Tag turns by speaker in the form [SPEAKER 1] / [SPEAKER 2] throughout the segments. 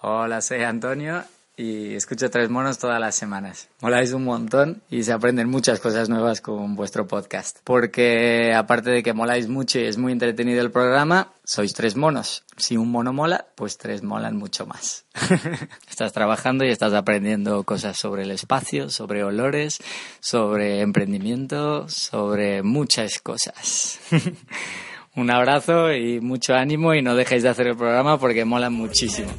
[SPEAKER 1] Hola, soy Antonio y escucho Tres Monos todas las semanas. Moláis un montón y se aprenden muchas cosas nuevas con vuestro podcast. Porque aparte de que moláis mucho y es muy entretenido el programa, sois tres monos. Si un mono mola, pues tres molan mucho más. estás trabajando y estás aprendiendo cosas sobre el espacio, sobre olores, sobre emprendimiento, sobre muchas cosas. un abrazo y mucho ánimo y no dejéis de hacer el programa porque mola muchísimo.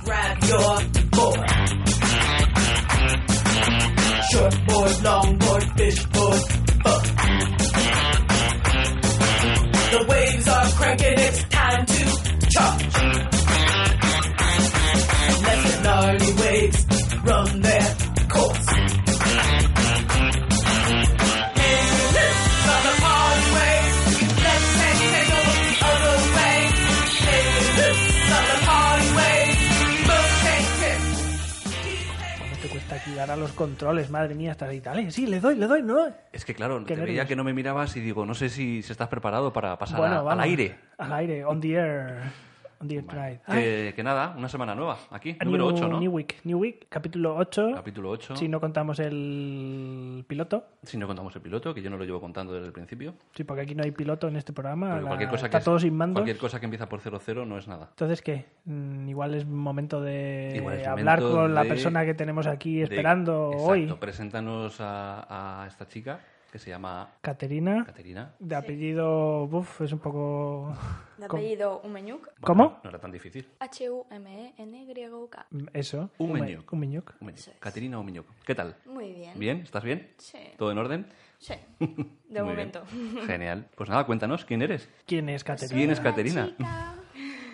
[SPEAKER 2] a los controles, madre mía, hasta de Italia. Sí, le doy, le doy, no.
[SPEAKER 3] Es que claro, te veía que no me mirabas y digo, no sé si estás preparado para pasar
[SPEAKER 2] Bueno,
[SPEAKER 3] a- Pues al
[SPEAKER 2] vamos.
[SPEAKER 3] aire.
[SPEAKER 2] Al aire, on the air. On the air tonight. Ah,
[SPEAKER 3] Que, que nada, una semana nueva, aquí,
[SPEAKER 2] a
[SPEAKER 3] número
[SPEAKER 2] new,
[SPEAKER 3] 8, ¿no?
[SPEAKER 2] New Week, New Week, capítulo 8.
[SPEAKER 3] Capítulo 8.
[SPEAKER 2] Si no contamos el piloto.
[SPEAKER 3] Si no contamos el piloto, que yo no lo llevo contando desde el principio.
[SPEAKER 2] Sí, porque aquí no hay piloto en este programa.
[SPEAKER 3] Porque
[SPEAKER 2] la-
[SPEAKER 3] cualquier cosa,
[SPEAKER 2] está
[SPEAKER 3] que es-
[SPEAKER 2] todo sin mando.
[SPEAKER 3] cualquier cosa que empieza por 00 no es nada.
[SPEAKER 2] Entonces, ¿qué? Mm, Igual es momento de
[SPEAKER 3] Igual es
[SPEAKER 2] hablar
[SPEAKER 3] momento
[SPEAKER 2] con la
[SPEAKER 3] de-
[SPEAKER 2] persona que tenemos aquí
[SPEAKER 3] De-
[SPEAKER 2] esperando
[SPEAKER 3] Exacto,
[SPEAKER 2] hoy,
[SPEAKER 3] Preséntanos a, a esta chica que se llama
[SPEAKER 2] Caterina,
[SPEAKER 3] Caterina.
[SPEAKER 2] de apellido, buf, es un poco...
[SPEAKER 4] De
[SPEAKER 2] ¿Cómo?
[SPEAKER 4] apellido Umeñuk.
[SPEAKER 2] ¿Cómo?
[SPEAKER 3] No era tan difícil.
[SPEAKER 4] E H-U-M-E-N-Y-U-K.
[SPEAKER 2] Eso.
[SPEAKER 3] Umeñuk.
[SPEAKER 2] Un meñuc.
[SPEAKER 3] Umeño.
[SPEAKER 4] Eso es.
[SPEAKER 3] Caterina Umeño. ¿Qué tal?
[SPEAKER 4] Muy bien.
[SPEAKER 3] ¿Bien? ¿Estás bien?
[SPEAKER 4] Sí.
[SPEAKER 3] ¿Todo en orden?
[SPEAKER 4] Sí. De
[SPEAKER 3] Muy
[SPEAKER 4] momento.
[SPEAKER 3] bien. Genial. Pues nada, cuéntanos, ¿quién eres?
[SPEAKER 2] ¿Quién es Caterina?
[SPEAKER 3] ¿Quién es Caterina?
[SPEAKER 4] Chica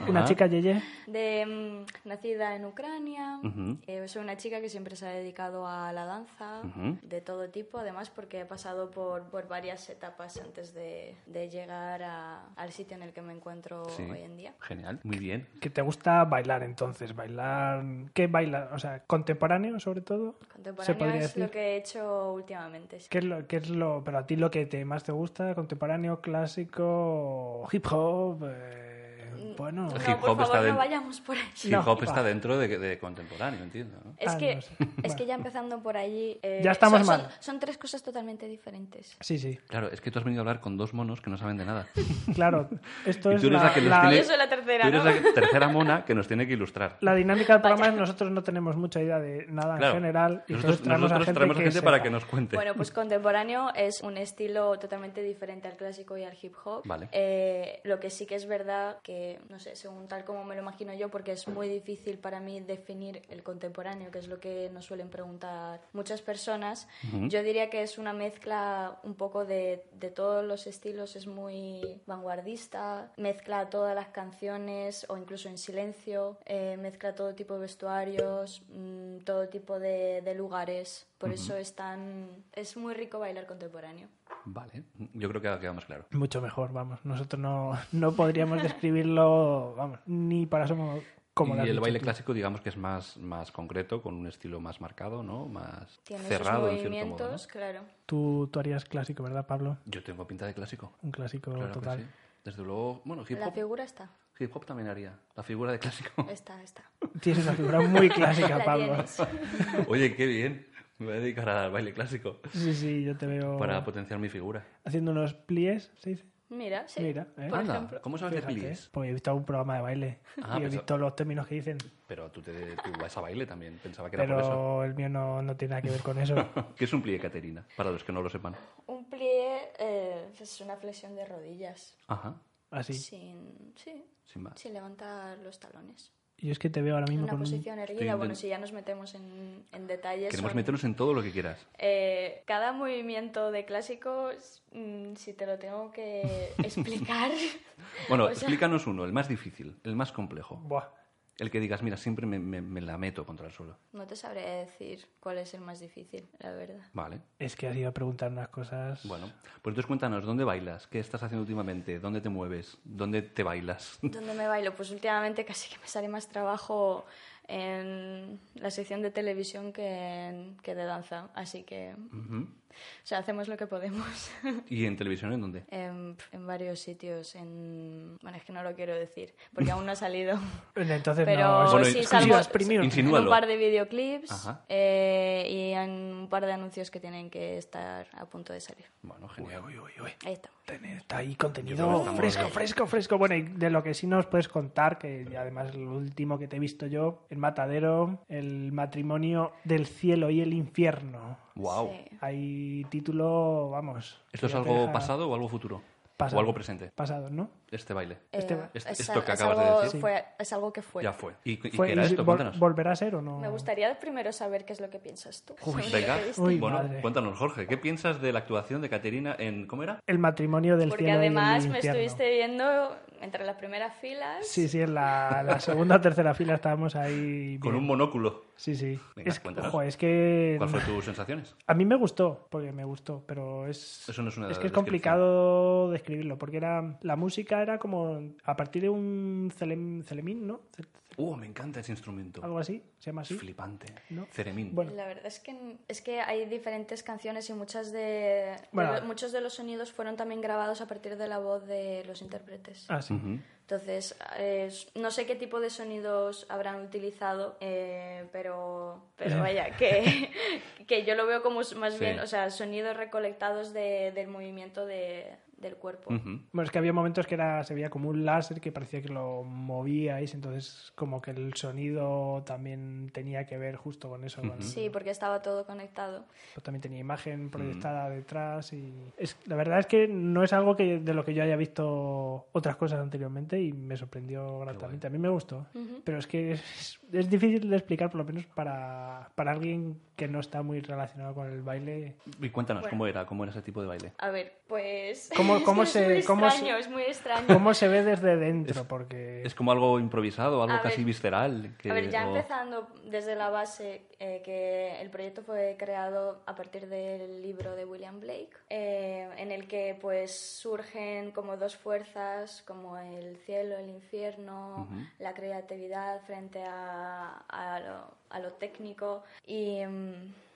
[SPEAKER 2] Una
[SPEAKER 3] Ajá.
[SPEAKER 2] chica Yeye.
[SPEAKER 4] de, mm, nacida en Ucrania.
[SPEAKER 3] Ujú.
[SPEAKER 4] Eh, soy una chica que siempre se ha dedicado a la danza
[SPEAKER 3] Ujú.
[SPEAKER 4] de todo tipo, además porque he pasado por, por varias etapas antes de, de llegar a- al sitio en el que me encuentro
[SPEAKER 3] Sí.
[SPEAKER 4] hoy en día.
[SPEAKER 3] Genial. Muy bien.
[SPEAKER 2] Que te gusta bailar entonces, bailar... ¿Qué bailar? O sea, contemporáneo sobre todo. se
[SPEAKER 4] Contemporáneo
[SPEAKER 2] podría
[SPEAKER 4] es
[SPEAKER 2] decir.
[SPEAKER 4] lo que he hecho últimamente. sí.
[SPEAKER 2] ¿Qué es lo, qué es lo, pero a ti lo que te más te gusta? Contemporáneo, clásico, hip hop, eh, bueno,
[SPEAKER 4] Mm, No,
[SPEAKER 3] Hip
[SPEAKER 4] por
[SPEAKER 3] hop
[SPEAKER 4] favor,
[SPEAKER 3] está
[SPEAKER 4] no
[SPEAKER 3] dentro.
[SPEAKER 4] vayamos por ahí.
[SPEAKER 3] Hip hop está dentro de, de contemporáneo, entiendo. ¿no?
[SPEAKER 4] Es,
[SPEAKER 2] Ah,
[SPEAKER 4] que,
[SPEAKER 2] no sé.
[SPEAKER 4] es
[SPEAKER 2] Vale.
[SPEAKER 4] que ya empezando por allí. eh,
[SPEAKER 2] Ya estamos
[SPEAKER 4] son,
[SPEAKER 2] mal.
[SPEAKER 4] Son, son tres cosas totalmente diferentes.
[SPEAKER 2] sí, sí,
[SPEAKER 3] Claro, es que tú has venido a hablar con dos monos que no saben de nada.
[SPEAKER 2] claro. Esto
[SPEAKER 3] Y
[SPEAKER 2] es
[SPEAKER 3] tú eres
[SPEAKER 2] la,
[SPEAKER 3] la que nos
[SPEAKER 2] la-
[SPEAKER 3] tiene-
[SPEAKER 4] Yo soy la tercera,
[SPEAKER 3] Tú eres
[SPEAKER 4] ¿no?
[SPEAKER 3] la que- tercera mona que nos tiene que ilustrar.
[SPEAKER 2] la dinámica del programa es nosotros no tenemos mucha idea de nada
[SPEAKER 3] Claro.
[SPEAKER 2] en general y
[SPEAKER 3] nosotros,
[SPEAKER 2] entonces traemos a
[SPEAKER 3] nosotros
[SPEAKER 2] gente,
[SPEAKER 3] traemos
[SPEAKER 2] que
[SPEAKER 3] gente para
[SPEAKER 2] sepa.
[SPEAKER 3] que nos cuente.
[SPEAKER 4] Bueno, pues contemporáneo es un estilo totalmente diferente al clásico y al hip hop.
[SPEAKER 3] Vale.
[SPEAKER 4] Eh, lo que sí que es verdad que, no sé, según tal como me lo imagino yo, porque es muy difícil para mí definir el contemporáneo, que es lo que nos suelen preguntar muchas personas, yo diría que es una mezcla un poco de, de todos los estilos, es muy vanguardista, mezcla todas las canciones o incluso en silencio, eh, mezcla todo tipo de vestuarios, mm, todo tipo de, de lugares. Por eso es tan... es muy rico bailar contemporáneo.
[SPEAKER 3] Vale, yo creo que ha quedado más claro.
[SPEAKER 2] Mucho mejor, vamos. Nosotros no, no podríamos describirlo, vamos, ni para somos como lo has
[SPEAKER 3] y el
[SPEAKER 2] dicho
[SPEAKER 3] baile
[SPEAKER 2] tú.
[SPEAKER 3] clásico, digamos que es más, más concreto, con un estilo más marcado, ¿no? Más
[SPEAKER 4] Tiene
[SPEAKER 3] cerrado, en
[SPEAKER 4] esos
[SPEAKER 3] cierto modo.
[SPEAKER 4] movimientos,
[SPEAKER 3] ¿no?
[SPEAKER 4] claro.
[SPEAKER 2] Tú, tú harías clásico, ¿verdad, Pablo?
[SPEAKER 3] Yo tengo pinta de clásico.
[SPEAKER 2] Un clásico
[SPEAKER 3] Claro que
[SPEAKER 2] total.
[SPEAKER 3] sí. Desde luego, bueno, hip
[SPEAKER 4] La
[SPEAKER 3] hop,
[SPEAKER 4] figura está,
[SPEAKER 3] hip hop también haría. La figura de clásico.
[SPEAKER 4] está, está.
[SPEAKER 2] Tienes una figura muy clásica,
[SPEAKER 4] La
[SPEAKER 2] Pablo.
[SPEAKER 4] tienes.
[SPEAKER 3] Oye, qué bien. Me voy a dedicar al baile clásico
[SPEAKER 2] Sí, sí, yo te veo
[SPEAKER 3] para potenciar mi figura.
[SPEAKER 2] haciendo unos plies, ¿se dice?
[SPEAKER 4] Mira, sí.
[SPEAKER 2] Mira, ¿eh?
[SPEAKER 4] Por
[SPEAKER 3] Anda,
[SPEAKER 4] ejemplo.
[SPEAKER 3] ¿cómo sabes de
[SPEAKER 2] Fíjate,
[SPEAKER 3] plies?
[SPEAKER 2] Porque he visto un programa de baile
[SPEAKER 3] Ah,
[SPEAKER 2] y he
[SPEAKER 3] pensaba-
[SPEAKER 2] visto los términos que dicen,
[SPEAKER 3] Pero tú, te, tú vas a baile también, pensaba que era por
[SPEAKER 2] pero el mío no, no tiene nada que ver con eso.
[SPEAKER 3] eso. ¿Qué es un plie, Caterina? Para los que no lo sepan.
[SPEAKER 4] Un plie eh, es una flexión de rodillas.
[SPEAKER 3] Ajá,
[SPEAKER 2] Así.
[SPEAKER 4] Sin, sí,
[SPEAKER 3] sin más.
[SPEAKER 4] sin levantar los talones.
[SPEAKER 2] Yo es que te veo ahora
[SPEAKER 4] En
[SPEAKER 2] mismo
[SPEAKER 4] una
[SPEAKER 2] con un-
[SPEAKER 4] posición erguida,
[SPEAKER 3] intent-
[SPEAKER 4] bueno, si ya nos metemos en, en detalles.
[SPEAKER 3] Queremos
[SPEAKER 4] son,
[SPEAKER 3] meternos en todo lo que quieras.
[SPEAKER 4] eh, cada movimiento de clásicos, mm, si te lo tengo que explicar.
[SPEAKER 3] Bueno,
[SPEAKER 4] o sea,
[SPEAKER 3] explícanos uno, el más difícil, el más complejo.
[SPEAKER 2] Buah.
[SPEAKER 3] El que digas, mira, siempre me, me- me la meto contra el suelo.
[SPEAKER 4] No te sabré decir cuál es el más difícil, la verdad.
[SPEAKER 3] Vale.
[SPEAKER 2] Es que has ido a preguntar unas cosas.
[SPEAKER 3] Bueno, pues entonces cuéntanos, ¿dónde bailas? ¿Qué estás haciendo últimamente? ¿Dónde te mueves? ¿Dónde te bailas?
[SPEAKER 4] ¿Dónde me bailo? Pues últimamente casi que me sale más trabajo en la sección de televisión que, en- que de danza. Así que,
[SPEAKER 3] Ujú.
[SPEAKER 4] o sea, hacemos lo que podemos.
[SPEAKER 3] ¿Y en televisión en dónde?
[SPEAKER 4] en, en varios sitios. En... Bueno, es que no lo quiero decir, porque aún no ha salido.
[SPEAKER 2] Entonces
[SPEAKER 4] Pero
[SPEAKER 2] no,
[SPEAKER 3] Bueno,
[SPEAKER 4] sí,
[SPEAKER 3] es-
[SPEAKER 4] salvo
[SPEAKER 2] exclusivas premium.
[SPEAKER 4] en
[SPEAKER 3] Insinúalo.
[SPEAKER 4] un par de videoclips
[SPEAKER 3] Ajá.
[SPEAKER 4] eh, y en un par de anuncios que tienen que estar a punto de salir.
[SPEAKER 3] Bueno, genial.
[SPEAKER 2] Uy, uy, uy.
[SPEAKER 4] Ahí está.
[SPEAKER 2] Tener- Está ahí
[SPEAKER 3] Yo
[SPEAKER 2] contenido
[SPEAKER 3] creo que estamos-
[SPEAKER 2] fresco, fresco, fresco. Bueno, y de lo que sí nos puedes contar, que además lo último que te he visto yo, el matadero, el matrimonio del cielo y el infierno.
[SPEAKER 3] Wow.
[SPEAKER 4] Sí.
[SPEAKER 2] Hay título, vamos.
[SPEAKER 3] ¿Esto es
[SPEAKER 2] ya te
[SPEAKER 3] algo
[SPEAKER 2] deja-
[SPEAKER 3] pasado o algo futuro?
[SPEAKER 2] pasado.
[SPEAKER 3] ¿O algo presente?
[SPEAKER 2] Pasado, ¿no?
[SPEAKER 3] Este baile.
[SPEAKER 2] Este-
[SPEAKER 4] Eh,
[SPEAKER 3] Est-
[SPEAKER 4] es
[SPEAKER 3] esto
[SPEAKER 4] al-
[SPEAKER 3] que
[SPEAKER 4] es
[SPEAKER 3] acabas de
[SPEAKER 4] algo
[SPEAKER 3] decir.
[SPEAKER 4] fue- es algo que fue.
[SPEAKER 3] Ya fue. ¿Y, y
[SPEAKER 2] Fue-
[SPEAKER 3] qué era
[SPEAKER 2] y
[SPEAKER 3] esto?
[SPEAKER 2] vol-
[SPEAKER 3] Cuéntanos.
[SPEAKER 2] ¿Volverá a ser o no?
[SPEAKER 4] Me gustaría primero saber qué es lo que piensas tú.
[SPEAKER 3] Uy,
[SPEAKER 4] sobre lo
[SPEAKER 3] venga.
[SPEAKER 4] que viste.
[SPEAKER 2] Uy,
[SPEAKER 3] bueno,
[SPEAKER 2] madre.
[SPEAKER 3] cuéntanos, Jorge, ¿qué piensas de la actuación de Caterina en. ¿Cómo era?
[SPEAKER 2] El matrimonio del
[SPEAKER 4] Porque
[SPEAKER 2] cielo
[SPEAKER 4] además
[SPEAKER 2] y el
[SPEAKER 4] me
[SPEAKER 2] infierno.
[SPEAKER 4] estuviste viendo entre las primeras filas.
[SPEAKER 2] Sí, sí, en la, la segunda o tercera fila estábamos ahí.
[SPEAKER 3] Con
[SPEAKER 2] bien.
[SPEAKER 3] un monóculo.
[SPEAKER 2] Sí, sí.
[SPEAKER 3] Venga,
[SPEAKER 2] es, que-
[SPEAKER 3] cuéntanos.
[SPEAKER 2] ojo, es que.
[SPEAKER 3] ¿Cuáles fueron tus sensaciones?
[SPEAKER 2] A mí me gustó, porque me gustó, pero es.
[SPEAKER 3] Eso no es una
[SPEAKER 2] que es
[SPEAKER 3] descripción.
[SPEAKER 2] complicado describirlo, porque era. La música era como. A partir de un celem- celemín, ¿no? Ce-
[SPEAKER 3] ¡Uh, me encanta ese instrumento!
[SPEAKER 2] Algo así, se llama así.
[SPEAKER 3] Es flipante.
[SPEAKER 2] ¿No?
[SPEAKER 3] Ceremín.
[SPEAKER 2] Bueno.
[SPEAKER 4] La verdad es que, es que hay diferentes canciones y muchas de,
[SPEAKER 2] Bueno.
[SPEAKER 4] de lo- muchos de los sonidos fueron también grabados a partir de la voz de los intérpretes.
[SPEAKER 2] Ah, sí.
[SPEAKER 3] Ujú.
[SPEAKER 4] Entonces, es- no sé qué tipo de sonidos habrán utilizado, eh, pero,
[SPEAKER 2] Eh.
[SPEAKER 4] pero vaya, que, que yo lo veo como s- más
[SPEAKER 3] Sí.
[SPEAKER 4] bien, o sea, sonidos recolectados de- del movimiento de- del cuerpo.
[SPEAKER 3] Ujú.
[SPEAKER 2] Bueno, es que había momentos que era, se veía como un láser que parecía que lo movíais, entonces como que el sonido también tenía que ver justo con eso. con-
[SPEAKER 4] Sí, porque estaba todo conectado.
[SPEAKER 2] Pues también tenía
[SPEAKER 3] Mm.
[SPEAKER 2] imagen proyectada detrás y es, la verdad es que no es algo que de lo que yo haya visto otras cosas anteriormente y me sorprendió gratamente. A mí me gustó, pero es que es, es difícil de explicar, por lo menos para, para alguien que no está muy relacionado con el baile.
[SPEAKER 3] Y cuéntanos,
[SPEAKER 4] Bueno.
[SPEAKER 3] ¿cómo era? ¿Cómo era ese tipo de baile?
[SPEAKER 4] A ver, pues...
[SPEAKER 2] ¿Cómo- cómo
[SPEAKER 4] es
[SPEAKER 2] se-
[SPEAKER 4] muy
[SPEAKER 2] cómo se-
[SPEAKER 4] extraño, es muy extraño.
[SPEAKER 2] ¿Cómo se ve desde dentro? Porque
[SPEAKER 3] Es como algo improvisado, algo
[SPEAKER 4] A
[SPEAKER 3] casi
[SPEAKER 4] ver.
[SPEAKER 3] visceral. que-
[SPEAKER 4] A ver, ya
[SPEAKER 3] o-
[SPEAKER 4] empezando desde la base, eh, que el proyecto fue creado a partir del libro de William Blake, eh, en el que pues surgen como dos fuerzas, como el cielo, el infierno, la creatividad frente a, a lo, a lo técnico y... mm,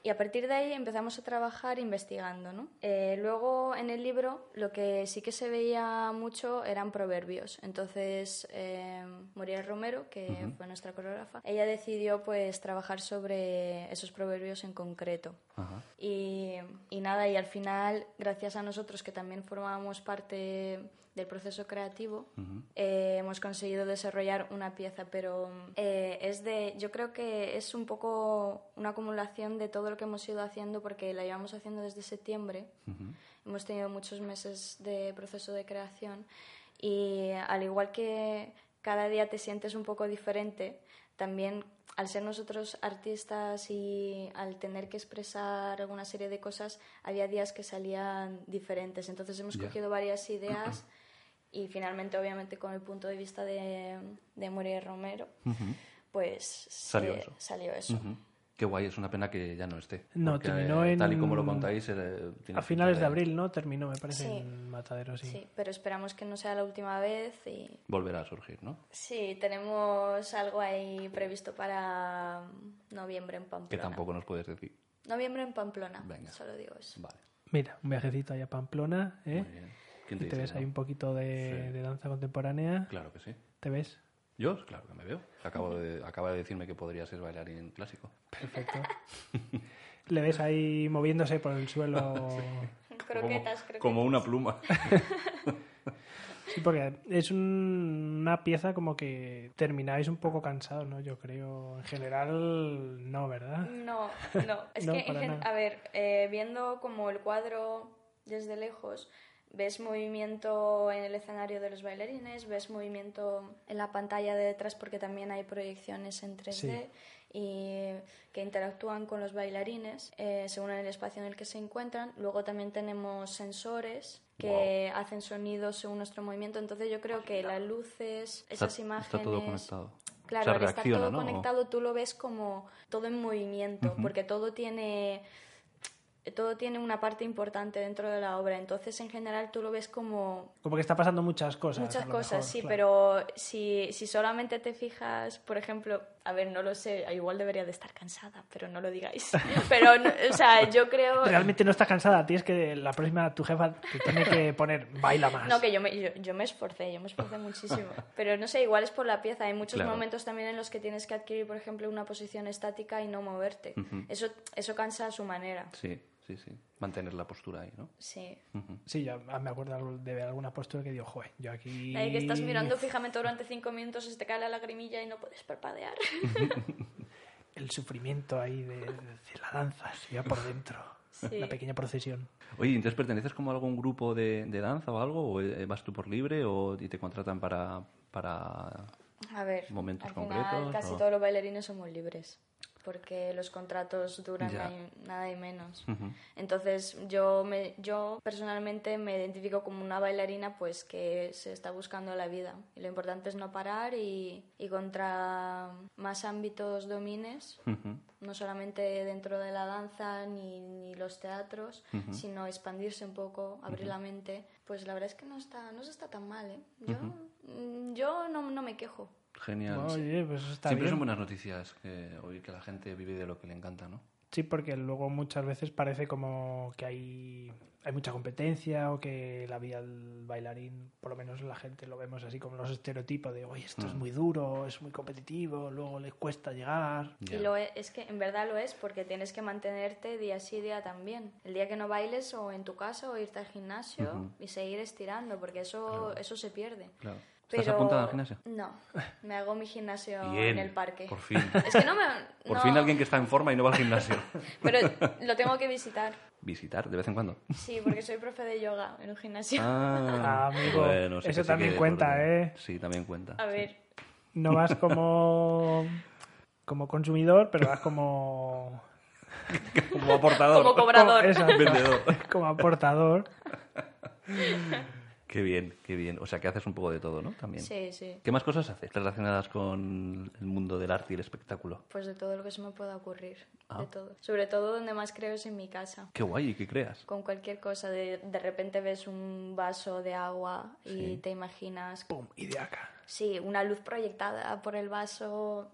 [SPEAKER 4] y a partir de ahí empezamos a trabajar investigando, ¿no? Eh, luego en el libro lo que sí que se veía mucho eran proverbios. Entonces eh, Muriel Romero, que fue nuestra coreógrafa, ella decidió pues trabajar sobre esos proverbios en concreto.
[SPEAKER 3] Ajá.
[SPEAKER 4] Y, y nada, y al final, gracias a nosotros que también formábamos parte del proceso creativo, eh, hemos conseguido desarrollar una pieza, pero eh, es de, yo creo que es un poco una acumulación de todo lo que hemos ido haciendo porque la llevamos haciendo desde septiembre, hemos tenido muchos meses de proceso de creación y al igual que cada día te sientes un poco diferente, también al ser nosotros artistas y al tener que expresar alguna serie de cosas, había días que salían diferentes. Entonces hemos
[SPEAKER 3] Ya.
[SPEAKER 4] cogido varias ideas y finalmente, obviamente, con el punto de vista de, de Muriel Romero, pues
[SPEAKER 3] Salió eso.
[SPEAKER 4] salió eso.
[SPEAKER 3] Ujú. Qué guay, es una pena que ya no esté.
[SPEAKER 2] No,
[SPEAKER 3] porque,
[SPEAKER 2] terminó
[SPEAKER 3] eh,
[SPEAKER 2] en-
[SPEAKER 3] Tal y como lo contáis, eh, tiene
[SPEAKER 2] a finales
[SPEAKER 3] pinta
[SPEAKER 2] de abril, ¿no? Terminó, me parece,
[SPEAKER 4] Sí.
[SPEAKER 2] en Matadero, sí.
[SPEAKER 4] Sí, pero esperamos que no sea la última vez y
[SPEAKER 3] Volverá a surgir, ¿no?
[SPEAKER 4] Sí, tenemos algo ahí previsto para noviembre en Pamplona.
[SPEAKER 3] Que tampoco nos puedes decir.
[SPEAKER 4] Noviembre en Pamplona,
[SPEAKER 3] Venga.
[SPEAKER 4] solo digo eso.
[SPEAKER 3] Vale.
[SPEAKER 2] Mira, un viajecito allá a Pamplona, ¿eh?
[SPEAKER 3] Muy bien.
[SPEAKER 2] Y
[SPEAKER 3] ¿Quién
[SPEAKER 2] te
[SPEAKER 3] dice
[SPEAKER 2] ves
[SPEAKER 3] que
[SPEAKER 2] ahí
[SPEAKER 3] no?
[SPEAKER 2] un poquito de,
[SPEAKER 3] Sí.
[SPEAKER 2] de danza contemporánea.
[SPEAKER 3] Claro que sí.
[SPEAKER 2] ¿Te ves?
[SPEAKER 3] Yo, claro que me veo. Acabo de, acaba de decirme que podría ser bailarín clásico.
[SPEAKER 2] Perfecto. Le ves ahí moviéndose por el suelo.
[SPEAKER 4] Croquetas, croquetas.
[SPEAKER 3] Como una pluma.
[SPEAKER 2] Sí, porque es un- una pieza como que termináis un poco cansados, ¿no? Yo creo. En general, no, ¿verdad?
[SPEAKER 4] No, no. Es
[SPEAKER 2] No,
[SPEAKER 4] que, en
[SPEAKER 2] para
[SPEAKER 4] gen-
[SPEAKER 2] nada.
[SPEAKER 4] a ver, eh, viendo como el cuadro desde lejos, ves movimiento en el escenario de los bailarines, ves movimiento en la pantalla de detrás porque también hay proyecciones en 3D
[SPEAKER 2] Sí.
[SPEAKER 4] y que interactúan con los bailarines eh, según el espacio en el que se encuentran. Luego también tenemos sensores que hacen sonidos según nuestro movimiento. Entonces yo creo que las luces, esas
[SPEAKER 3] está,
[SPEAKER 4] imágenes...
[SPEAKER 3] está todo conectado.
[SPEAKER 4] Claro,
[SPEAKER 3] o sea,
[SPEAKER 4] al estar
[SPEAKER 3] reacciona,
[SPEAKER 4] todo
[SPEAKER 3] ¿no?
[SPEAKER 4] conectado tú lo ves como todo en movimiento, porque todo tiene todo tiene una parte importante dentro de la obra, entonces en general tú lo ves como
[SPEAKER 2] Como que está pasando muchas cosas.
[SPEAKER 4] muchas
[SPEAKER 2] a lo
[SPEAKER 4] cosas,
[SPEAKER 2] mejor,
[SPEAKER 4] sí,
[SPEAKER 2] claro.
[SPEAKER 4] pero si, si solamente te fijas, por ejemplo, a ver, no lo sé, igual debería de estar cansada, pero no lo digáis. Pero, no- o sea, yo creo...
[SPEAKER 2] Realmente no estás cansada, tienes que la próxima tu jefa te tiene que poner baila más.
[SPEAKER 4] No, que yo me, yo, yo me esforcé, yo me esforcé muchísimo. Pero no sé, igual es por la pieza. Hay muchos
[SPEAKER 3] Claro.
[SPEAKER 4] momentos también en los que tienes que adquirir, por ejemplo, una posición estática y no moverte. eso, eso cansa a su manera.
[SPEAKER 3] Sí, sí, sí. Mantener la postura ahí, ¿no?
[SPEAKER 4] Sí.
[SPEAKER 2] Sí, yo me acuerdo de alguna postura que digo, joder, yo aquí...
[SPEAKER 4] La de que estás mirando fijamente durante cinco minutos, se te cae la lagrimilla y no puedes parpadear.
[SPEAKER 2] El sufrimiento ahí de, de la danza, se lleva por dentro.
[SPEAKER 4] Sí.
[SPEAKER 2] La pequeña procesión.
[SPEAKER 3] Oye, ¿entonces perteneces como a algún grupo de, de danza o algo? ¿O eh, vas tú por libre o y te contratan para, para...
[SPEAKER 4] A ver,
[SPEAKER 3] Momentos
[SPEAKER 4] al final
[SPEAKER 3] concretos,
[SPEAKER 4] casi
[SPEAKER 3] o-
[SPEAKER 4] todos los bailarines somos libres. Porque los contratos duran
[SPEAKER 3] Ya.
[SPEAKER 4] ahí nada y menos. Entonces yo me, yo personalmente me identifico como una bailarina pues que se está buscando la vida. Y lo importante es no parar y, y contra más ámbitos domines,
[SPEAKER 3] Ujú.
[SPEAKER 4] no solamente dentro de la danza ni, ni los teatros, sino expandirse un poco, abrir la mente, pues la verdad es que no está, no se está tan mal, ¿eh? Yo, mm, yo no, no me quejo.
[SPEAKER 3] Genial.
[SPEAKER 2] Oye, pues eso está
[SPEAKER 3] Siempre
[SPEAKER 2] bien.
[SPEAKER 3] son buenas noticias que oír que la gente vive de lo que le encanta, ¿no?
[SPEAKER 2] Sí, porque luego muchas veces parece como que hay, hay mucha competencia o que la vida del bailarín, por lo menos la gente lo vemos así como los estereotipos de, oye, esto es
[SPEAKER 3] Mm.
[SPEAKER 2] muy duro, es muy competitivo, luego les cuesta llegar.
[SPEAKER 4] Y
[SPEAKER 3] Ya.
[SPEAKER 4] lo e- es, que en verdad lo es porque tienes que mantenerte día sí, día también. El día que no bailes o en tu casa o irte al gimnasio y seguir estirando porque eso, eso se pierde.
[SPEAKER 3] Claro. ¿Estás apuntada al gimnasio?
[SPEAKER 4] No, me hago mi gimnasio
[SPEAKER 3] Bien,
[SPEAKER 4] en el parque.
[SPEAKER 3] por fin.
[SPEAKER 4] Es que no me...
[SPEAKER 3] Por
[SPEAKER 4] no,
[SPEAKER 3] fin alguien que está en forma y no va al gimnasio.
[SPEAKER 4] Pero lo tengo que visitar.
[SPEAKER 3] Visitar de vez en cuando.
[SPEAKER 4] Sí, porque soy profe de yoga en un gimnasio.
[SPEAKER 3] Ah,
[SPEAKER 2] amigo,
[SPEAKER 3] sí
[SPEAKER 2] eso
[SPEAKER 3] que sí
[SPEAKER 2] también
[SPEAKER 3] que-
[SPEAKER 2] cuenta, ¿eh?
[SPEAKER 3] Sí, también cuenta.
[SPEAKER 4] A ver,
[SPEAKER 2] No vas como, como consumidor, pero vas como...
[SPEAKER 3] Como aportador.
[SPEAKER 4] como cobrador.
[SPEAKER 2] Como, exacto,
[SPEAKER 3] Vendedor.
[SPEAKER 2] como aportador.
[SPEAKER 3] Qué bien, qué bien. O sea, que haces un poco de todo, ¿no? También.
[SPEAKER 4] Sí, sí.
[SPEAKER 3] ¿Qué más cosas haces relacionadas con el mundo del arte y el espectáculo?
[SPEAKER 4] Pues de todo lo que se me pueda ocurrir.
[SPEAKER 3] Ah.
[SPEAKER 4] De todo. Sobre todo donde más creo es en mi casa.
[SPEAKER 3] Qué guay, ¿y qué creas?
[SPEAKER 4] con cualquier cosa. De, de repente ves un vaso de agua y te imaginas,
[SPEAKER 2] ¡Pum! Y de acá.
[SPEAKER 4] sí, una luz proyectada por el vaso.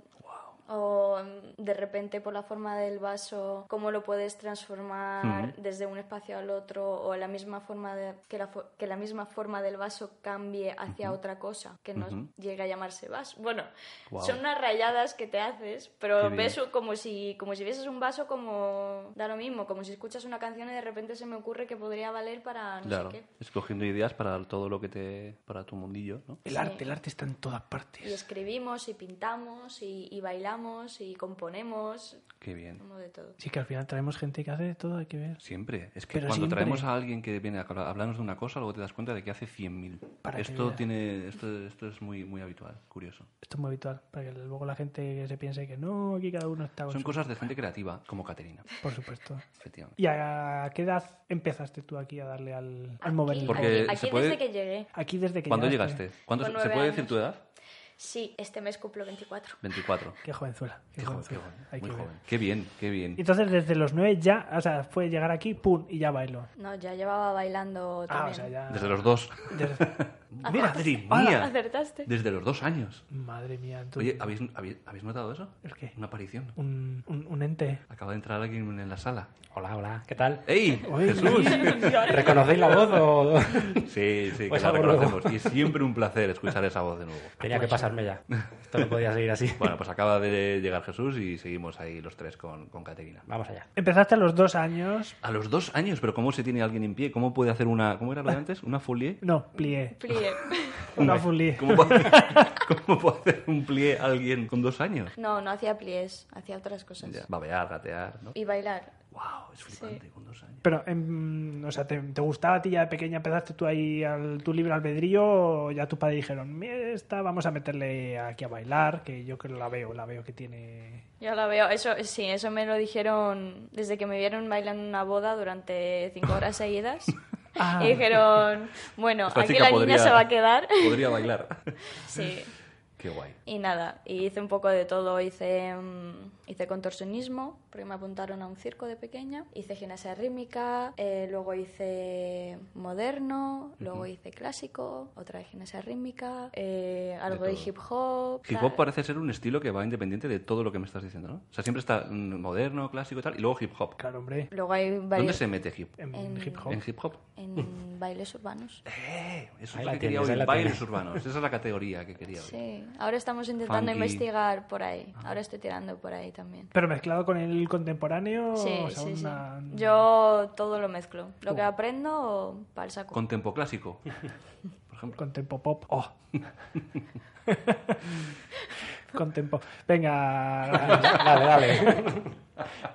[SPEAKER 4] O mm, de repente por la forma del vaso, cómo lo puedes transformar desde un espacio al otro, o la misma forma de, que, la fo- que la misma forma del vaso cambie hacia otra cosa, que no llegue a llamarse vaso. Bueno,
[SPEAKER 3] Guau.
[SPEAKER 4] son unas rayadas que te haces,
[SPEAKER 3] Qué
[SPEAKER 4] pero
[SPEAKER 3] bien.
[SPEAKER 4] ves como si, como si vieses un vaso como da lo mismo, como si escuchas una canción y de repente se me ocurre que podría valer para no
[SPEAKER 3] Claro,
[SPEAKER 4] sé
[SPEAKER 3] escogiendo ideas para todo lo que te... para tu mundillo, ¿no?
[SPEAKER 2] El arte, el arte está en todas
[SPEAKER 4] qué. Y
[SPEAKER 2] partes.
[SPEAKER 4] escribimos y pintamos y, y bailamos y componemos,
[SPEAKER 3] Qué bien.
[SPEAKER 4] como de todo.
[SPEAKER 2] Sí, que al final traemos gente que hace de todo, hay que ver.
[SPEAKER 3] Siempre. Es que
[SPEAKER 2] Pero
[SPEAKER 3] cuando
[SPEAKER 2] siempre.
[SPEAKER 3] traemos a alguien que viene a habla- hablarnos de una cosa, luego te das cuenta de que hace 100.000.
[SPEAKER 2] Para que
[SPEAKER 3] Esto,
[SPEAKER 2] veas.
[SPEAKER 3] tiene, esto, esto es muy, muy habitual, curioso.
[SPEAKER 2] Esto es muy habitual, para que luego la gente se piense que no, aquí cada uno está con
[SPEAKER 3] Son
[SPEAKER 2] su-
[SPEAKER 3] cosas de gente creativa, como Caterina,
[SPEAKER 2] Por supuesto.
[SPEAKER 3] efectivamente.
[SPEAKER 2] ¿Y a qué edad empezaste tú aquí a darle al, al moverlo?
[SPEAKER 3] Porque
[SPEAKER 4] aquí,
[SPEAKER 3] se
[SPEAKER 4] aquí
[SPEAKER 3] puede-
[SPEAKER 4] desde que llegué,
[SPEAKER 2] Aquí desde que
[SPEAKER 3] ¿Cuándo llegaste? ¿Cuándo
[SPEAKER 4] Con
[SPEAKER 3] se- ¿Se
[SPEAKER 4] nueve
[SPEAKER 3] puede decir
[SPEAKER 4] años.
[SPEAKER 3] tu edad?
[SPEAKER 4] sí, este mes cumplo 24.
[SPEAKER 3] 24.
[SPEAKER 2] Qué jovenzuela. Qué,
[SPEAKER 3] Qué joven, qué
[SPEAKER 2] jovenzuela.
[SPEAKER 3] joven,
[SPEAKER 2] Hay
[SPEAKER 3] Muy
[SPEAKER 2] que ver.
[SPEAKER 3] joven. Qué bien, qué bien.
[SPEAKER 2] Y Entonces, desde los nueve ya, o sea, fue llegar aquí, pum, y ya bailo.
[SPEAKER 4] No, ya llevaba bailando
[SPEAKER 2] Ah,
[SPEAKER 4] también.
[SPEAKER 2] o sea, ya.
[SPEAKER 3] Desde los dos.
[SPEAKER 2] desde-
[SPEAKER 3] Mira, madre
[SPEAKER 4] Hola,
[SPEAKER 3] mía.
[SPEAKER 4] acertaste.
[SPEAKER 3] Desde los dos años.
[SPEAKER 2] Madre mía, entonces.
[SPEAKER 3] Oye, ¿habéis, habéis, habéis notado eso?
[SPEAKER 2] ¿El qué?
[SPEAKER 3] Una aparición.
[SPEAKER 2] Un, un, un ente.
[SPEAKER 3] Acaba de entrar alguien en la sala.
[SPEAKER 5] Hola, hola, ¿qué tal?
[SPEAKER 3] ¡Ey!
[SPEAKER 2] Oye,
[SPEAKER 3] ¡Jesús!
[SPEAKER 5] ¿Reconocéis la voz o...?
[SPEAKER 3] Sí, sí,
[SPEAKER 5] Pues
[SPEAKER 3] que la
[SPEAKER 5] algo nuevo.
[SPEAKER 3] reconocemos. Y es siempre un placer escuchar esa voz de nuevo.
[SPEAKER 5] Tenía que pasarme ya. Esto no podía seguir así.
[SPEAKER 3] Bueno, pues acaba de llegar Jesús y seguimos ahí los tres con, con Caterina.
[SPEAKER 5] Vamos allá.
[SPEAKER 2] Empezaste a los dos años.
[SPEAKER 3] A los dos años, pero ¿cómo se tiene alguien en pie? ¿Cómo puede hacer una... ¿Cómo era lo de antes? ¿Una folie?
[SPEAKER 2] No, plié.
[SPEAKER 4] Plié.
[SPEAKER 2] Una fulí.
[SPEAKER 3] ¿Cómo puede, hacer, cómo puede hacer un plie alguien con dos años?
[SPEAKER 4] No, no hacía pliés, hacía otras cosas.
[SPEAKER 3] Ya, Babear, gatear, ¿no?
[SPEAKER 4] Y bailar.
[SPEAKER 3] ¡Wow! Es flipante con dos años.
[SPEAKER 2] Pero, em, o sea, ¿te, te gustaba a ti ya de pequeña? ¿Empezaste tú ahí al, tu libre albedrío o ya tu padre dijeron, "Mira, esta vamos a meterle aquí a bailar, que yo creo la veo, la veo que tiene...
[SPEAKER 4] Yo la veo, eso sí, eso me lo dijeron desde que me vieron bailando en una boda durante cinco horas seguidas.
[SPEAKER 2] Ah.
[SPEAKER 4] Y dijeron, bueno,
[SPEAKER 3] Esta
[SPEAKER 4] aquí
[SPEAKER 3] chica
[SPEAKER 4] la niña
[SPEAKER 3] podría- Pues
[SPEAKER 4] se va a quedar.
[SPEAKER 3] Podría bailar.
[SPEAKER 4] Sí.
[SPEAKER 3] Qué Qué guay.
[SPEAKER 4] Y nada, y hice un poco de todo. Hice, mm, hice contorsionismo, porque me apuntaron a un circo de pequeña. Hice gimnasia rítmica, eh, luego hice moderno, luego hice clásico, otra de gimnasia rítmica, eh, algo de,
[SPEAKER 3] todo.
[SPEAKER 4] hip hop.
[SPEAKER 3] Hip
[SPEAKER 4] tal.
[SPEAKER 3] hop parece ser un estilo que va independiente de todo lo que me estás diciendo, ¿no? O sea, siempre está mm, moderno, clásico y tal, y luego hip hop.
[SPEAKER 2] Claro, hombre.
[SPEAKER 4] Luego hay
[SPEAKER 3] ¿Dónde
[SPEAKER 4] varios
[SPEAKER 3] se mete hip hop?
[SPEAKER 2] En,
[SPEAKER 4] En-
[SPEAKER 2] hip hop.
[SPEAKER 3] ¿En hip hop?
[SPEAKER 4] en bailes urbanos.
[SPEAKER 3] Eh, eso
[SPEAKER 5] Ahí
[SPEAKER 3] es lo
[SPEAKER 5] la
[SPEAKER 3] que quería
[SPEAKER 5] tienes, ahí
[SPEAKER 3] oír.
[SPEAKER 5] la
[SPEAKER 3] Bailes
[SPEAKER 5] tienes.
[SPEAKER 3] urbanos. Esa es la categoría que quería oír.
[SPEAKER 4] Sí, ahora estamos intentando
[SPEAKER 3] Funky.
[SPEAKER 4] investigar por ahí. Ahora estoy tirando por ahí también.
[SPEAKER 2] Pero mezclado con el contemporáneo.
[SPEAKER 4] Sí,
[SPEAKER 2] Oh, o sea,
[SPEAKER 4] sí, sí.
[SPEAKER 2] una-
[SPEAKER 4] Yo todo lo mezclo. Lo que aprendo, para el saco.
[SPEAKER 3] Con tempo clásico, por ejemplo.
[SPEAKER 2] Contempo pop. Oh. Contempo. Venga,
[SPEAKER 5] Dale, dale.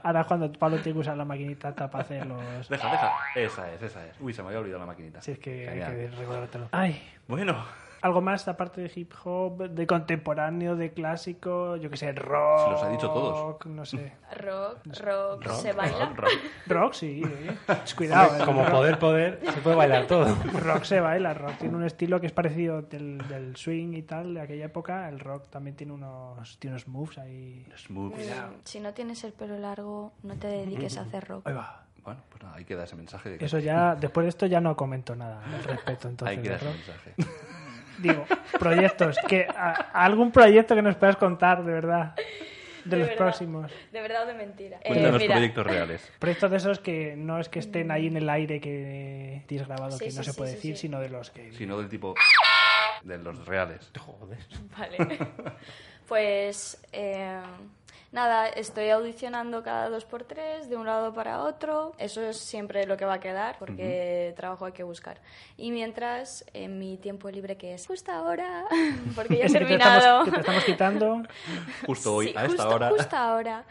[SPEAKER 2] ahora cuando Pablo tiene que usar la maquinita para hacer los.
[SPEAKER 3] Deja, deja. Esa es, esa es. Uy, se me había olvidado la maquinita.
[SPEAKER 2] Si es que hay
[SPEAKER 3] Genial.
[SPEAKER 2] que recordártelo. Ay,
[SPEAKER 3] Bueno,
[SPEAKER 2] algo más aparte de hip hop, de contemporáneo, de clásico, yo que sé, rock.
[SPEAKER 3] Se los ha dicho todos.
[SPEAKER 2] No sé.
[SPEAKER 4] Rock, rock, se baila.
[SPEAKER 3] rock.
[SPEAKER 2] Rock, sí. eh. Cuidado. eh.
[SPEAKER 5] Como poder, poder, se puede bailar todo.
[SPEAKER 2] Rock se baila, rock tiene un estilo que es parecido del, del swing y tal de aquella época. El rock también tiene unos, tiene unos moves ahí.
[SPEAKER 3] Smooth.
[SPEAKER 4] Mm, Si no tienes el pelo largo, no te dediques a hacer rock.
[SPEAKER 2] Ahí va.
[SPEAKER 3] Bueno, pues nada, ahí queda ese mensaje. De que
[SPEAKER 2] Eso ya, después de esto ya no comento nada al respecto. Entonces,
[SPEAKER 3] ahí
[SPEAKER 2] de
[SPEAKER 3] queda ese
[SPEAKER 2] rock.
[SPEAKER 3] mensaje.
[SPEAKER 2] Digo, proyectos. que a- ¿Algún proyecto que nos puedas contar, de verdad? De, los
[SPEAKER 4] verdad.
[SPEAKER 2] próximos.
[SPEAKER 4] De verdad o de mentira. Eh,
[SPEAKER 3] Cuéntanos
[SPEAKER 4] mira,
[SPEAKER 3] proyectos reales.
[SPEAKER 2] Proyectos de esos que no es que estén ahí en el aire que tienes grabado
[SPEAKER 4] Sí,
[SPEAKER 2] que
[SPEAKER 4] sí,
[SPEAKER 2] no se
[SPEAKER 4] sí,
[SPEAKER 2] puede
[SPEAKER 4] sí,
[SPEAKER 2] decir,
[SPEAKER 4] sí.
[SPEAKER 2] sino de los que.
[SPEAKER 3] Sino del tipo de los reales.
[SPEAKER 5] Joder.
[SPEAKER 4] Vale. Pues eh, nada, estoy audicionando cada dos por tres, de un lado para otro. Eso es siempre lo que va a quedar, porque trabajo hay que buscar. Y mientras, en mi tiempo libre, que es justo ahora, porque ya he
[SPEAKER 2] Ese que te estamos-
[SPEAKER 4] terminado.
[SPEAKER 2] que te estamos quitando.
[SPEAKER 3] Justo hoy,
[SPEAKER 4] Sí,
[SPEAKER 3] a esta
[SPEAKER 4] justo-
[SPEAKER 3] hora.
[SPEAKER 4] justo ahora,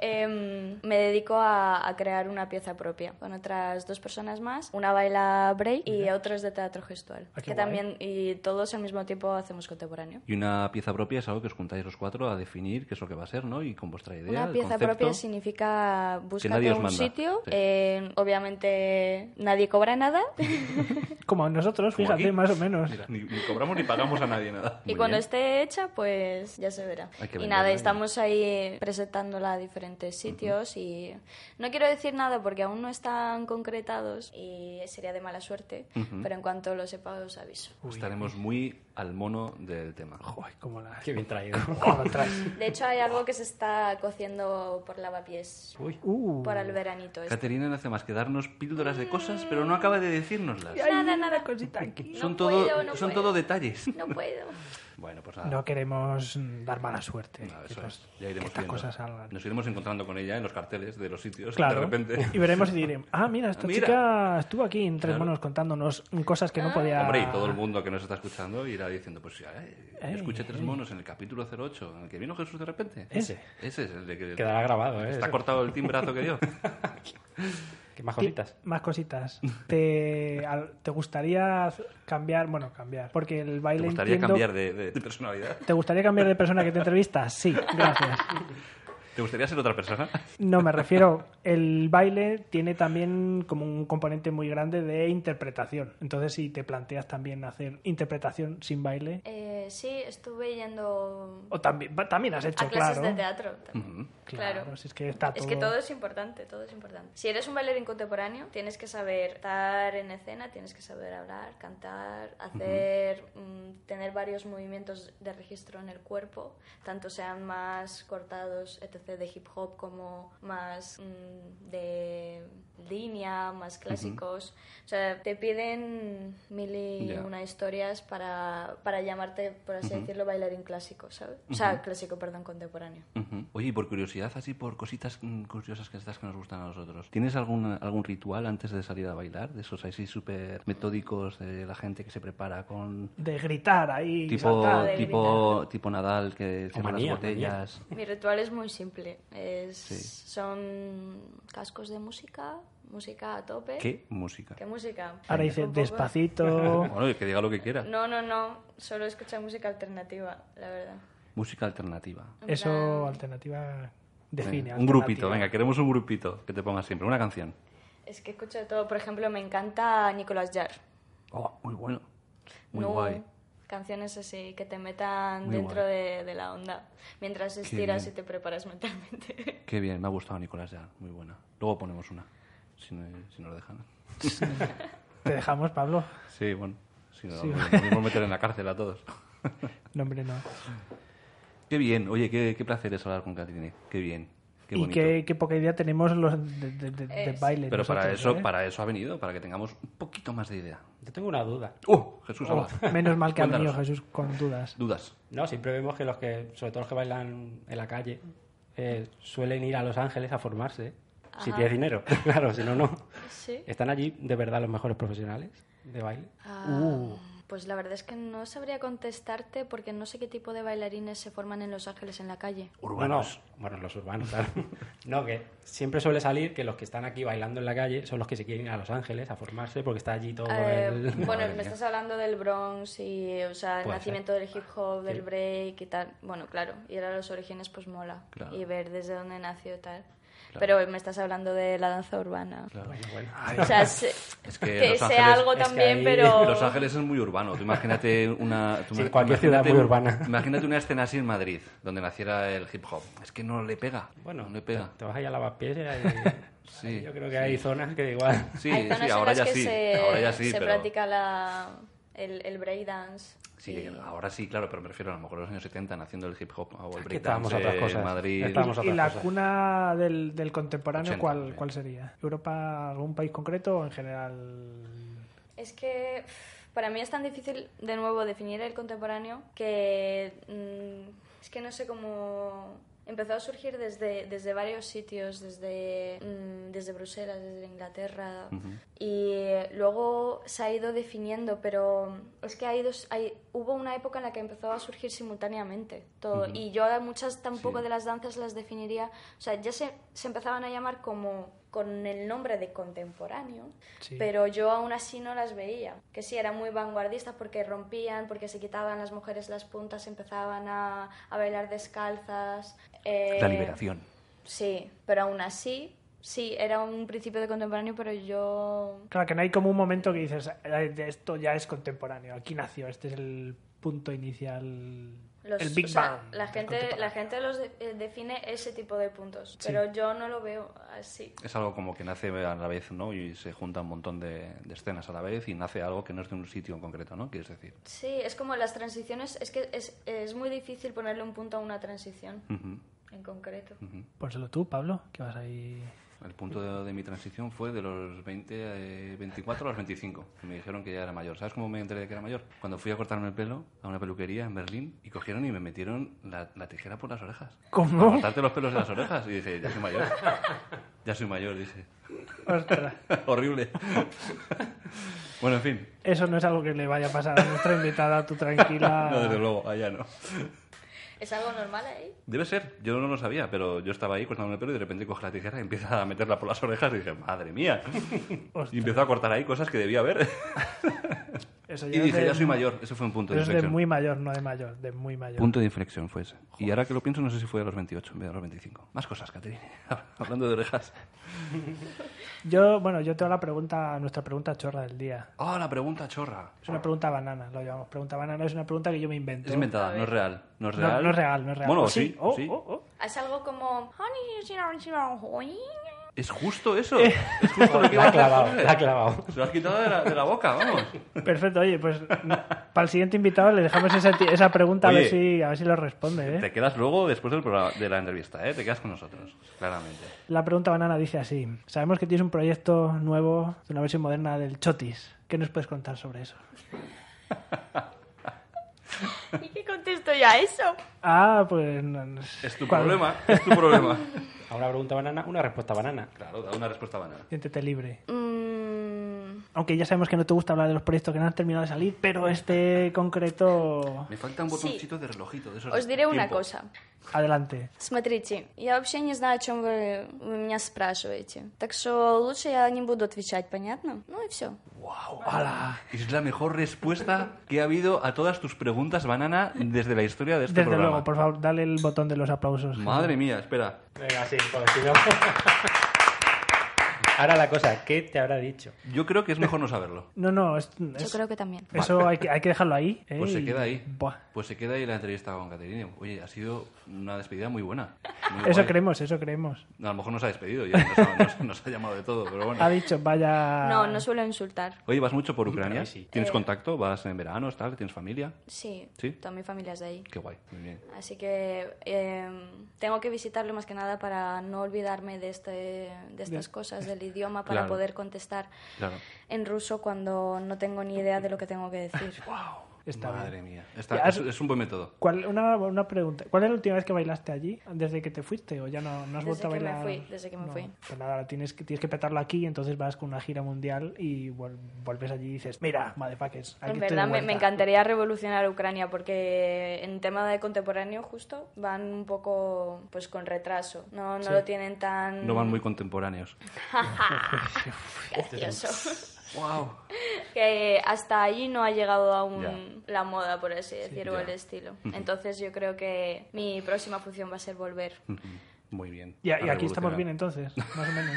[SPEAKER 4] em, me dedico a, a crear una pieza propia con otras dos personas más. Una baila break y otros de teatro gestual.
[SPEAKER 2] Ah, qué
[SPEAKER 4] que
[SPEAKER 2] guay.
[SPEAKER 4] también, y todos al mismo tiempo hacemos contemporáneo.
[SPEAKER 3] Y una pieza propia es algo que os juntáis los cuatro a definir qué es lo que va a ser, ¿no? Y con vuestra idea.
[SPEAKER 4] Una
[SPEAKER 3] el
[SPEAKER 4] pieza
[SPEAKER 3] concepto.
[SPEAKER 4] propia significa
[SPEAKER 3] nadie
[SPEAKER 4] buscarte
[SPEAKER 3] os
[SPEAKER 4] un
[SPEAKER 3] manda,
[SPEAKER 4] sitio.
[SPEAKER 3] sí.
[SPEAKER 4] eh, obviamente nadie cobra nada.
[SPEAKER 2] Como nosotros,
[SPEAKER 3] Como
[SPEAKER 2] fíjate,
[SPEAKER 3] aquí.
[SPEAKER 2] más o menos.
[SPEAKER 3] Mira, ni, ni cobramos ni pagamos a nadie nada.
[SPEAKER 4] y
[SPEAKER 3] Muy
[SPEAKER 4] cuando
[SPEAKER 3] bien.
[SPEAKER 4] esté hecha, pues ya se verá.
[SPEAKER 3] Hay que
[SPEAKER 4] Y
[SPEAKER 3] venderla ¿eh?
[SPEAKER 4] nada,
[SPEAKER 3] y-
[SPEAKER 4] estamos ahí presentándola a diferentes sitios y no quiero decir nada porque aún no están concretados y sería de mala suerte, pero en cuanto lo sepa os aviso.
[SPEAKER 3] Estaremos muy al mono del tema.
[SPEAKER 2] Ay, como la.
[SPEAKER 5] Qué bien traído.
[SPEAKER 2] como la traes.
[SPEAKER 4] De hecho, hay algo que se está cociendo por lavapiés
[SPEAKER 5] Uy.
[SPEAKER 2] Uh.
[SPEAKER 4] para el veranito. este.
[SPEAKER 3] Caterina no hace más que darnos píldoras de cosas, pero no acaba de decírnoslas.
[SPEAKER 4] Nada, nada, cosita aquí.
[SPEAKER 3] son todo, son todo detalles.
[SPEAKER 4] No puedo.
[SPEAKER 3] Bueno, pues nada.
[SPEAKER 2] No queremos mm, dar mala suerte.
[SPEAKER 3] Nada,
[SPEAKER 2] que
[SPEAKER 3] eso
[SPEAKER 2] nos-
[SPEAKER 3] es. Ya iremos
[SPEAKER 2] que estas
[SPEAKER 3] viendo.
[SPEAKER 2] cosas salgan.
[SPEAKER 3] Nos iremos encontrando con ella en los carteles de los sitios.
[SPEAKER 2] Claro.
[SPEAKER 3] De repente.
[SPEAKER 2] Y veremos y diremos, ah, mira, esta
[SPEAKER 3] Mira.
[SPEAKER 2] chica estuvo aquí en Tres Monos contándonos cosas
[SPEAKER 4] Ah.
[SPEAKER 2] que no podía...
[SPEAKER 3] Hombre, y todo el mundo que nos está escuchando irá diciendo, pues eh, yo
[SPEAKER 2] Ey,
[SPEAKER 3] escuché tres
[SPEAKER 2] ey.
[SPEAKER 3] monos en el capítulo 08, en el que vino Jesús de repente.
[SPEAKER 5] Ese.
[SPEAKER 3] Ese es el de que
[SPEAKER 5] Quedará grabado, ¿eh?
[SPEAKER 3] está
[SPEAKER 5] Eso.
[SPEAKER 3] cortado el timbrazo que dio.
[SPEAKER 2] Ti-
[SPEAKER 5] Qué majolitas.
[SPEAKER 2] Más cositas. ¿Te, al- ¿Te gustaría cambiar? Bueno, cambiar. Porque el
[SPEAKER 3] ¿Te
[SPEAKER 2] baile
[SPEAKER 3] gustaría
[SPEAKER 2] entiendo-
[SPEAKER 3] cambiar de, de- de personalidad?
[SPEAKER 2] ¿Te gustaría cambiar de persona que te entrevista? Sí, gracias.
[SPEAKER 3] ¿Te gustaría ser otra persona?
[SPEAKER 2] No, me refiero, el baile tiene también como un componente muy grande de interpretación. Entonces, si te planteas también hacer interpretación sin baile,
[SPEAKER 4] Eh, sí, estuve yendo
[SPEAKER 2] o también, va- también has hecho,
[SPEAKER 4] a clases
[SPEAKER 2] claro.
[SPEAKER 4] de teatro. también.
[SPEAKER 3] Ujú.
[SPEAKER 4] Claro.
[SPEAKER 2] si es que está todo.
[SPEAKER 4] Es que todo es importante, todo es importante. Si eres un bailarín contemporáneo, tienes que saber estar en escena, tienes que saber hablar, cantar, hacer, mm, tener varios movimientos de registro en el cuerpo, tanto sean más cortados, etc., de hip hop como más mm, de línea, más clásicos. O sea, te piden mil y
[SPEAKER 3] Ya.
[SPEAKER 4] una historias para, para llamarte, por así decirlo, bailarín clásico, ¿sabes? O sea, clásico, perdón, contemporáneo.
[SPEAKER 3] Ujú. Oye, y por curiosidad, así por cositas mm, curiosas que estas que nos gustan a nosotros, ¿tienes algún, algún ritual antes de salir a bailar? De esos así súper metódicos de la gente que se prepara con...
[SPEAKER 2] De gritar ahí.
[SPEAKER 3] Tipo,
[SPEAKER 2] saltar.
[SPEAKER 4] de
[SPEAKER 3] tipo, tipo Nadal que se las
[SPEAKER 5] manía,
[SPEAKER 3] botellas.
[SPEAKER 4] Mi ritual es muy simple. Es,
[SPEAKER 3] Sí.
[SPEAKER 4] Son cascos de música, música a tope.
[SPEAKER 3] ¿Qué música?
[SPEAKER 4] ¿Qué música?
[SPEAKER 2] Ahora dice
[SPEAKER 4] Un poco-
[SPEAKER 2] despacito.
[SPEAKER 3] Bueno, que diga lo que quiera.
[SPEAKER 4] No, no, no. Solo escucha música alternativa, la verdad.
[SPEAKER 3] Música alternativa.
[SPEAKER 4] En
[SPEAKER 2] Eso,
[SPEAKER 4] plan,
[SPEAKER 2] alternativa, define.
[SPEAKER 3] Venga, un grupito,
[SPEAKER 2] alternativa.
[SPEAKER 3] venga, queremos un grupito que te pongas siempre, una canción.
[SPEAKER 4] Es que escucho de todo. Por ejemplo, me encanta Nicolás Jarre.
[SPEAKER 3] Oh, muy bueno. Muy
[SPEAKER 4] No.
[SPEAKER 3] guay.
[SPEAKER 4] Canciones así que te metan
[SPEAKER 3] Muy
[SPEAKER 4] dentro
[SPEAKER 3] guay.
[SPEAKER 4] de, de la onda. Mientras estiras y te preparas mentalmente.
[SPEAKER 3] Qué bien, me ha gustado Nicolás ya, muy buena. Luego ponemos una, si, no- si nos lo dejan.
[SPEAKER 2] Te dejamos, Pablo.
[SPEAKER 3] Sí, bueno, si no,
[SPEAKER 2] Sí.
[SPEAKER 3] nos podemos meter en la cárcel a todos.
[SPEAKER 2] No, hombre, no.
[SPEAKER 3] Qué bien, oye, qué, qué placer es hablar con Catrine, qué bien, qué
[SPEAKER 2] y
[SPEAKER 3] bonito.
[SPEAKER 2] qué, qué poca idea tenemos los de, de- de- de
[SPEAKER 4] Es-
[SPEAKER 2] baile.
[SPEAKER 3] Pero para
[SPEAKER 2] nosotros,
[SPEAKER 3] eso,
[SPEAKER 2] ¿eh?
[SPEAKER 3] para eso ha venido, para que tengamos un poquito más de idea.
[SPEAKER 5] Yo tengo una duda.
[SPEAKER 3] ¡Oh! Jesús
[SPEAKER 2] Oh,
[SPEAKER 3] habla.
[SPEAKER 2] menos mal que ha venido
[SPEAKER 3] Cuéntanos.
[SPEAKER 2] Jesús con dudas.
[SPEAKER 3] Dudas.
[SPEAKER 5] No, siempre vemos que los que, sobre todo los que bailan en la calle, eh, suelen ir a Los Ángeles a formarse. ¿eh? Si
[SPEAKER 4] Ajá.
[SPEAKER 5] tienes dinero, claro, si no, no.
[SPEAKER 4] Sí.
[SPEAKER 5] ¿Están allí de verdad los mejores profesionales de baile? Uh.
[SPEAKER 4] Ah,
[SPEAKER 3] Uh.
[SPEAKER 4] Pues la verdad es que no sabría contestarte porque no sé qué tipo de bailarines se forman en Los Ángeles en la calle.
[SPEAKER 3] Urbanos.
[SPEAKER 5] No, no. Bueno, los urbanos, claro. No, que siempre suele salir que los que están aquí bailando en la calle son los que se quieren ir a Los Ángeles a formarse porque está allí todo
[SPEAKER 4] Eh,
[SPEAKER 5] el...
[SPEAKER 4] bueno,
[SPEAKER 3] Madre
[SPEAKER 4] me
[SPEAKER 3] mía.
[SPEAKER 4] estás hablando del Bronx y, o sea, el
[SPEAKER 5] Puede
[SPEAKER 4] nacimiento del hip hop, del break y tal. Bueno, claro, ir a los orígenes pues mola.
[SPEAKER 3] Claro.
[SPEAKER 4] Y ver desde dónde nació y tal.
[SPEAKER 3] Claro.
[SPEAKER 4] Pero me estás hablando de la danza urbana.
[SPEAKER 3] Claro.
[SPEAKER 5] Bueno, bueno.
[SPEAKER 3] Ah,
[SPEAKER 4] O sea, sé-
[SPEAKER 3] Es que
[SPEAKER 4] que,
[SPEAKER 3] Los
[SPEAKER 4] sea
[SPEAKER 3] Ángeles-
[SPEAKER 4] algo
[SPEAKER 5] es que
[SPEAKER 4] también,
[SPEAKER 5] ahí-
[SPEAKER 4] pero...
[SPEAKER 3] Los Ángeles es muy urbano. Tú imagínate una. tú
[SPEAKER 5] Sí,
[SPEAKER 3] ima-
[SPEAKER 5] cualquier ciudad muy urbana.
[SPEAKER 3] Imagínate una escena así en Madrid, donde naciera el hip hop. Es que no le pega.
[SPEAKER 5] Bueno,
[SPEAKER 3] no le pega.
[SPEAKER 5] Te, te vas allá a lavapiés y ahí-
[SPEAKER 3] Sí,
[SPEAKER 5] ahí yo creo
[SPEAKER 3] sí.
[SPEAKER 5] que hay zonas que igual...
[SPEAKER 3] Sí,
[SPEAKER 4] Hay zonas
[SPEAKER 3] sí,
[SPEAKER 4] en
[SPEAKER 3] ahora
[SPEAKER 4] las
[SPEAKER 3] ya
[SPEAKER 4] que
[SPEAKER 3] sí.
[SPEAKER 4] se,
[SPEAKER 3] ahora ya sí,
[SPEAKER 4] se
[SPEAKER 3] pero-
[SPEAKER 4] practica la, el, el breakdance.
[SPEAKER 3] Sí,
[SPEAKER 5] Eh,
[SPEAKER 4] y-
[SPEAKER 3] ahora sí, claro, pero me refiero a lo mejor a los años 70 naciendo el hip hop o el
[SPEAKER 5] que estábamos
[SPEAKER 3] breakdance
[SPEAKER 5] a otras
[SPEAKER 3] en
[SPEAKER 5] cosas.
[SPEAKER 3] Madrid.
[SPEAKER 5] Estábamos- Vamos a
[SPEAKER 2] Y
[SPEAKER 5] otras
[SPEAKER 2] la
[SPEAKER 5] cosas.
[SPEAKER 2] cuna del, del contemporáneo,
[SPEAKER 3] 80,
[SPEAKER 2] ¿cuál,
[SPEAKER 3] bien.
[SPEAKER 2] ¿cuál sería? ¿Europa, algún país concreto o en general?
[SPEAKER 4] Es que uf, para mí es tan difícil de nuevo definir el contemporáneo que mm, es que no sé cómo empezó a surgir desde, desde varios sitios, desde, mm, desde Bruselas, desde Inglaterra y eh, luego se ha ido definiendo, pero es que ha ido, hay- hubo una época en la que empezó a surgir simultáneamente todo y yo a muchas tampoco
[SPEAKER 3] Sí.
[SPEAKER 4] de las danzas las definiría, o sea, ya se, se empezaban a llamar como con el nombre de contemporáneo,
[SPEAKER 2] Sí.
[SPEAKER 4] pero yo aún así no las veía. Que sí, eran muy vanguardistas porque rompían, porque se quitaban las mujeres las puntas, empezaban a, a bailar descalzas. eh,
[SPEAKER 3] La liberación.
[SPEAKER 4] Sí, pero aún así, sí, era un principio de contemporáneo, pero yo...
[SPEAKER 2] Claro, que no hay como un momento que dices, "Eh, de esto ya es contemporáneo, aquí nació, este es el punto inicial,
[SPEAKER 4] los-
[SPEAKER 2] el Big
[SPEAKER 4] o sea,
[SPEAKER 2] Bang.
[SPEAKER 4] la
[SPEAKER 2] del
[SPEAKER 4] gente, la
[SPEAKER 2] contemporáneo".
[SPEAKER 4] gente los de- eh, define ese tipo de puntos, pero yo no lo veo así.
[SPEAKER 3] Es algo como que nace a la vez, ¿no? Y se junta un montón de, de escenas a la vez y nace algo que no es de un sitio en concreto, ¿no? Quieres decir.
[SPEAKER 4] Sí, es como las transiciones, es que es, es muy difícil ponerle un punto a una transición
[SPEAKER 3] Ujú.
[SPEAKER 4] en concreto.
[SPEAKER 2] Pónselo tú, Pablo, que vas ahí...
[SPEAKER 3] El punto de, de mi transición fue de los 20, eh, 24 a los 25. Me dijeron que ya era mayor. ¿Sabes cómo me enteré de que era mayor? Cuando fui a cortarme el pelo a una peluquería en Berlín y cogieron y me metieron la, la tijera por las orejas.
[SPEAKER 2] ¿Cómo?
[SPEAKER 3] Para cortarte los pelos de las orejas. Y dije, ya soy mayor. Ya soy mayor, dije.
[SPEAKER 2] Ostras,
[SPEAKER 3] Horrible. bueno, en fin.
[SPEAKER 2] eso no es algo que le vaya a pasar a nuestra invitada, tú tranquila.
[SPEAKER 3] No, desde luego, allá no.
[SPEAKER 4] ¿Es algo normal ahí?
[SPEAKER 3] Debe ser, yo no lo sabía, pero yo estaba ahí cortándome el pelo y de repente coge la tijera y empieza a meterla por las orejas y dije, madre mía.
[SPEAKER 2] Ostras.
[SPEAKER 3] Y empezó a cortar ahí cosas que debía ver.
[SPEAKER 2] Eso
[SPEAKER 3] Y
[SPEAKER 2] es
[SPEAKER 3] dije,
[SPEAKER 2] de-
[SPEAKER 3] ya soy mayor. Ese fue un punto de
[SPEAKER 2] Eso es de
[SPEAKER 3] inflexión.
[SPEAKER 2] muy mayor, no de mayor, de muy mayor.
[SPEAKER 3] Punto de inflexión fue ese. Y ahora que lo pienso, no sé si fue a los 28 en vez de a los 25. Más cosas, Caterine. Hablando de orejas.
[SPEAKER 2] Yo, bueno, yo tengo la pregunta, nuestra pregunta chorra del día.
[SPEAKER 3] Ah, la pregunta chorra.
[SPEAKER 2] Es una pregunta banana, lo llamamos. Pregunta banana es una pregunta que yo me invento.
[SPEAKER 3] Es inventada, no es real. No es
[SPEAKER 2] No,
[SPEAKER 3] real.
[SPEAKER 2] no es real, no es real.
[SPEAKER 3] Bueno,
[SPEAKER 2] Oh,
[SPEAKER 3] sí.
[SPEAKER 2] oh,
[SPEAKER 3] sí.
[SPEAKER 2] oh, oh.
[SPEAKER 4] Es algo como...
[SPEAKER 3] Es justo eso.
[SPEAKER 2] Eh.
[SPEAKER 3] Es justo lo que
[SPEAKER 5] La ha
[SPEAKER 3] ibas a
[SPEAKER 5] clavado,
[SPEAKER 3] hacer.
[SPEAKER 5] la ha clavado.
[SPEAKER 3] Se lo has quitado de la, de la boca, vamos.
[SPEAKER 2] Perfecto, oye, pues no, para el siguiente invitado le dejamos esa, ti- esa pregunta a, ver
[SPEAKER 3] Oye.
[SPEAKER 2] si, a ver si lo responde. ¿eh?
[SPEAKER 3] Te quedas luego, después del programa- de la entrevista, ¿eh? Te quedas con nosotros, claramente.
[SPEAKER 2] La pregunta banana dice así: Sabemos que tienes un proyecto nuevo, de una versión moderna del Chotis. ¿Qué nos puedes contar sobre eso?
[SPEAKER 4] ¿Y qué contesto yo a eso?
[SPEAKER 2] Ah, pues. no- no sé.
[SPEAKER 3] Es tu
[SPEAKER 2] ¿Cuál?
[SPEAKER 3] problema, es tu problema.
[SPEAKER 5] A una pregunta banana, una respuesta banana.
[SPEAKER 3] Claro, da una respuesta banal.
[SPEAKER 2] Siéntete libre.
[SPEAKER 4] Mm,
[SPEAKER 2] Aunque ya sabemos que no te gusta hablar de los proyectos que no han terminado de salir, pero este concreto.
[SPEAKER 3] Me falta un botoncito de relojito. De esos
[SPEAKER 4] os
[SPEAKER 3] de
[SPEAKER 4] diré una
[SPEAKER 3] tiempo.
[SPEAKER 4] cosa.
[SPEAKER 2] Adelante.
[SPEAKER 4] Смотрите, я вообще не знаю, о чем вы, вы меня спрашиваете. Так что лучше я не буду отвечать, понятно? Ну и все.
[SPEAKER 3] ¡Wow! ¡Hala! Es la mejor respuesta que ha habido a todas tus preguntas, banana, desde la historia de este
[SPEAKER 2] Desde
[SPEAKER 3] programa.
[SPEAKER 2] luego, por favor, dale el botón de los aplausos.
[SPEAKER 3] Madre mía, espera.
[SPEAKER 5] Venga, sí, porque si no... Ahora la cosa, ¿qué te habrá dicho?
[SPEAKER 3] Yo creo que es mejor no saberlo.
[SPEAKER 2] No, no, es-
[SPEAKER 4] Yo
[SPEAKER 2] es-
[SPEAKER 4] creo que también.
[SPEAKER 2] eso hay que, hay que dejarlo ahí. ¿eh?
[SPEAKER 3] Pues se
[SPEAKER 2] Y-
[SPEAKER 3] queda ahí.
[SPEAKER 2] Buah.
[SPEAKER 3] Pues se queda ahí la entrevista con Caterine. Oye, ha sido una despedida muy buena. Muy
[SPEAKER 2] Eso
[SPEAKER 3] guay.
[SPEAKER 2] creemos, eso creemos.
[SPEAKER 3] A lo mejor nos ha despedido, ya nos ha, nos- nos ha llamado de todo, pero bueno.
[SPEAKER 2] Ha dicho, vaya.
[SPEAKER 3] Ah.
[SPEAKER 4] No, no suelo insultar.
[SPEAKER 3] Oye, ¿vas mucho por Ucrania?
[SPEAKER 5] Pero sí.
[SPEAKER 3] ¿Tienes contacto? ¿Vas en verano? ¿Tal? ¿Tienes familia?
[SPEAKER 4] Sí,
[SPEAKER 3] ¿Sí?
[SPEAKER 4] toda mi familia es de ahí.
[SPEAKER 3] Qué guay, muy bien.
[SPEAKER 4] Así que eh, tengo que visitarlo más que nada para no olvidarme de, este, de estas cosas, del idioma, para
[SPEAKER 3] Claro.
[SPEAKER 4] poder contestar
[SPEAKER 3] Claro.
[SPEAKER 4] en ruso cuando no tengo ni idea de lo que tengo que decir.
[SPEAKER 2] Está bien.
[SPEAKER 3] Madre mía. Está-
[SPEAKER 2] Ya,
[SPEAKER 3] es,
[SPEAKER 2] has-
[SPEAKER 3] es un buen método.
[SPEAKER 2] ¿Cuál, una, una pregunta. ¿Cuál es la última vez que bailaste allí? ¿Desde que te fuiste o ya no, no has
[SPEAKER 4] Desde
[SPEAKER 2] vuelto a
[SPEAKER 4] que me
[SPEAKER 2] bailar?
[SPEAKER 4] fui, desde que me
[SPEAKER 2] No,
[SPEAKER 4] fui.
[SPEAKER 2] Pues nada, ahora tienes que, tienes que petarlo aquí y entonces vas con una gira mundial y vuel- vuelves allí y dices, mira, motherfuckers, aquí
[SPEAKER 4] en
[SPEAKER 2] estoy de
[SPEAKER 4] verdad me,
[SPEAKER 2] vuelta".
[SPEAKER 4] me encantaría revolucionar Ucrania porque en tema de contemporáneo justo van un poco pues con retraso. No, no lo tienen tan
[SPEAKER 3] No van muy contemporáneos.
[SPEAKER 4] gracioso.
[SPEAKER 3] ¡Wow!
[SPEAKER 4] que hasta allí no ha llegado aún
[SPEAKER 3] Ya.
[SPEAKER 4] la moda, por así decirlo,
[SPEAKER 3] ya.
[SPEAKER 4] el estilo. Entonces yo creo que mi próxima función va a ser volver.
[SPEAKER 3] Muy bien.
[SPEAKER 2] Y, a-
[SPEAKER 3] A
[SPEAKER 2] y aquí estamos ¿eh?
[SPEAKER 3] revolucionar.
[SPEAKER 2] bien entonces, más o menos.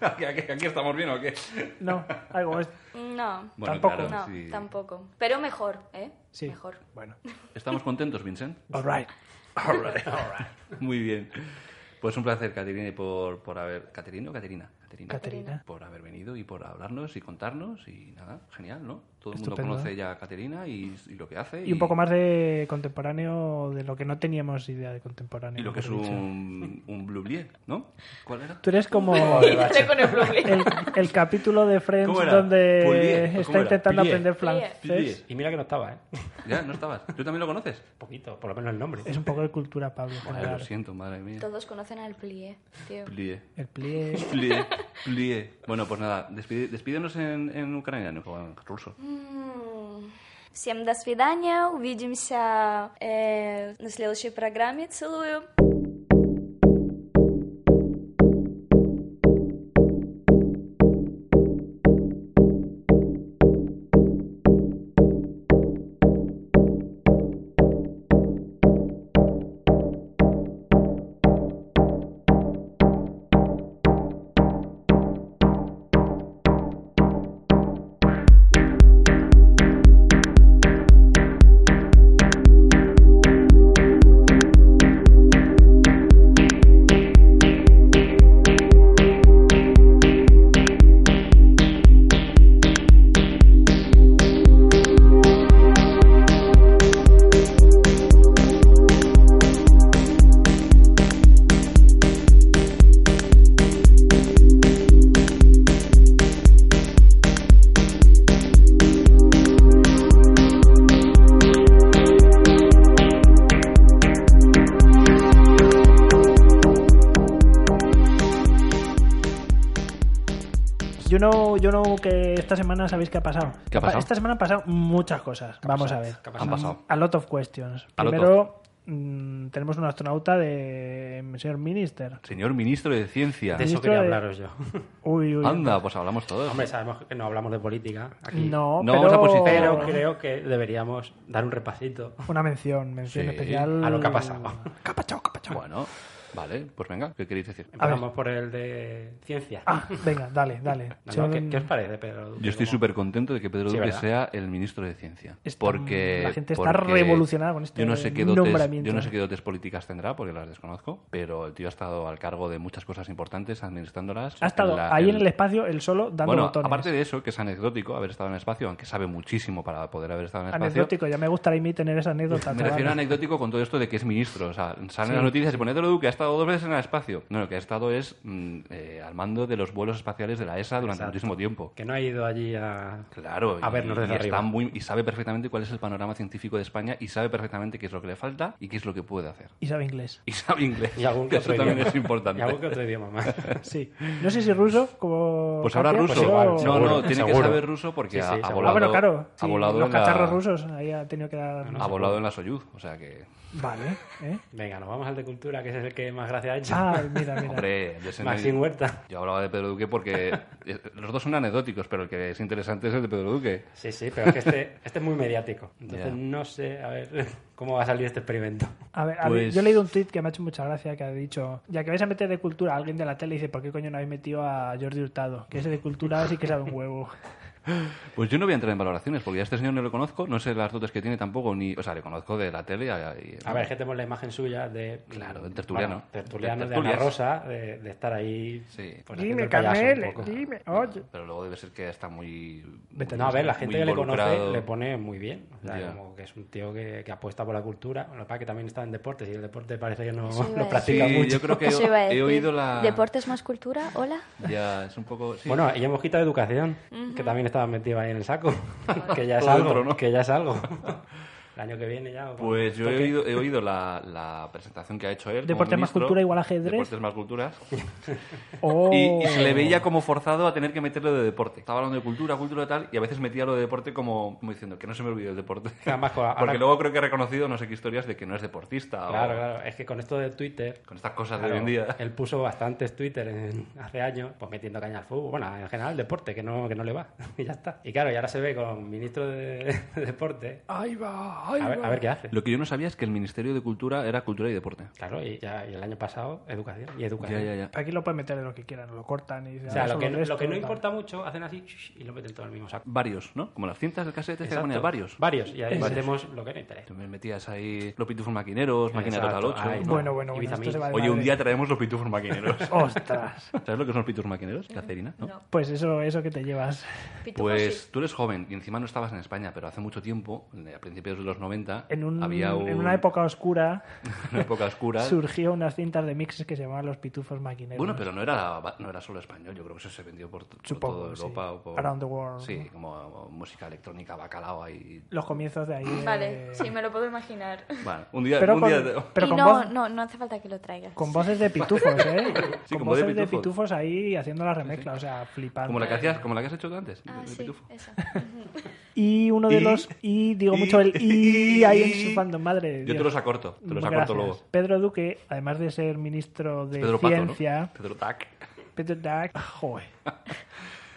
[SPEAKER 3] ¿Aquí, aquí- aquí estamos bien o qué?
[SPEAKER 2] No, algo es...
[SPEAKER 4] No,
[SPEAKER 3] Bueno,
[SPEAKER 2] Tampoco.
[SPEAKER 3] claro,
[SPEAKER 4] no,
[SPEAKER 3] sí.
[SPEAKER 4] tampoco. Pero mejor, ¿eh?
[SPEAKER 2] Sí.
[SPEAKER 4] Mejor.
[SPEAKER 2] Bueno.
[SPEAKER 3] ¿Estamos contentos, Vincent?
[SPEAKER 2] All right.
[SPEAKER 3] All right, all right. Muy bien. Pues un placer, Caterine, por, por haber... ¿Caterine o Caterina? Caterina.
[SPEAKER 2] Caterina.
[SPEAKER 3] Por haber venido y por hablarnos y contarnos y nada, genial, ¿no? Todo el mundo
[SPEAKER 2] Estupendo.
[SPEAKER 3] conoce ya a Caterina y, y lo que hace.
[SPEAKER 2] Y un poco más de contemporáneo, de lo que no teníamos idea de contemporáneo.
[SPEAKER 3] Y lo que es
[SPEAKER 2] mejor dicho.
[SPEAKER 3] un, un Blue Blier, ¿no? ¿Cuál era?
[SPEAKER 2] Tú eres como...
[SPEAKER 4] Estoy con el problema.
[SPEAKER 2] el, el capítulo de Friends
[SPEAKER 3] ¿Cómo era?
[SPEAKER 2] donde
[SPEAKER 3] Poulier, ¿o cómo
[SPEAKER 2] está
[SPEAKER 3] era?
[SPEAKER 2] intentando
[SPEAKER 5] Poulier.
[SPEAKER 2] aprender
[SPEAKER 4] Poulier.
[SPEAKER 2] francés.
[SPEAKER 5] Y mira que no estaba, ¿eh?
[SPEAKER 3] Ya, no estabas. ¿Tú también lo conoces?
[SPEAKER 5] Un poquito, por lo menos el nombre.
[SPEAKER 2] Es un poco de cultura, Pablo. en
[SPEAKER 3] Ay,
[SPEAKER 2] general.
[SPEAKER 3] lo siento, madre mía.
[SPEAKER 4] Todos conocen al plié, tío.
[SPEAKER 3] Plie.
[SPEAKER 2] El plie.
[SPEAKER 3] Plie. Plie. Bueno, pues nada, despide- despídenos en, en ucraniano o en ruso.
[SPEAKER 4] М. Mm. Всем до свидания, увидимся э, на следующей программе. Целую.
[SPEAKER 2] Yo no, yo no que esta semana sabéis qué ha pasado.
[SPEAKER 3] ¿Qué ha pasado?
[SPEAKER 2] Esta semana han pasado muchas cosas. Vamos a ver.
[SPEAKER 5] ¿Qué ha
[SPEAKER 3] Han
[SPEAKER 5] pasado?
[SPEAKER 3] pasado.
[SPEAKER 2] A lot of questions.
[SPEAKER 3] A lot
[SPEAKER 2] Primero, mm, tenemos un astronauta de mm, señor Minister.
[SPEAKER 3] Señor ministro de Ciencia.
[SPEAKER 5] De eso
[SPEAKER 2] Ministro
[SPEAKER 5] quería
[SPEAKER 2] de-
[SPEAKER 5] hablaros yo.
[SPEAKER 2] Uy, uy.
[SPEAKER 3] Anda, pues hablamos todos.
[SPEAKER 5] Hombre, sabemos que no hablamos de política aquí.
[SPEAKER 2] No,
[SPEAKER 3] No,
[SPEAKER 2] pero,
[SPEAKER 3] vamos a posicionar.
[SPEAKER 5] Pero creo que deberíamos dar un repasito
[SPEAKER 2] Una mención, mención
[SPEAKER 3] Sí.
[SPEAKER 2] especial.
[SPEAKER 5] a lo que ha pasado.
[SPEAKER 2] Mm.
[SPEAKER 3] Bueno, vale, pues venga, ¿qué queréis decir?
[SPEAKER 5] Empezamos por el de ciencia.
[SPEAKER 2] Ah, venga, dale, dale.
[SPEAKER 5] No,
[SPEAKER 2] Señor-
[SPEAKER 5] no, ¿qué, qué os parece, Pedro? Duque,
[SPEAKER 3] Yo estoy
[SPEAKER 5] como-
[SPEAKER 3] súper contento de que Pedro
[SPEAKER 5] Sí,
[SPEAKER 3] Duque
[SPEAKER 5] ¿verdad?
[SPEAKER 3] sea el ministro de Ciencia.
[SPEAKER 2] Está-
[SPEAKER 3] porque
[SPEAKER 2] la gente está
[SPEAKER 3] porque
[SPEAKER 2] revolucionada con este
[SPEAKER 3] yo no sé qué dotes,
[SPEAKER 2] nombramiento.
[SPEAKER 3] Yo no sé qué dotes políticas tendrá, porque las desconozco, pero el tío ha estado al cargo de muchas cosas importantes, administrándolas.
[SPEAKER 2] Ha estado
[SPEAKER 3] la-
[SPEAKER 2] ahí en el espacio, él solo, dando
[SPEAKER 3] bueno,
[SPEAKER 2] botones.
[SPEAKER 3] aparte de eso, que es anecdótico haber estado en el espacio, aunque sabe muchísimo para poder haber estado en el espacio.
[SPEAKER 2] Anecdótico, ya me gustaría a mí tener esa anécdota.
[SPEAKER 3] Me refiero a
[SPEAKER 2] chaval.
[SPEAKER 3] anecdótico con todo esto de que es ministro. O sea, salen las noticias y pone Pedro Duque ha estado dos veces en el espacio. No, lo que ha estado es mm, eh, al mando de los vuelos espaciales de la ESA durante
[SPEAKER 5] Exacto.
[SPEAKER 3] muchísimo tiempo.
[SPEAKER 5] Que no ha ido allí a...
[SPEAKER 3] Claro,
[SPEAKER 5] A
[SPEAKER 3] y-
[SPEAKER 5] vernos desde
[SPEAKER 3] y, está
[SPEAKER 5] arriba.
[SPEAKER 3] muy- y sabe perfectamente cuál es el panorama científico de España y sabe perfectamente qué es lo que le falta y qué es lo que puede hacer.
[SPEAKER 2] Y sabe inglés.
[SPEAKER 3] Y sabe inglés.
[SPEAKER 5] Y algún
[SPEAKER 3] que
[SPEAKER 5] que
[SPEAKER 3] eso
[SPEAKER 5] otro
[SPEAKER 3] también
[SPEAKER 5] idioma.
[SPEAKER 3] es importante.
[SPEAKER 5] Y algún que otro idioma más.
[SPEAKER 2] Sí. No sé si ruso, como.
[SPEAKER 3] Pues habla
[SPEAKER 2] Katia,
[SPEAKER 3] ruso.
[SPEAKER 2] pero-
[SPEAKER 5] igual,
[SPEAKER 3] no,
[SPEAKER 5] seguro,
[SPEAKER 3] no, tiene que
[SPEAKER 5] seguro.
[SPEAKER 3] saber ruso porque
[SPEAKER 5] Sí, sí,
[SPEAKER 3] ha- ha,
[SPEAKER 5] seguro. Ah,
[SPEAKER 3] volado,
[SPEAKER 2] ah, bueno, claro.
[SPEAKER 3] ha
[SPEAKER 2] sí,
[SPEAKER 3] volado
[SPEAKER 2] los
[SPEAKER 3] en la-
[SPEAKER 2] cacharros rusos. Ahí ha tenido que dar.
[SPEAKER 3] ha volado en la Soyuz, o sea que
[SPEAKER 2] Vale. ¿eh?
[SPEAKER 5] Venga, nos vamos al de cultura, que ese es el que más gracia ha hecho.
[SPEAKER 2] Ah, mira, mira.
[SPEAKER 3] hombre, yo sé-
[SPEAKER 5] Maxim Huerta.
[SPEAKER 3] Yo hablaba de Pedro Duque porque eh, los dos son anecdóticos, pero el que es interesante es el de Pedro Duque.
[SPEAKER 5] Sí, sí, pero es que este, este es muy mediático. Entonces
[SPEAKER 3] Ya.
[SPEAKER 5] no sé, a ver... ¿Cómo va a salir este experimento?
[SPEAKER 2] A ver, a
[SPEAKER 3] Pues-
[SPEAKER 2] ver, yo he leído un tweet que me ha hecho mucha gracia que ha dicho, ya que vais a meter de cultura, alguien de la tele dice, ¿por qué coño no habéis metido a Jordi Hurtado? Que ese de cultura sí que sabe un huevo.
[SPEAKER 3] Pues yo no voy a entrar en valoraciones, porque a este señor no le conozco, no sé las dotes que tiene tampoco, ni, o sea, le conozco de la tele. A, y-
[SPEAKER 5] A ver, es que tenemos la imagen suya de.
[SPEAKER 3] Claro, de tertuliano.
[SPEAKER 5] Bueno, tertuliano
[SPEAKER 3] De
[SPEAKER 5] de,
[SPEAKER 3] tertulias.
[SPEAKER 5] Ana Rosa, de, de estar ahí. pues,
[SPEAKER 3] Sí.
[SPEAKER 5] haciendo
[SPEAKER 2] dime,
[SPEAKER 5] el payaso un
[SPEAKER 2] Carmele,
[SPEAKER 5] poco.
[SPEAKER 2] dime. Oye.
[SPEAKER 3] Pero luego debe ser que está muy...
[SPEAKER 5] No, a ver, la gente
[SPEAKER 3] muy
[SPEAKER 5] que le conoce
[SPEAKER 3] involucrado.
[SPEAKER 5] le pone muy bien. O sea,
[SPEAKER 3] Ya.
[SPEAKER 5] como que es un tío que, que apuesta por la cultura. Lo que pasa es que también está en deportes y el deporte parece que no
[SPEAKER 4] Eso iba a
[SPEAKER 5] lo practica
[SPEAKER 3] Sí,
[SPEAKER 5] mucho.
[SPEAKER 3] yo creo que
[SPEAKER 4] Eso iba a
[SPEAKER 3] he,
[SPEAKER 4] decir.
[SPEAKER 3] he oído la...
[SPEAKER 4] ¿Deportes más cultura? Hola.
[SPEAKER 3] Ya, es un poco... sí.
[SPEAKER 5] Bueno, y hemos quitado educación, que también estaba metido ahí en el saco. que ya es
[SPEAKER 3] Todo
[SPEAKER 5] algo,
[SPEAKER 3] dentro, ¿no?
[SPEAKER 5] que ya es algo. El año que viene ya. cuando
[SPEAKER 3] Pues yo he
[SPEAKER 5] toque.
[SPEAKER 3] oído, he oído la, la presentación que ha hecho él. como
[SPEAKER 2] Deportes más
[SPEAKER 3] ministro.
[SPEAKER 2] cultura igual ajedrez.
[SPEAKER 3] Deportes más cultura.
[SPEAKER 2] Oh.
[SPEAKER 3] Y, y se le veía como forzado a tener que meterlo de deporte. Estaba hablando de cultura, cultura tal, y a veces metía lo de deporte como, como diciendo que no se me olvide el deporte.
[SPEAKER 5] Además, con- ahora-
[SPEAKER 3] Porque luego creo que ha reconocido no sé qué historias de que no es deportista. o-
[SPEAKER 5] Claro, claro. Es que con esto de Twitter.
[SPEAKER 3] Con estas cosas de
[SPEAKER 5] claro,
[SPEAKER 3] hoy en día.
[SPEAKER 5] Él puso bastantes Twitter en- hace años, pues metiendo caña al fútbol. Bueno, en general, deporte, que no, que no le va. y ya está. Y claro, y ahora se ve con ministro de, de deporte.
[SPEAKER 3] Ahí va,
[SPEAKER 5] A ver, a ver qué hace.
[SPEAKER 3] Lo que yo no sabía es que el Ministerio de Cultura era Cultura y Deporte.
[SPEAKER 5] Claro, y, ya, y el año pasado, educación. Y
[SPEAKER 3] Ya,
[SPEAKER 5] educación.
[SPEAKER 3] ya, ya.
[SPEAKER 2] Aquí lo pueden meter de lo que quieran, lo cortan y
[SPEAKER 5] O sea, lo que, no- lo que no importa
[SPEAKER 2] importa
[SPEAKER 5] mucho, hacen así shush, y lo meten todo en el mismo saco.
[SPEAKER 3] Varios, ¿no? Como las cintas del cassette, este que
[SPEAKER 5] Exacto.
[SPEAKER 3] ponías varios.
[SPEAKER 5] Varios. Y ahí
[SPEAKER 2] Exacto.
[SPEAKER 5] metemos lo que nos interesa.
[SPEAKER 3] Tú me metías ahí los pitufos maquineros, máquina
[SPEAKER 5] Exacto,
[SPEAKER 3] total 8.
[SPEAKER 5] ahí está.
[SPEAKER 2] Bueno, bueno,
[SPEAKER 5] Y
[SPEAKER 2] bueno, esto
[SPEAKER 5] vitaminas.
[SPEAKER 2] se va de
[SPEAKER 3] Oye, un
[SPEAKER 2] madre.
[SPEAKER 3] día traemos los pitufos maquineros.
[SPEAKER 5] Oh.
[SPEAKER 2] Ostras.
[SPEAKER 3] ¿Sabes lo que son los pitufos maquineros? La cerina, ¿no?
[SPEAKER 2] Pues eso, eso que te llevas.
[SPEAKER 4] Pitufos,
[SPEAKER 3] Pues
[SPEAKER 4] sí.
[SPEAKER 3] tú eres joven y encima no estabas en España, pero hace mucho tiempo, a principios de los 90,
[SPEAKER 2] En, un-
[SPEAKER 3] había un-
[SPEAKER 2] en una época oscura
[SPEAKER 3] una época oscura.
[SPEAKER 2] surgió unas cintas de mixes que se llamaban Los Pitufos Maquineros.
[SPEAKER 3] Bueno, pero no era, no era solo español, yo creo que eso se vendió por, por
[SPEAKER 2] Supongo,
[SPEAKER 3] toda
[SPEAKER 2] sí.
[SPEAKER 3] Europa. O por,
[SPEAKER 2] Around the world,
[SPEAKER 3] Sí,
[SPEAKER 2] ¿no?
[SPEAKER 3] como música electrónica, bacalao ahí.
[SPEAKER 2] Los comienzos de ahí. de-
[SPEAKER 4] Vale, sí, me lo puedo imaginar.
[SPEAKER 3] Bueno, un día...
[SPEAKER 2] Pero
[SPEAKER 3] un
[SPEAKER 2] con,
[SPEAKER 3] día de-
[SPEAKER 2] pero
[SPEAKER 4] y
[SPEAKER 2] con
[SPEAKER 4] no,
[SPEAKER 2] voz-
[SPEAKER 4] no, no hace falta que lo traigas.
[SPEAKER 2] Con voces de pitufos, ¿eh?
[SPEAKER 3] Sí,
[SPEAKER 2] con
[SPEAKER 3] como de
[SPEAKER 2] voces de pitufos.
[SPEAKER 3] pitufos.
[SPEAKER 2] ahí haciendo la remezcla, o sea, flipando.
[SPEAKER 3] Como la, que hacías, como la que has hecho tú antes,
[SPEAKER 4] Ah,
[SPEAKER 3] de- de
[SPEAKER 4] sí,
[SPEAKER 3] pitufo.
[SPEAKER 2] Eh,
[SPEAKER 4] esa.
[SPEAKER 2] Y uno de
[SPEAKER 3] Y-
[SPEAKER 2] los. Y digo
[SPEAKER 3] y-
[SPEAKER 2] mucho el. Y, ahí
[SPEAKER 3] y-
[SPEAKER 2] en su fandom, madre. de
[SPEAKER 3] Yo te
[SPEAKER 2] Dios.
[SPEAKER 3] los acorto, te los
[SPEAKER 2] Gracias.
[SPEAKER 3] acorto luego.
[SPEAKER 2] Pedro Duque, además de ser ministro de
[SPEAKER 3] Pedro Paco, ¿no?
[SPEAKER 2] Ciencia,
[SPEAKER 3] Pedro Tac.
[SPEAKER 2] Pedro Duque, joder,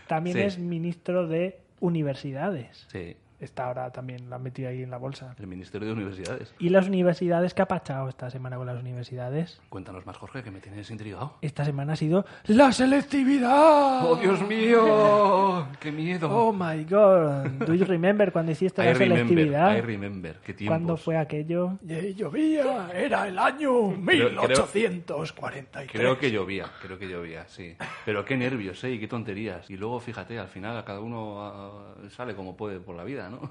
[SPEAKER 2] también
[SPEAKER 3] Sí.
[SPEAKER 2] es ministro de Universidades.
[SPEAKER 3] Sí,
[SPEAKER 2] Está ahora también, la han metido ahí en la bolsa.
[SPEAKER 3] el Ministerio de Universidades.
[SPEAKER 2] ¿Y las universidades? ¿Qué ha pasado esta semana con las universidades?
[SPEAKER 3] Cuéntanos más, Jorge, que me tienes intrigado.
[SPEAKER 2] Esta semana ha sido la selectividad.
[SPEAKER 3] ¡Oh, Dios mío! ¡Qué miedo!
[SPEAKER 2] Ah. Oh my god. Do you remember cuando hiciste
[SPEAKER 3] I
[SPEAKER 2] la
[SPEAKER 3] remember,
[SPEAKER 2] selectividad?
[SPEAKER 3] I remember. ¿Qué tiempos?
[SPEAKER 2] ¿Cuándo fue aquello? llovía, era el año
[SPEAKER 3] Creo- creo-
[SPEAKER 2] 1843.
[SPEAKER 3] Creo que llovía, creo que llovía, sí. Pero qué nervios, ¿eh? Y qué tonterías. Y luego, fíjate, al final cada uno ah, sale como puede por la vida, ¿no?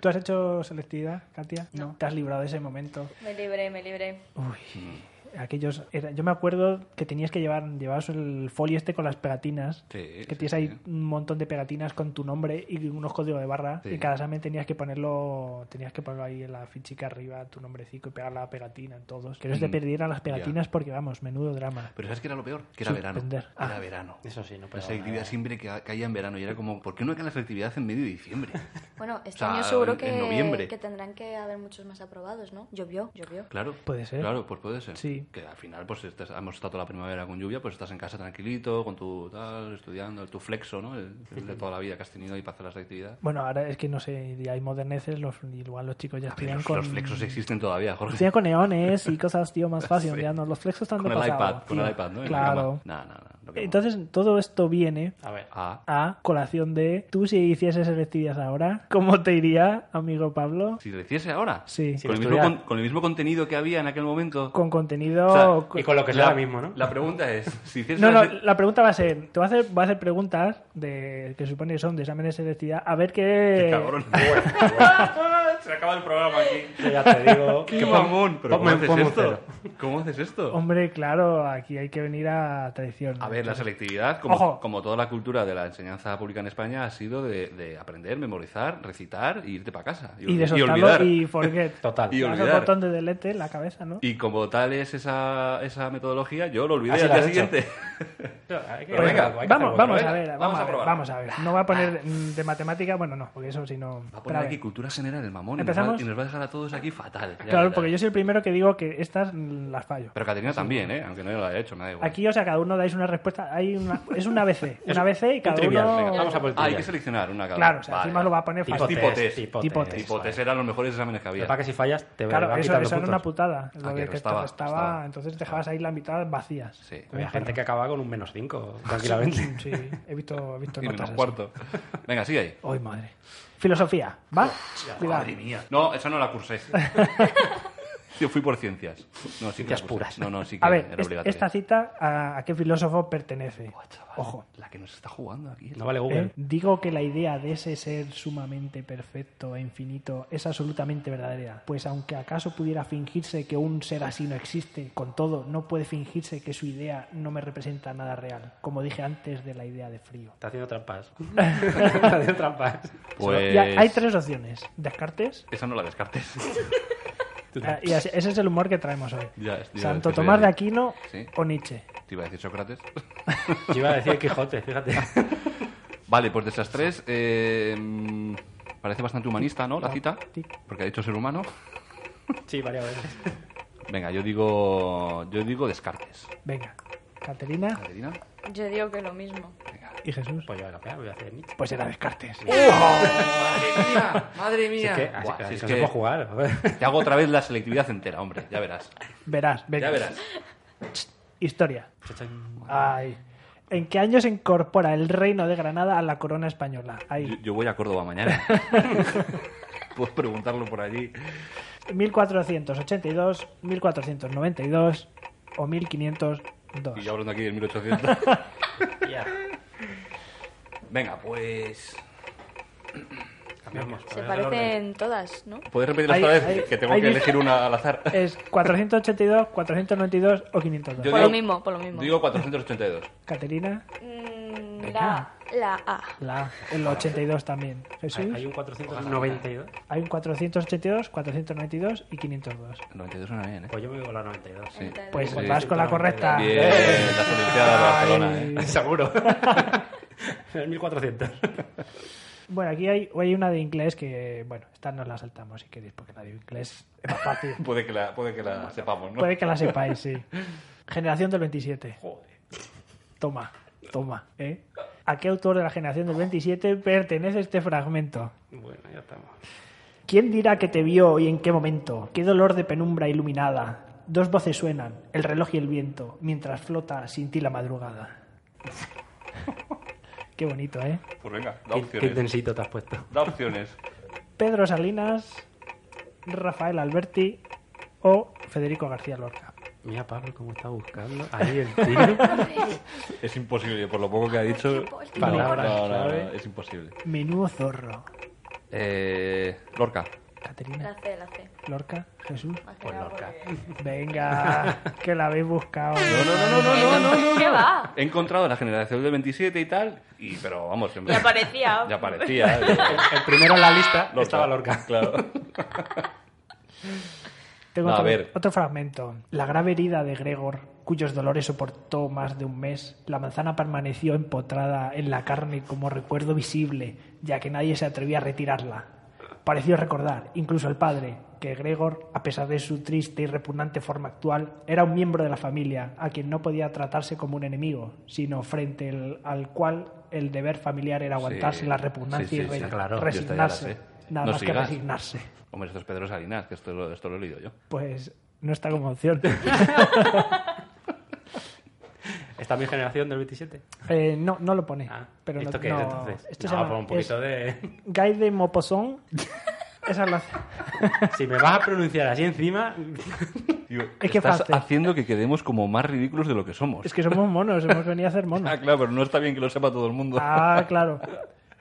[SPEAKER 2] ¿Tú has hecho selectividad, Katia? No. ¿Te has librado de ese momento?
[SPEAKER 4] Me libré, me libré.
[SPEAKER 2] Uy. Aquellos, era- yo me acuerdo que tenías que llevar llevabas el folio este con las pegatinas.
[SPEAKER 3] Sí,
[SPEAKER 2] que
[SPEAKER 3] sí,
[SPEAKER 2] tienes
[SPEAKER 3] sí.
[SPEAKER 2] ahí un montón de pegatinas con tu nombre y unos códigos de barra.
[SPEAKER 3] Sí.
[SPEAKER 2] Y cada examen tenías que ponerlo tenías que ponerlo ahí en la fichica arriba, tu nombrecito y pegar la pegatina en todos. Que no se te
[SPEAKER 3] Mm,
[SPEAKER 2] perdieran las pegatinas porque, vamos, menudo drama.
[SPEAKER 3] Pero ¿sabes qué era lo peor? Que era verano.
[SPEAKER 2] Suspender.
[SPEAKER 3] Era
[SPEAKER 2] Ah.
[SPEAKER 3] verano.
[SPEAKER 5] Eso sí, no
[SPEAKER 3] La
[SPEAKER 5] pasa
[SPEAKER 3] selectividad
[SPEAKER 5] nada.
[SPEAKER 3] siempre ca- caía en verano y era como, ¿por qué no cae la selectividad en medio de diciembre?
[SPEAKER 4] Bueno, este
[SPEAKER 3] sea,
[SPEAKER 4] año seguro
[SPEAKER 3] en-
[SPEAKER 4] que,
[SPEAKER 3] en noviembre.
[SPEAKER 4] que tendrán que haber muchos más aprobados, ¿no? Llovió, llovió.
[SPEAKER 3] Claro.
[SPEAKER 2] Puede ser.
[SPEAKER 3] Claro, pues puede ser.
[SPEAKER 2] Sí.
[SPEAKER 3] Que al final, pues estás- hemos estado toda la primavera con lluvia, pues estás en casa tranquilito, con tu tal, estudiando, tu flexo, ¿no? El, el de toda la vida que has tenido ahí para hacer la selectividad.
[SPEAKER 2] Bueno, ahora es que no sé, hay moderneces, los, igual los chicos ya
[SPEAKER 3] A ver,
[SPEAKER 2] estudian
[SPEAKER 3] los,
[SPEAKER 2] con.
[SPEAKER 3] los flexos existen todavía, Jorge.
[SPEAKER 2] Estudian con neones y cosas, tío, más fácil. ya no, los flexos están
[SPEAKER 3] con el
[SPEAKER 2] de pasado,
[SPEAKER 3] iPad, con el
[SPEAKER 2] tío.
[SPEAKER 3] iPad, ¿no? En la
[SPEAKER 2] Claro.
[SPEAKER 3] cama. Nah, nah, nah, lo que no.
[SPEAKER 2] Entonces, todo esto viene
[SPEAKER 5] A ver,
[SPEAKER 3] Ah,
[SPEAKER 2] a colación de tú si hicieses selectividad ahora, ¿cómo te iría, amigo Pablo?
[SPEAKER 3] si lo hiciese ahora,
[SPEAKER 2] Sí. Sin
[SPEAKER 3] con, el mismo,
[SPEAKER 5] estudiar.
[SPEAKER 3] con- con el mismo contenido que había en aquel momento.
[SPEAKER 2] Con contenido...
[SPEAKER 3] O sea,
[SPEAKER 2] co-
[SPEAKER 5] y con lo que sea ahora mismo, ¿no?
[SPEAKER 3] La pregunta es, si hiciese
[SPEAKER 2] No, eh, no,
[SPEAKER 3] la-
[SPEAKER 2] la pregunta va a ser, te voy a hacer, voy a hacer preguntas de que supone que son de exámenes de selectividad, a ver
[SPEAKER 3] Qué
[SPEAKER 2] qué...
[SPEAKER 3] cabrón. Se acaba el programa aquí.
[SPEAKER 5] yo ya te digo.
[SPEAKER 3] Qué mamón, pero ¿cómo
[SPEAKER 5] Ponme-
[SPEAKER 3] haces
[SPEAKER 5] ponme un
[SPEAKER 3] esto?
[SPEAKER 5] cero.
[SPEAKER 3] ¿Cómo haces esto?
[SPEAKER 2] Hombre, claro, aquí hay que venir a tradición.
[SPEAKER 3] A ver, la selectividad, como,
[SPEAKER 2] Ojo.
[SPEAKER 3] como toda la cultura de la enseñanza pública en España, ha sido de, de aprender, memorizar, recitar e irte para casa.
[SPEAKER 2] Y de
[SPEAKER 3] ol-
[SPEAKER 2] soltarlo y, forget.
[SPEAKER 5] Total.
[SPEAKER 3] Y
[SPEAKER 2] Te das
[SPEAKER 3] olvidar.
[SPEAKER 2] el botón de delete en la cabeza, ¿no?
[SPEAKER 3] Y como tal es esa, esa metodología, yo lo olvidé
[SPEAKER 5] Así
[SPEAKER 3] al
[SPEAKER 5] lo
[SPEAKER 3] día
[SPEAKER 5] has hecho.
[SPEAKER 3] siguiente.
[SPEAKER 5] Hay que
[SPEAKER 3] Pero venga,
[SPEAKER 5] hacer algo, hay que hacer
[SPEAKER 2] Pues Vamos,
[SPEAKER 5] algo.
[SPEAKER 2] vamos
[SPEAKER 3] venga,
[SPEAKER 2] a ver, vamos,
[SPEAKER 3] vamos a
[SPEAKER 2] a ver,
[SPEAKER 3] probar.
[SPEAKER 2] vamos a ver. No va a poner mm, de matemática, bueno, no, porque eso si no.
[SPEAKER 3] Va a
[SPEAKER 2] Pero
[SPEAKER 3] poner aquí cultura general el mamón. en
[SPEAKER 2] empezamos.
[SPEAKER 3] Nos va, y nos va a dejar a todos aquí fatal. ya
[SPEAKER 2] Claro,
[SPEAKER 3] verás.
[SPEAKER 2] porque yo soy el primero que digo que estas las fallo.
[SPEAKER 3] Pero Caterina también, ¿eh? Aunque no lo haya hecho, nada igual.
[SPEAKER 2] Aquí, o sea, cada uno dais una respuesta. Hay una, es una ABC. Una ABC y cada
[SPEAKER 5] trivial, venga,
[SPEAKER 2] uno.
[SPEAKER 5] vamos a por el
[SPEAKER 3] Ah, hay
[SPEAKER 5] trivial.
[SPEAKER 3] que seleccionar una cada
[SPEAKER 2] Claro,
[SPEAKER 3] uno.
[SPEAKER 2] o sea, encima lo va a poner
[SPEAKER 3] Tipo
[SPEAKER 2] fácil.
[SPEAKER 3] Tipo test.
[SPEAKER 5] Tipo
[SPEAKER 2] Tipo
[SPEAKER 5] test.
[SPEAKER 2] test.
[SPEAKER 3] Tipo test eran los mejores exámenes que
[SPEAKER 5] Lo
[SPEAKER 3] había.
[SPEAKER 5] que pasa es que si fallas, te va
[SPEAKER 2] Claro,
[SPEAKER 5] a
[SPEAKER 2] eso,
[SPEAKER 5] quitar los
[SPEAKER 2] eso era
[SPEAKER 5] puntos.
[SPEAKER 2] una putada. Lo
[SPEAKER 3] Ah,
[SPEAKER 2] de
[SPEAKER 3] que
[SPEAKER 2] que
[SPEAKER 3] restaba,
[SPEAKER 2] te restaba,
[SPEAKER 3] restaba.
[SPEAKER 2] entonces dejabas ahí la mitad vacías.
[SPEAKER 3] Sí.
[SPEAKER 5] Había gente que acababa con un menos 5, tranquilamente.
[SPEAKER 2] Sí, he visto, he visto
[SPEAKER 3] Y menos
[SPEAKER 2] notas. así.
[SPEAKER 3] cuarto. Venga, sigue ahí.
[SPEAKER 2] Ay, madre. Filosofía, ¿va? Cuidado.
[SPEAKER 3] Madre mía. No, esa no la cursé. Yo fui por ciencias. No, sí que la
[SPEAKER 5] Ciencias
[SPEAKER 3] cursé.
[SPEAKER 5] puras.
[SPEAKER 3] No, no, sí que
[SPEAKER 2] A ver,
[SPEAKER 3] era
[SPEAKER 2] es-
[SPEAKER 3] obligatoria.
[SPEAKER 2] esta cita, ¿a, a qué filósofo pertenece? Ojo.
[SPEAKER 3] La que nos está jugando aquí.
[SPEAKER 5] No vale
[SPEAKER 2] ¿eh?
[SPEAKER 5] Google.
[SPEAKER 2] Digo que la idea de ese ser sumamente perfecto e infinito es absolutamente verdadera. Pues aunque acaso pudiera fingirse que un ser así no existe, con todo, no puede fingirse que su idea no me representa nada real. Como dije antes de la idea de frío.
[SPEAKER 5] Está haciendo trampas. Está haciendo trampas.
[SPEAKER 3] Pues...
[SPEAKER 2] Y ha- hay tres opciones. Descartes.
[SPEAKER 3] Esa no la descartes.
[SPEAKER 2] Ah, y así- ese es el humor que traemos hoy.
[SPEAKER 3] Ya, es- ya,
[SPEAKER 2] Santo
[SPEAKER 3] es que
[SPEAKER 2] Tomás
[SPEAKER 3] soy-
[SPEAKER 2] de Aquino
[SPEAKER 3] Sí.
[SPEAKER 2] o Nietzsche.
[SPEAKER 3] Te iba a decir Sócrates.
[SPEAKER 5] Yo iba a decir Quijote, fíjate.
[SPEAKER 3] Vale, pues de esas tres, eh, mm, parece bastante humanista, ¿no? La cita.
[SPEAKER 2] Sí.
[SPEAKER 3] Porque ha dicho ser humano.
[SPEAKER 5] Sí, varias veces.
[SPEAKER 3] Venga, yo digo, yo digo Descartes.
[SPEAKER 2] Venga, Caterina
[SPEAKER 3] Caterina.
[SPEAKER 4] Yo digo que lo mismo.
[SPEAKER 2] y Jesús.
[SPEAKER 5] Pues yo la pena, voy a hacer Nietzsche.
[SPEAKER 2] Pues era Descartes.
[SPEAKER 3] ¡Oh! Madre mía, madre
[SPEAKER 5] Si es que, así,
[SPEAKER 3] Buah,
[SPEAKER 5] así
[SPEAKER 3] si es
[SPEAKER 5] no
[SPEAKER 3] que
[SPEAKER 5] se puede jugar. joder.
[SPEAKER 3] te hago otra vez la selectividad entera, hombre. Ya verás.
[SPEAKER 2] Verás, venga.
[SPEAKER 3] Ya verás.
[SPEAKER 2] Historia.
[SPEAKER 5] Chachán.
[SPEAKER 2] Ay. ¿En qué año se incorpora el reino de Granada a la corona española?
[SPEAKER 3] Yo,
[SPEAKER 2] Ahí.
[SPEAKER 3] yo voy a Córdoba mañana. Puedes preguntarlo por allí.
[SPEAKER 2] 1482, 1492 o 1502.
[SPEAKER 3] Y yo hablando aquí del 1800.
[SPEAKER 5] Ya.
[SPEAKER 3] Venga, pues.
[SPEAKER 5] Cambiamos.
[SPEAKER 4] Se
[SPEAKER 5] cambiamos el orden.
[SPEAKER 4] parecen todas, ¿no?
[SPEAKER 3] ¿Puedes repetirlo otra
[SPEAKER 2] Ahí-
[SPEAKER 3] vez?
[SPEAKER 2] ahí-
[SPEAKER 3] que tengo
[SPEAKER 2] ahí
[SPEAKER 3] que
[SPEAKER 2] dice-
[SPEAKER 3] elegir una al azar.
[SPEAKER 2] Es 482, 492 o 502.
[SPEAKER 3] Yo
[SPEAKER 4] Por
[SPEAKER 3] digo-
[SPEAKER 4] lo mismo, por lo mismo.
[SPEAKER 3] Digo 482.
[SPEAKER 2] Caterina,
[SPEAKER 4] Mm,
[SPEAKER 2] Venga.
[SPEAKER 4] la, la A.
[SPEAKER 3] Ah,
[SPEAKER 2] la, el 82 también. Jesús,
[SPEAKER 5] Hay, hay un 492.
[SPEAKER 2] hay un 482, 492 y 502.
[SPEAKER 3] El 92 suena bien, ¿eh?
[SPEAKER 5] Pues yo me voy con la 92.
[SPEAKER 3] Sí.
[SPEAKER 2] Pues
[SPEAKER 3] Sí.
[SPEAKER 2] vas con la correcta.
[SPEAKER 3] Bien, las Olimpiadas de Barcelona, ¿eh?
[SPEAKER 2] Ay.
[SPEAKER 5] Seguro. El 1400.
[SPEAKER 2] Bueno, aquí hay, hay una de inglés que, bueno, esta nos la saltamos si queréis, porque la de inglés es más fácil.
[SPEAKER 3] Puede que la, puede que la sepamos, ¿no?
[SPEAKER 2] Puede que la sepáis, sí. Generación del 27. Toma, toma, ¿eh? ¿A qué autor de la generación del 27 pertenece este fragmento?
[SPEAKER 5] Bueno, ya estamos.
[SPEAKER 2] ¿Quién dirá que te vio y en qué momento? ¿Qué dolor de penumbra iluminada? Dos voces suenan, el reloj y el viento, mientras flota sin ti la madrugada. Qué bonito, ¿eh?
[SPEAKER 3] Pues venga, da
[SPEAKER 5] Qué, qué
[SPEAKER 3] opciones.
[SPEAKER 5] intensito te has puesto.
[SPEAKER 3] Da opciones.
[SPEAKER 2] Pedro Salinas, Rafael Alberti o Federico García Lorca.
[SPEAKER 5] Mira, Pablo, cómo está buscando. Ahí el tiro.
[SPEAKER 3] Es imposible, por lo poco que ha dicho.
[SPEAKER 5] Palabras
[SPEAKER 3] no, no,
[SPEAKER 5] clave.
[SPEAKER 2] ¿eh?
[SPEAKER 3] no, es imposible.
[SPEAKER 2] Menudo zorro.
[SPEAKER 3] Eh, Lorca.
[SPEAKER 2] Caterina,
[SPEAKER 4] La C, la C.
[SPEAKER 2] Lorca, Jesús.
[SPEAKER 4] Más que nada
[SPEAKER 5] Lorca.
[SPEAKER 4] porque-
[SPEAKER 2] Venga, que la habéis buscado.
[SPEAKER 3] No, no, no, no, no, no, no, no.
[SPEAKER 4] ¿Qué va?
[SPEAKER 3] He encontrado la generación del 27 y tal, y, pero vamos, siempre.
[SPEAKER 4] Ya parecía.
[SPEAKER 3] Ya parecía. ¿eh? digo,
[SPEAKER 5] El primero en la lista
[SPEAKER 3] Lorca,
[SPEAKER 5] estaba Lorca.
[SPEAKER 3] Claro.
[SPEAKER 2] Tengo
[SPEAKER 3] No, a
[SPEAKER 2] otro,
[SPEAKER 3] ver.
[SPEAKER 2] otro fragmento. La grave herida de Gregor, cuyos dolores soportó más de un mes, la manzana permaneció empotrada en la carne como recuerdo visible, ya que nadie se atrevía a retirarla. Pareció recordar, incluso el padre, que Gregor, a pesar de su triste y repugnante forma actual, era un miembro de la familia, a quien no podía tratarse como un enemigo, sino frente el- al cual el deber familiar era aguantarse la repugnancia
[SPEAKER 3] Sí, sí,
[SPEAKER 2] y
[SPEAKER 3] sí,
[SPEAKER 2] re-
[SPEAKER 3] claro. Yo esta ya la
[SPEAKER 2] resignarse.
[SPEAKER 3] sé.
[SPEAKER 2] Nada
[SPEAKER 3] No
[SPEAKER 2] más que
[SPEAKER 3] sigas.
[SPEAKER 2] resignarse.
[SPEAKER 3] Hombre, esto es Pedro Salinas, que esto, lo- esto lo he leído yo.
[SPEAKER 2] Pues no está como opción.
[SPEAKER 5] Esta es mi generación del 27.
[SPEAKER 2] Eh, no, no lo pone.
[SPEAKER 5] Ah,
[SPEAKER 2] pero
[SPEAKER 5] ¿Esto
[SPEAKER 2] no,
[SPEAKER 5] qué es
[SPEAKER 2] no-
[SPEAKER 5] entonces?
[SPEAKER 2] Esto
[SPEAKER 5] no,
[SPEAKER 2] se llama,
[SPEAKER 5] por un poquito
[SPEAKER 2] es
[SPEAKER 5] de.
[SPEAKER 2] Guy de Maupassant. Esa es la...
[SPEAKER 5] Si me vas a pronunciar así encima.
[SPEAKER 2] Es que
[SPEAKER 3] Estás
[SPEAKER 2] fácil.
[SPEAKER 3] haciendo que quedemos como más ridículos de lo que somos.
[SPEAKER 2] Es que somos monos, hemos venido a hacer monos.
[SPEAKER 3] Ah, claro, pero no está bien que lo sepa todo el mundo.
[SPEAKER 2] Ah, claro.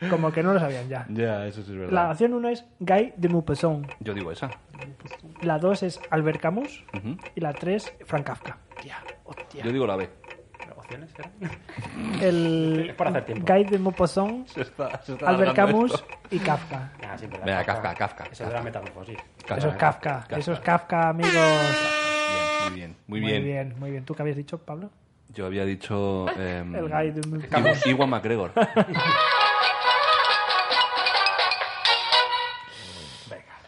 [SPEAKER 2] Como que no lo sabían ya.
[SPEAKER 3] Ya, eso sí es verdad.
[SPEAKER 2] La opción 1 es Guy de Maupassant.
[SPEAKER 3] Yo digo esa.
[SPEAKER 2] La 2 es Albert Camus.
[SPEAKER 3] Ujú.
[SPEAKER 2] Y la 3, Frank Kafka. Hostia, hostia.
[SPEAKER 3] Yo digo la B.
[SPEAKER 5] ¿Opciones? eran?
[SPEAKER 2] El
[SPEAKER 5] Es por hacer tiempo.
[SPEAKER 2] Guy de Maupassant,
[SPEAKER 3] Se está- se está
[SPEAKER 2] Albert
[SPEAKER 3] alargando
[SPEAKER 2] Camus
[SPEAKER 3] esto.
[SPEAKER 2] y Kafka.
[SPEAKER 5] Ah, siempre la
[SPEAKER 3] Venga, Kafka, Kafka.
[SPEAKER 5] Eso de la metamorfosis.
[SPEAKER 2] Eso es Kafka. Eso es Kafka, amigos.
[SPEAKER 3] Bien, muy bien, muy bien.
[SPEAKER 2] Muy bien, muy bien. ¿Tú qué habías dicho, Pablo?
[SPEAKER 3] Yo había dicho.
[SPEAKER 5] Mm.
[SPEAKER 3] em,
[SPEAKER 2] El Guy de
[SPEAKER 3] Iw-
[SPEAKER 2] Maupassant.
[SPEAKER 3] Iwan McGregor.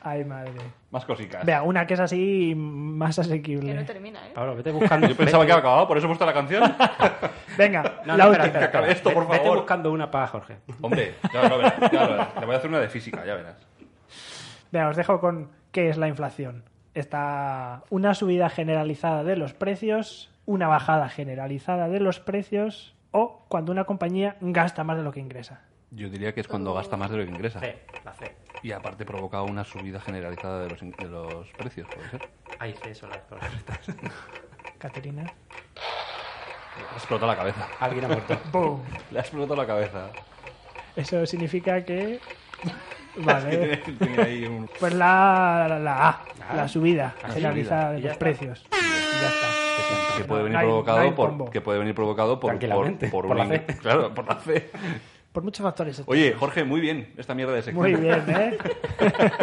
[SPEAKER 2] Ay, madre.
[SPEAKER 3] Más cositas.
[SPEAKER 2] Vea, una que es así más
[SPEAKER 4] Que no
[SPEAKER 2] asequible.
[SPEAKER 4] termina, ¿eh?
[SPEAKER 5] Pablo, vete buscando.
[SPEAKER 3] Yo pensaba que había acabado, por eso he puesto la canción.
[SPEAKER 2] Venga,
[SPEAKER 5] No,
[SPEAKER 2] la
[SPEAKER 5] no, espera,
[SPEAKER 2] última.
[SPEAKER 5] espera, espera.
[SPEAKER 3] Esto, por
[SPEAKER 5] Vete- Vete
[SPEAKER 3] favor.
[SPEAKER 5] buscando una para Jorge.
[SPEAKER 3] Hombre, ya lo verás, ya lo verás. Le voy a hacer una de física, ya verás.
[SPEAKER 2] Venga, os dejo con qué es la inflación. Está una subida generalizada de los precios, una bajada generalizada de los precios o cuando una compañía gasta más de lo que ingresa.
[SPEAKER 3] Yo diría que es cuando gasta más de lo que ingresa.
[SPEAKER 5] C, la C.
[SPEAKER 3] Y aparte provoca una subida generalizada de los, in- de los precios, puede ser.
[SPEAKER 5] Ahí C son las correctas.
[SPEAKER 2] Caterina.
[SPEAKER 3] Le ha explotado la cabeza.
[SPEAKER 5] Alguien ha muerto.
[SPEAKER 2] ¡Boom!
[SPEAKER 3] Le ha explotado la cabeza.
[SPEAKER 2] Eso significa que...
[SPEAKER 3] Es que
[SPEAKER 2] Vale.
[SPEAKER 3] tiene- tiene ahí un-
[SPEAKER 2] Pues la, la, la A, la subida
[SPEAKER 3] subida.
[SPEAKER 2] generalizada de
[SPEAKER 5] Ah, Y ya
[SPEAKER 2] los
[SPEAKER 5] está.
[SPEAKER 2] precios. Y ya está.
[SPEAKER 3] que puede venir
[SPEAKER 2] Nine-
[SPEAKER 3] provocado
[SPEAKER 2] nine
[SPEAKER 3] por
[SPEAKER 2] combo.
[SPEAKER 3] que puede venir provocado por
[SPEAKER 5] Tranquilamente,
[SPEAKER 3] por, por
[SPEAKER 5] por
[SPEAKER 3] un
[SPEAKER 5] la
[SPEAKER 3] in-
[SPEAKER 5] fe.
[SPEAKER 3] claro por la fe
[SPEAKER 2] Por muchos factores. esto.
[SPEAKER 3] oye Jorge muy bien esta mierda de sección
[SPEAKER 2] Muy bien, ¿eh?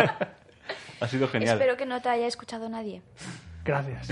[SPEAKER 3] ha sido genial
[SPEAKER 4] Espero que no te haya escuchado nadie.
[SPEAKER 2] Gracias.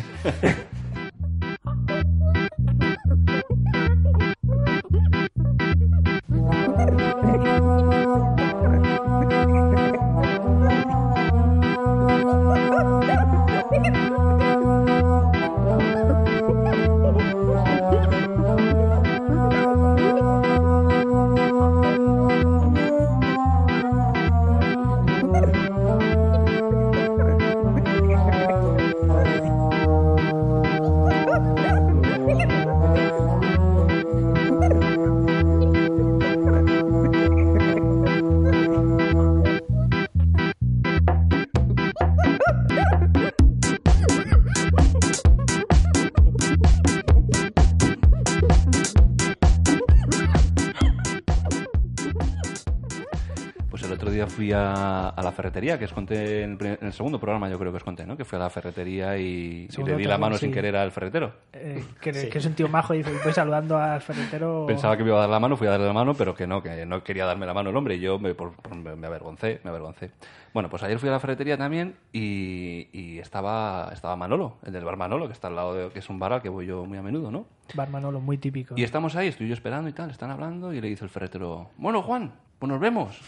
[SPEAKER 3] Pues el otro día fui a, a la ferretería, que os conté en el, primer- en el segundo programa, yo creo que os conté, ¿no? Que fui a la ferretería y, y
[SPEAKER 2] Segundo
[SPEAKER 3] le di la
[SPEAKER 2] también,
[SPEAKER 3] mano
[SPEAKER 2] sí.
[SPEAKER 3] sin querer al ferretero.
[SPEAKER 2] Eh, que, que es un tío majo y dice, voy saludando al ferretero.
[SPEAKER 3] Pensaba que me iba a dar la mano, fui a darle la mano, pero que no, que no quería darme la mano el hombre. Y yo me, por- por- me- me avergoncé, me avergoncé. Bueno, pues ayer fui a la ferretería también y, y estaba, estaba Manolo, el del bar Manolo, que está al lado de, que es un bar al que voy yo muy a menudo, ¿no?
[SPEAKER 2] Bar Manolo, muy típico.
[SPEAKER 3] Y estamos ahí, estoy yo esperando y tal, están hablando y le dice el ferretero, bueno Juan, pues nos vemos.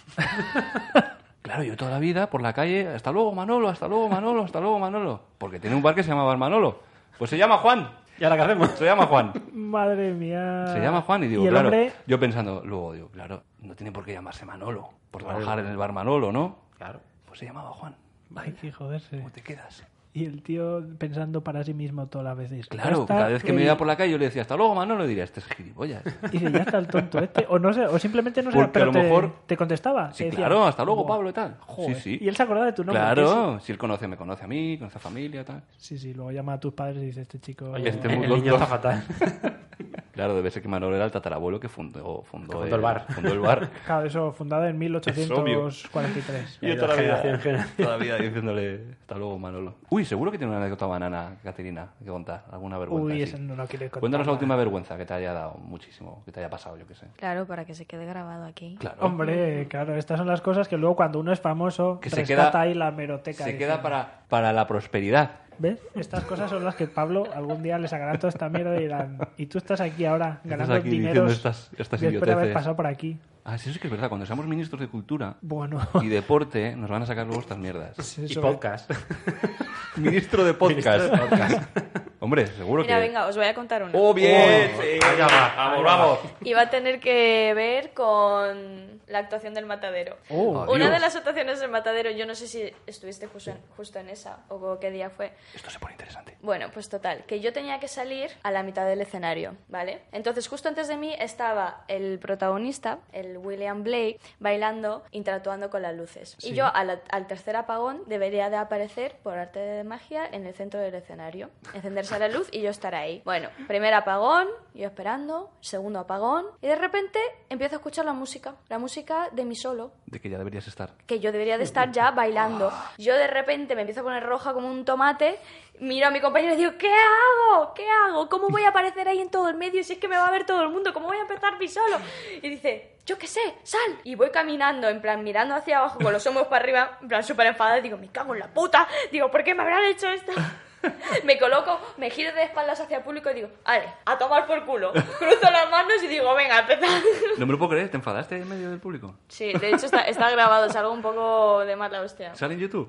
[SPEAKER 3] claro, yo toda la vida por la calle, hasta luego Manolo, hasta luego Manolo, hasta luego Manolo, porque tiene un bar que se llama Bar Manolo. Pues se llama Juan,
[SPEAKER 5] ¿Y ahora qué hacemos?
[SPEAKER 3] se llama Juan.
[SPEAKER 2] Madre mía.
[SPEAKER 3] Se llama Juan y digo,
[SPEAKER 2] Ah, el
[SPEAKER 3] claro,
[SPEAKER 2] hombre,
[SPEAKER 3] yo pensando, luego digo, claro, no tiene por qué llamarse Manolo, por trabajar en el bar Manolo, ¿no?
[SPEAKER 5] Claro.
[SPEAKER 3] Pues se llamaba Juan.
[SPEAKER 2] Ay, qué joderse.
[SPEAKER 3] ¿Cómo te quedas?
[SPEAKER 2] Y el tío pensando para sí mismo todas las veces.
[SPEAKER 3] Claro,
[SPEAKER 2] Hasta
[SPEAKER 3] cada vez que me
[SPEAKER 2] el-
[SPEAKER 3] iba por la calle yo le decía, hasta luego Manolo, y diría, este es gilipollas.
[SPEAKER 2] Y dice, ya está el tonto este. O, no sé, o simplemente no sé,
[SPEAKER 3] Porque
[SPEAKER 2] pero
[SPEAKER 3] a lo
[SPEAKER 2] te,
[SPEAKER 3] mejor-
[SPEAKER 2] te contestaba.
[SPEAKER 3] Sí,
[SPEAKER 2] te decía,
[SPEAKER 3] claro, hasta luego
[SPEAKER 2] "Buah".
[SPEAKER 3] Pablo y tal.
[SPEAKER 2] Joder.
[SPEAKER 3] Sí, sí.
[SPEAKER 2] Y él se acordaba de tu nombre.
[SPEAKER 3] Claro, si él conoce, me conoce a mí, conoce a familia, tal.
[SPEAKER 2] que Sí, sí, sí, luego llama a tus padres y dice, este chico...
[SPEAKER 5] Oye,
[SPEAKER 3] Este
[SPEAKER 5] el-
[SPEAKER 3] muy
[SPEAKER 5] el niño
[SPEAKER 3] loco.
[SPEAKER 5] está fatal.
[SPEAKER 3] Claro, debe ser que Manolo era el tatarabuelo que fundó, fundó,
[SPEAKER 5] fundó el bar.
[SPEAKER 3] Fundó el bar.
[SPEAKER 2] Claro, eso, fundado en
[SPEAKER 3] obvio.
[SPEAKER 2] 1843.
[SPEAKER 3] Yo
[SPEAKER 5] ido
[SPEAKER 3] todavía,
[SPEAKER 5] generación.
[SPEAKER 3] todavía diciéndole hasta luego, Manolo. Uy, seguro que tiene una anécdota banana, Caterina, que contar. Alguna vergüenza.
[SPEAKER 2] Uy,
[SPEAKER 3] así.
[SPEAKER 2] ese no lo quiere contar.
[SPEAKER 3] Cuéntanos la última vergüenza que te haya dado muchísimo, que te haya pasado, yo qué sé.
[SPEAKER 4] Claro, para que se quede grabado aquí.
[SPEAKER 3] Claro.
[SPEAKER 2] Hombre, claro, estas son las cosas que luego cuando uno es famoso,
[SPEAKER 3] Que se
[SPEAKER 2] rescata
[SPEAKER 3] queda-
[SPEAKER 2] ahí la meroteca.
[SPEAKER 3] Se queda para, para la prosperidad.
[SPEAKER 2] ¿Ves? Estas cosas son las que Pablo algún día le sacará toda esta mierda y dirán, y tú estás aquí ahora ganando
[SPEAKER 3] aquí diciendo
[SPEAKER 2] dinero
[SPEAKER 3] estas-
[SPEAKER 2] después
[SPEAKER 3] estas
[SPEAKER 2] de haber
[SPEAKER 3] idioteces".
[SPEAKER 2] pasado por aquí.
[SPEAKER 3] Ah, sí, eso sí que es verdad. Cuando seamos ministros de cultura
[SPEAKER 2] Bueno,
[SPEAKER 3] y deporte, nos van a sacar luego estas mierdas.
[SPEAKER 2] sí,
[SPEAKER 5] Y
[SPEAKER 2] sobre-
[SPEAKER 5] podcast.
[SPEAKER 3] Ministro de podcast. Hombre, seguro
[SPEAKER 4] Mira,
[SPEAKER 3] que.
[SPEAKER 4] venga, os voy a contar una.
[SPEAKER 3] ¡Oh, bien! sí.
[SPEAKER 5] Allá va,
[SPEAKER 3] ¡Vamos,
[SPEAKER 5] allá va.
[SPEAKER 3] vamos!
[SPEAKER 4] Y va a tener que ver con la actuación del matadero.
[SPEAKER 2] Oh.
[SPEAKER 4] Una
[SPEAKER 3] Adiós.
[SPEAKER 4] de las actuaciones del matadero, yo no sé si estuviste justo en, justo en esa o qué día fue.
[SPEAKER 3] Esto se pone interesante.
[SPEAKER 4] Bueno, pues total, que yo tenía que salir a la mitad del escenario, ¿vale? Entonces, justo antes de mí estaba el protagonista, el William Blake, bailando, interactuando con las luces. Y yo a la- al tercer apagón debería de aparecer por arte de magia en el centro del escenario, encenderse la luz y yo estar ahí. Bueno, primer apagón, yo esperando, segundo apagón, y de repente empiezo a escuchar la música, la música de mi solo,
[SPEAKER 3] De que ya deberías estar.
[SPEAKER 4] que yo debería de estar ya bailando. Yo de repente me empiezo a poner roja como un tomate, miro a mi compañero y digo, ¿qué hago? ¿Qué hago? ¿Cómo voy a aparecer ahí en todo el medio si es que me va a ver todo el mundo? ¿Cómo voy a empezar mi solo? Y dice, yo qué sé, sal. Y voy caminando, en plan, mirando hacia abajo con los hombros para arriba, en plan, súper enfadada, y digo, me cago en la puta, digo, ¿por qué me habrán hecho esto? me coloco, me giro de espaldas hacia el público y digo, vale, a tomar por culo. Cruzo las manos y digo, venga, empezad.
[SPEAKER 3] No me lo puedo creer, ¿te enfadaste en medio del público?
[SPEAKER 4] Sí, de hecho está, está grabado, es algo un poco de mala hostia.
[SPEAKER 3] ¿Sale en YouTube?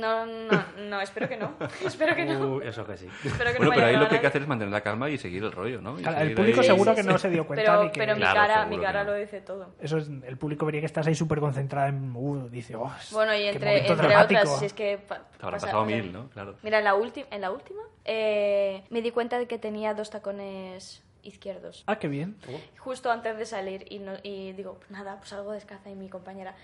[SPEAKER 4] No, no, no, espero que no. Espero que no.
[SPEAKER 5] Uh, eso que sí.
[SPEAKER 4] Espero que
[SPEAKER 3] Bueno, pero
[SPEAKER 4] no vaya
[SPEAKER 3] ahí
[SPEAKER 4] a
[SPEAKER 3] lo que hay
[SPEAKER 4] ganar.
[SPEAKER 3] que hacer es mantener la calma y seguir el rollo, ¿no? Y
[SPEAKER 2] Claro,
[SPEAKER 3] seguir
[SPEAKER 2] el público
[SPEAKER 3] ahí-
[SPEAKER 2] seguro que no se dio cuenta.
[SPEAKER 4] Pero,
[SPEAKER 2] ni que...
[SPEAKER 4] pero mi
[SPEAKER 3] Claro,
[SPEAKER 4] cara, mi
[SPEAKER 3] seguro
[SPEAKER 4] cara
[SPEAKER 3] que no.
[SPEAKER 4] lo dice todo.
[SPEAKER 2] Eso es, el público vería que estás ahí súper concentrada en... Uh, dice, oh, es-
[SPEAKER 4] Bueno, y
[SPEAKER 2] qué
[SPEAKER 4] entre,
[SPEAKER 2] momento
[SPEAKER 4] entre
[SPEAKER 2] dramático".
[SPEAKER 4] otras, si es que... pa-
[SPEAKER 3] Te habrán
[SPEAKER 4] pasa-
[SPEAKER 3] pasado
[SPEAKER 4] o sea,
[SPEAKER 3] mil, ¿no? Claro.
[SPEAKER 4] Mira, en la, ulti- en la última eh, me di cuenta de que tenía dos tacones izquierdos.
[SPEAKER 2] Ah, qué bien.
[SPEAKER 4] Justo antes de salir y, no- y digo, nada, pues algo descalza y mi compañera,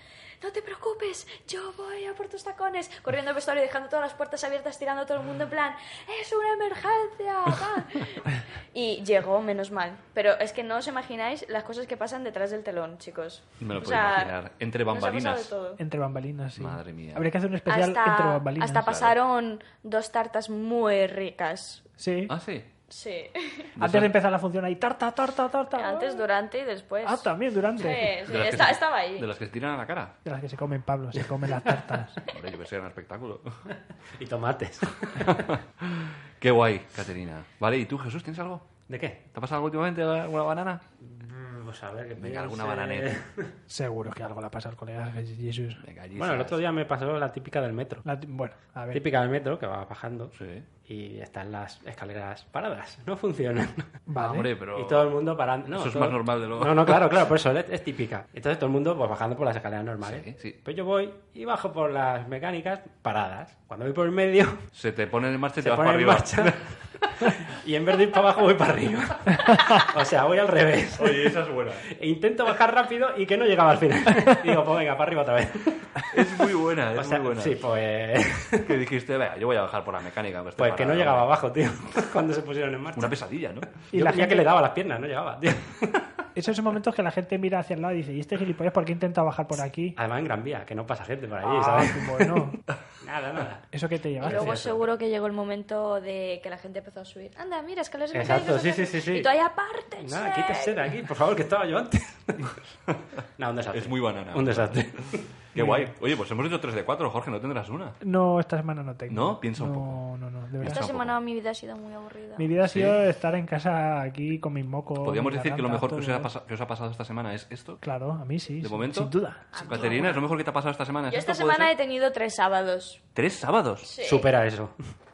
[SPEAKER 4] no te preocupes, yo voy a por tus tacones, corriendo al vestuario, dejando todas las puertas abiertas, tirando a todo el mundo en plan, es una emergencia. va". y llegó, menos mal. Pero es que no os imagináis las cosas que pasan detrás del telón, chicos.
[SPEAKER 3] Me lo
[SPEAKER 4] O
[SPEAKER 3] puedo
[SPEAKER 4] sea,
[SPEAKER 3] imaginar. Entre
[SPEAKER 4] nos ha pasado de
[SPEAKER 3] bambalinas.
[SPEAKER 4] todo.
[SPEAKER 2] Entre bambalinas, sí.
[SPEAKER 3] Madre mía.
[SPEAKER 2] Habría que hacer un especial entre bambalinas.
[SPEAKER 4] hasta pasaron dos tartas muy ricas.
[SPEAKER 2] Sí.
[SPEAKER 3] Ah, sí.
[SPEAKER 4] Sí.
[SPEAKER 2] Antes de empezar la función ahí, tarta, tarta, tarta.
[SPEAKER 4] Antes, durante y después.
[SPEAKER 2] Ah, también
[SPEAKER 4] Sí,
[SPEAKER 2] durante.
[SPEAKER 4] sí,
[SPEAKER 3] De las que
[SPEAKER 4] esta-
[SPEAKER 3] se-
[SPEAKER 4] estaba ahí.
[SPEAKER 3] De las que se tiran a la cara.
[SPEAKER 2] De las que se comen Pablo, se comen las tartas.
[SPEAKER 3] Hombre, yo que sé, era un espectáculo.
[SPEAKER 5] Y tomates.
[SPEAKER 3] Qué guay, Caterina. Vale, ¿y tú, Jesús, tienes algo?
[SPEAKER 5] ¿De qué?
[SPEAKER 3] ¿Te ha pasado algo últimamente? ¿Alguna banana?
[SPEAKER 5] Mm, Pues a ver, que
[SPEAKER 3] Venga, alguna
[SPEAKER 5] piense.
[SPEAKER 3] bananeta.
[SPEAKER 2] Seguro que algo la pasa al colega Jesús.
[SPEAKER 3] Venga,
[SPEAKER 5] Bueno, el
[SPEAKER 3] Jesus.
[SPEAKER 5] otro día me pasó la típica del metro.
[SPEAKER 2] La ti- bueno, a ver.
[SPEAKER 5] típica del metro que va bajando
[SPEAKER 3] Sí.
[SPEAKER 5] y están las escaleras paradas, no funcionan.
[SPEAKER 2] Vale.
[SPEAKER 3] Hombre, pero...
[SPEAKER 5] Y todo el mundo parando.
[SPEAKER 3] Eso es
[SPEAKER 5] todo-
[SPEAKER 3] más normal de lo-
[SPEAKER 5] No, no, claro, claro, por eso es, es típica. Entonces todo el mundo pues, bajando por las escaleras normales.
[SPEAKER 3] Sí, sí.
[SPEAKER 5] Pues yo voy y bajo por las mecánicas paradas. Cuando voy por el medio,
[SPEAKER 3] Se te pone en marcha y te
[SPEAKER 5] se
[SPEAKER 3] vas
[SPEAKER 5] pone
[SPEAKER 3] para
[SPEAKER 5] en
[SPEAKER 3] arriba.
[SPEAKER 5] marcha. y en vez de ir para abajo, voy para arriba. o sea, voy al revés.
[SPEAKER 3] Oye, esa es buena.
[SPEAKER 5] E intento bajar rápido y que no llegaba al final. Digo, pues venga, para arriba otra vez.
[SPEAKER 3] Es muy buena, es
[SPEAKER 5] o sea,
[SPEAKER 3] muy buena.
[SPEAKER 5] sí, pues.
[SPEAKER 3] Que dijiste, venga, yo voy a bajar por la mecánica. aunque esté
[SPEAKER 5] Pues que no
[SPEAKER 3] parado".
[SPEAKER 5] llegaba abajo, tío. Cuando se pusieron en marcha.
[SPEAKER 3] Una pesadilla, ¿no?
[SPEAKER 5] Y la gente que le daba las piernas, no llegaba, tío.
[SPEAKER 2] Esos son momentos que la gente mira hacia el lado y dice, ¿y este gilipollas por qué intenta bajar por aquí?
[SPEAKER 5] Además en Gran Vía, que no pasa gente por allí,
[SPEAKER 2] Ah,
[SPEAKER 5] ¿sabes?
[SPEAKER 2] bueno.
[SPEAKER 5] Nada, nada.
[SPEAKER 2] Eso que te
[SPEAKER 4] Y
[SPEAKER 2] llevaste.
[SPEAKER 4] luego seguro que llegó el momento de que la gente empezó a subir. Anda, mira, escaleras de
[SPEAKER 5] Exacto,
[SPEAKER 4] mecánicas,
[SPEAKER 5] sí,
[SPEAKER 4] no sé
[SPEAKER 5] sí,
[SPEAKER 4] qué.
[SPEAKER 5] sí, sí.
[SPEAKER 4] Y tú ahí aparte.
[SPEAKER 5] Nada, quítese de aquí, por favor, que estaba yo antes. no, un desastre.
[SPEAKER 3] Es muy banana.
[SPEAKER 5] Un desastre.
[SPEAKER 3] Qué guay. Oye, pues hemos hecho 3 de 4, Jorge, no tendrás una.
[SPEAKER 2] No, esta semana no tengo.
[SPEAKER 3] No, piensa un
[SPEAKER 2] No, no,
[SPEAKER 3] poco.
[SPEAKER 2] no, de
[SPEAKER 3] Piensa
[SPEAKER 2] verdad.
[SPEAKER 4] Esta
[SPEAKER 3] un
[SPEAKER 4] semana
[SPEAKER 3] poco.
[SPEAKER 4] mi vida ha sido muy aburrida.
[SPEAKER 2] Mi vida ha sido estar en casa aquí con mis mocos.
[SPEAKER 3] Podríamos
[SPEAKER 2] mi
[SPEAKER 3] decir que lo
[SPEAKER 2] garganta,
[SPEAKER 3] mejor que
[SPEAKER 2] todo
[SPEAKER 3] os, ha
[SPEAKER 2] eso.
[SPEAKER 3] pasa- que os ha pasado esta semana es esto.
[SPEAKER 2] Claro, a mí sí.
[SPEAKER 3] De
[SPEAKER 2] sí,
[SPEAKER 3] momento.
[SPEAKER 2] Sin duda.
[SPEAKER 3] Sí, Caterina, es lo mejor que te ha pasado esta semana. ¿Es
[SPEAKER 4] Yo esta
[SPEAKER 3] esto? ¿Puede
[SPEAKER 4] semana he
[SPEAKER 3] ser?
[SPEAKER 4] tenido tres sábados.
[SPEAKER 3] ¿Tres sábados? Pues
[SPEAKER 4] Sí.
[SPEAKER 5] Supera eso.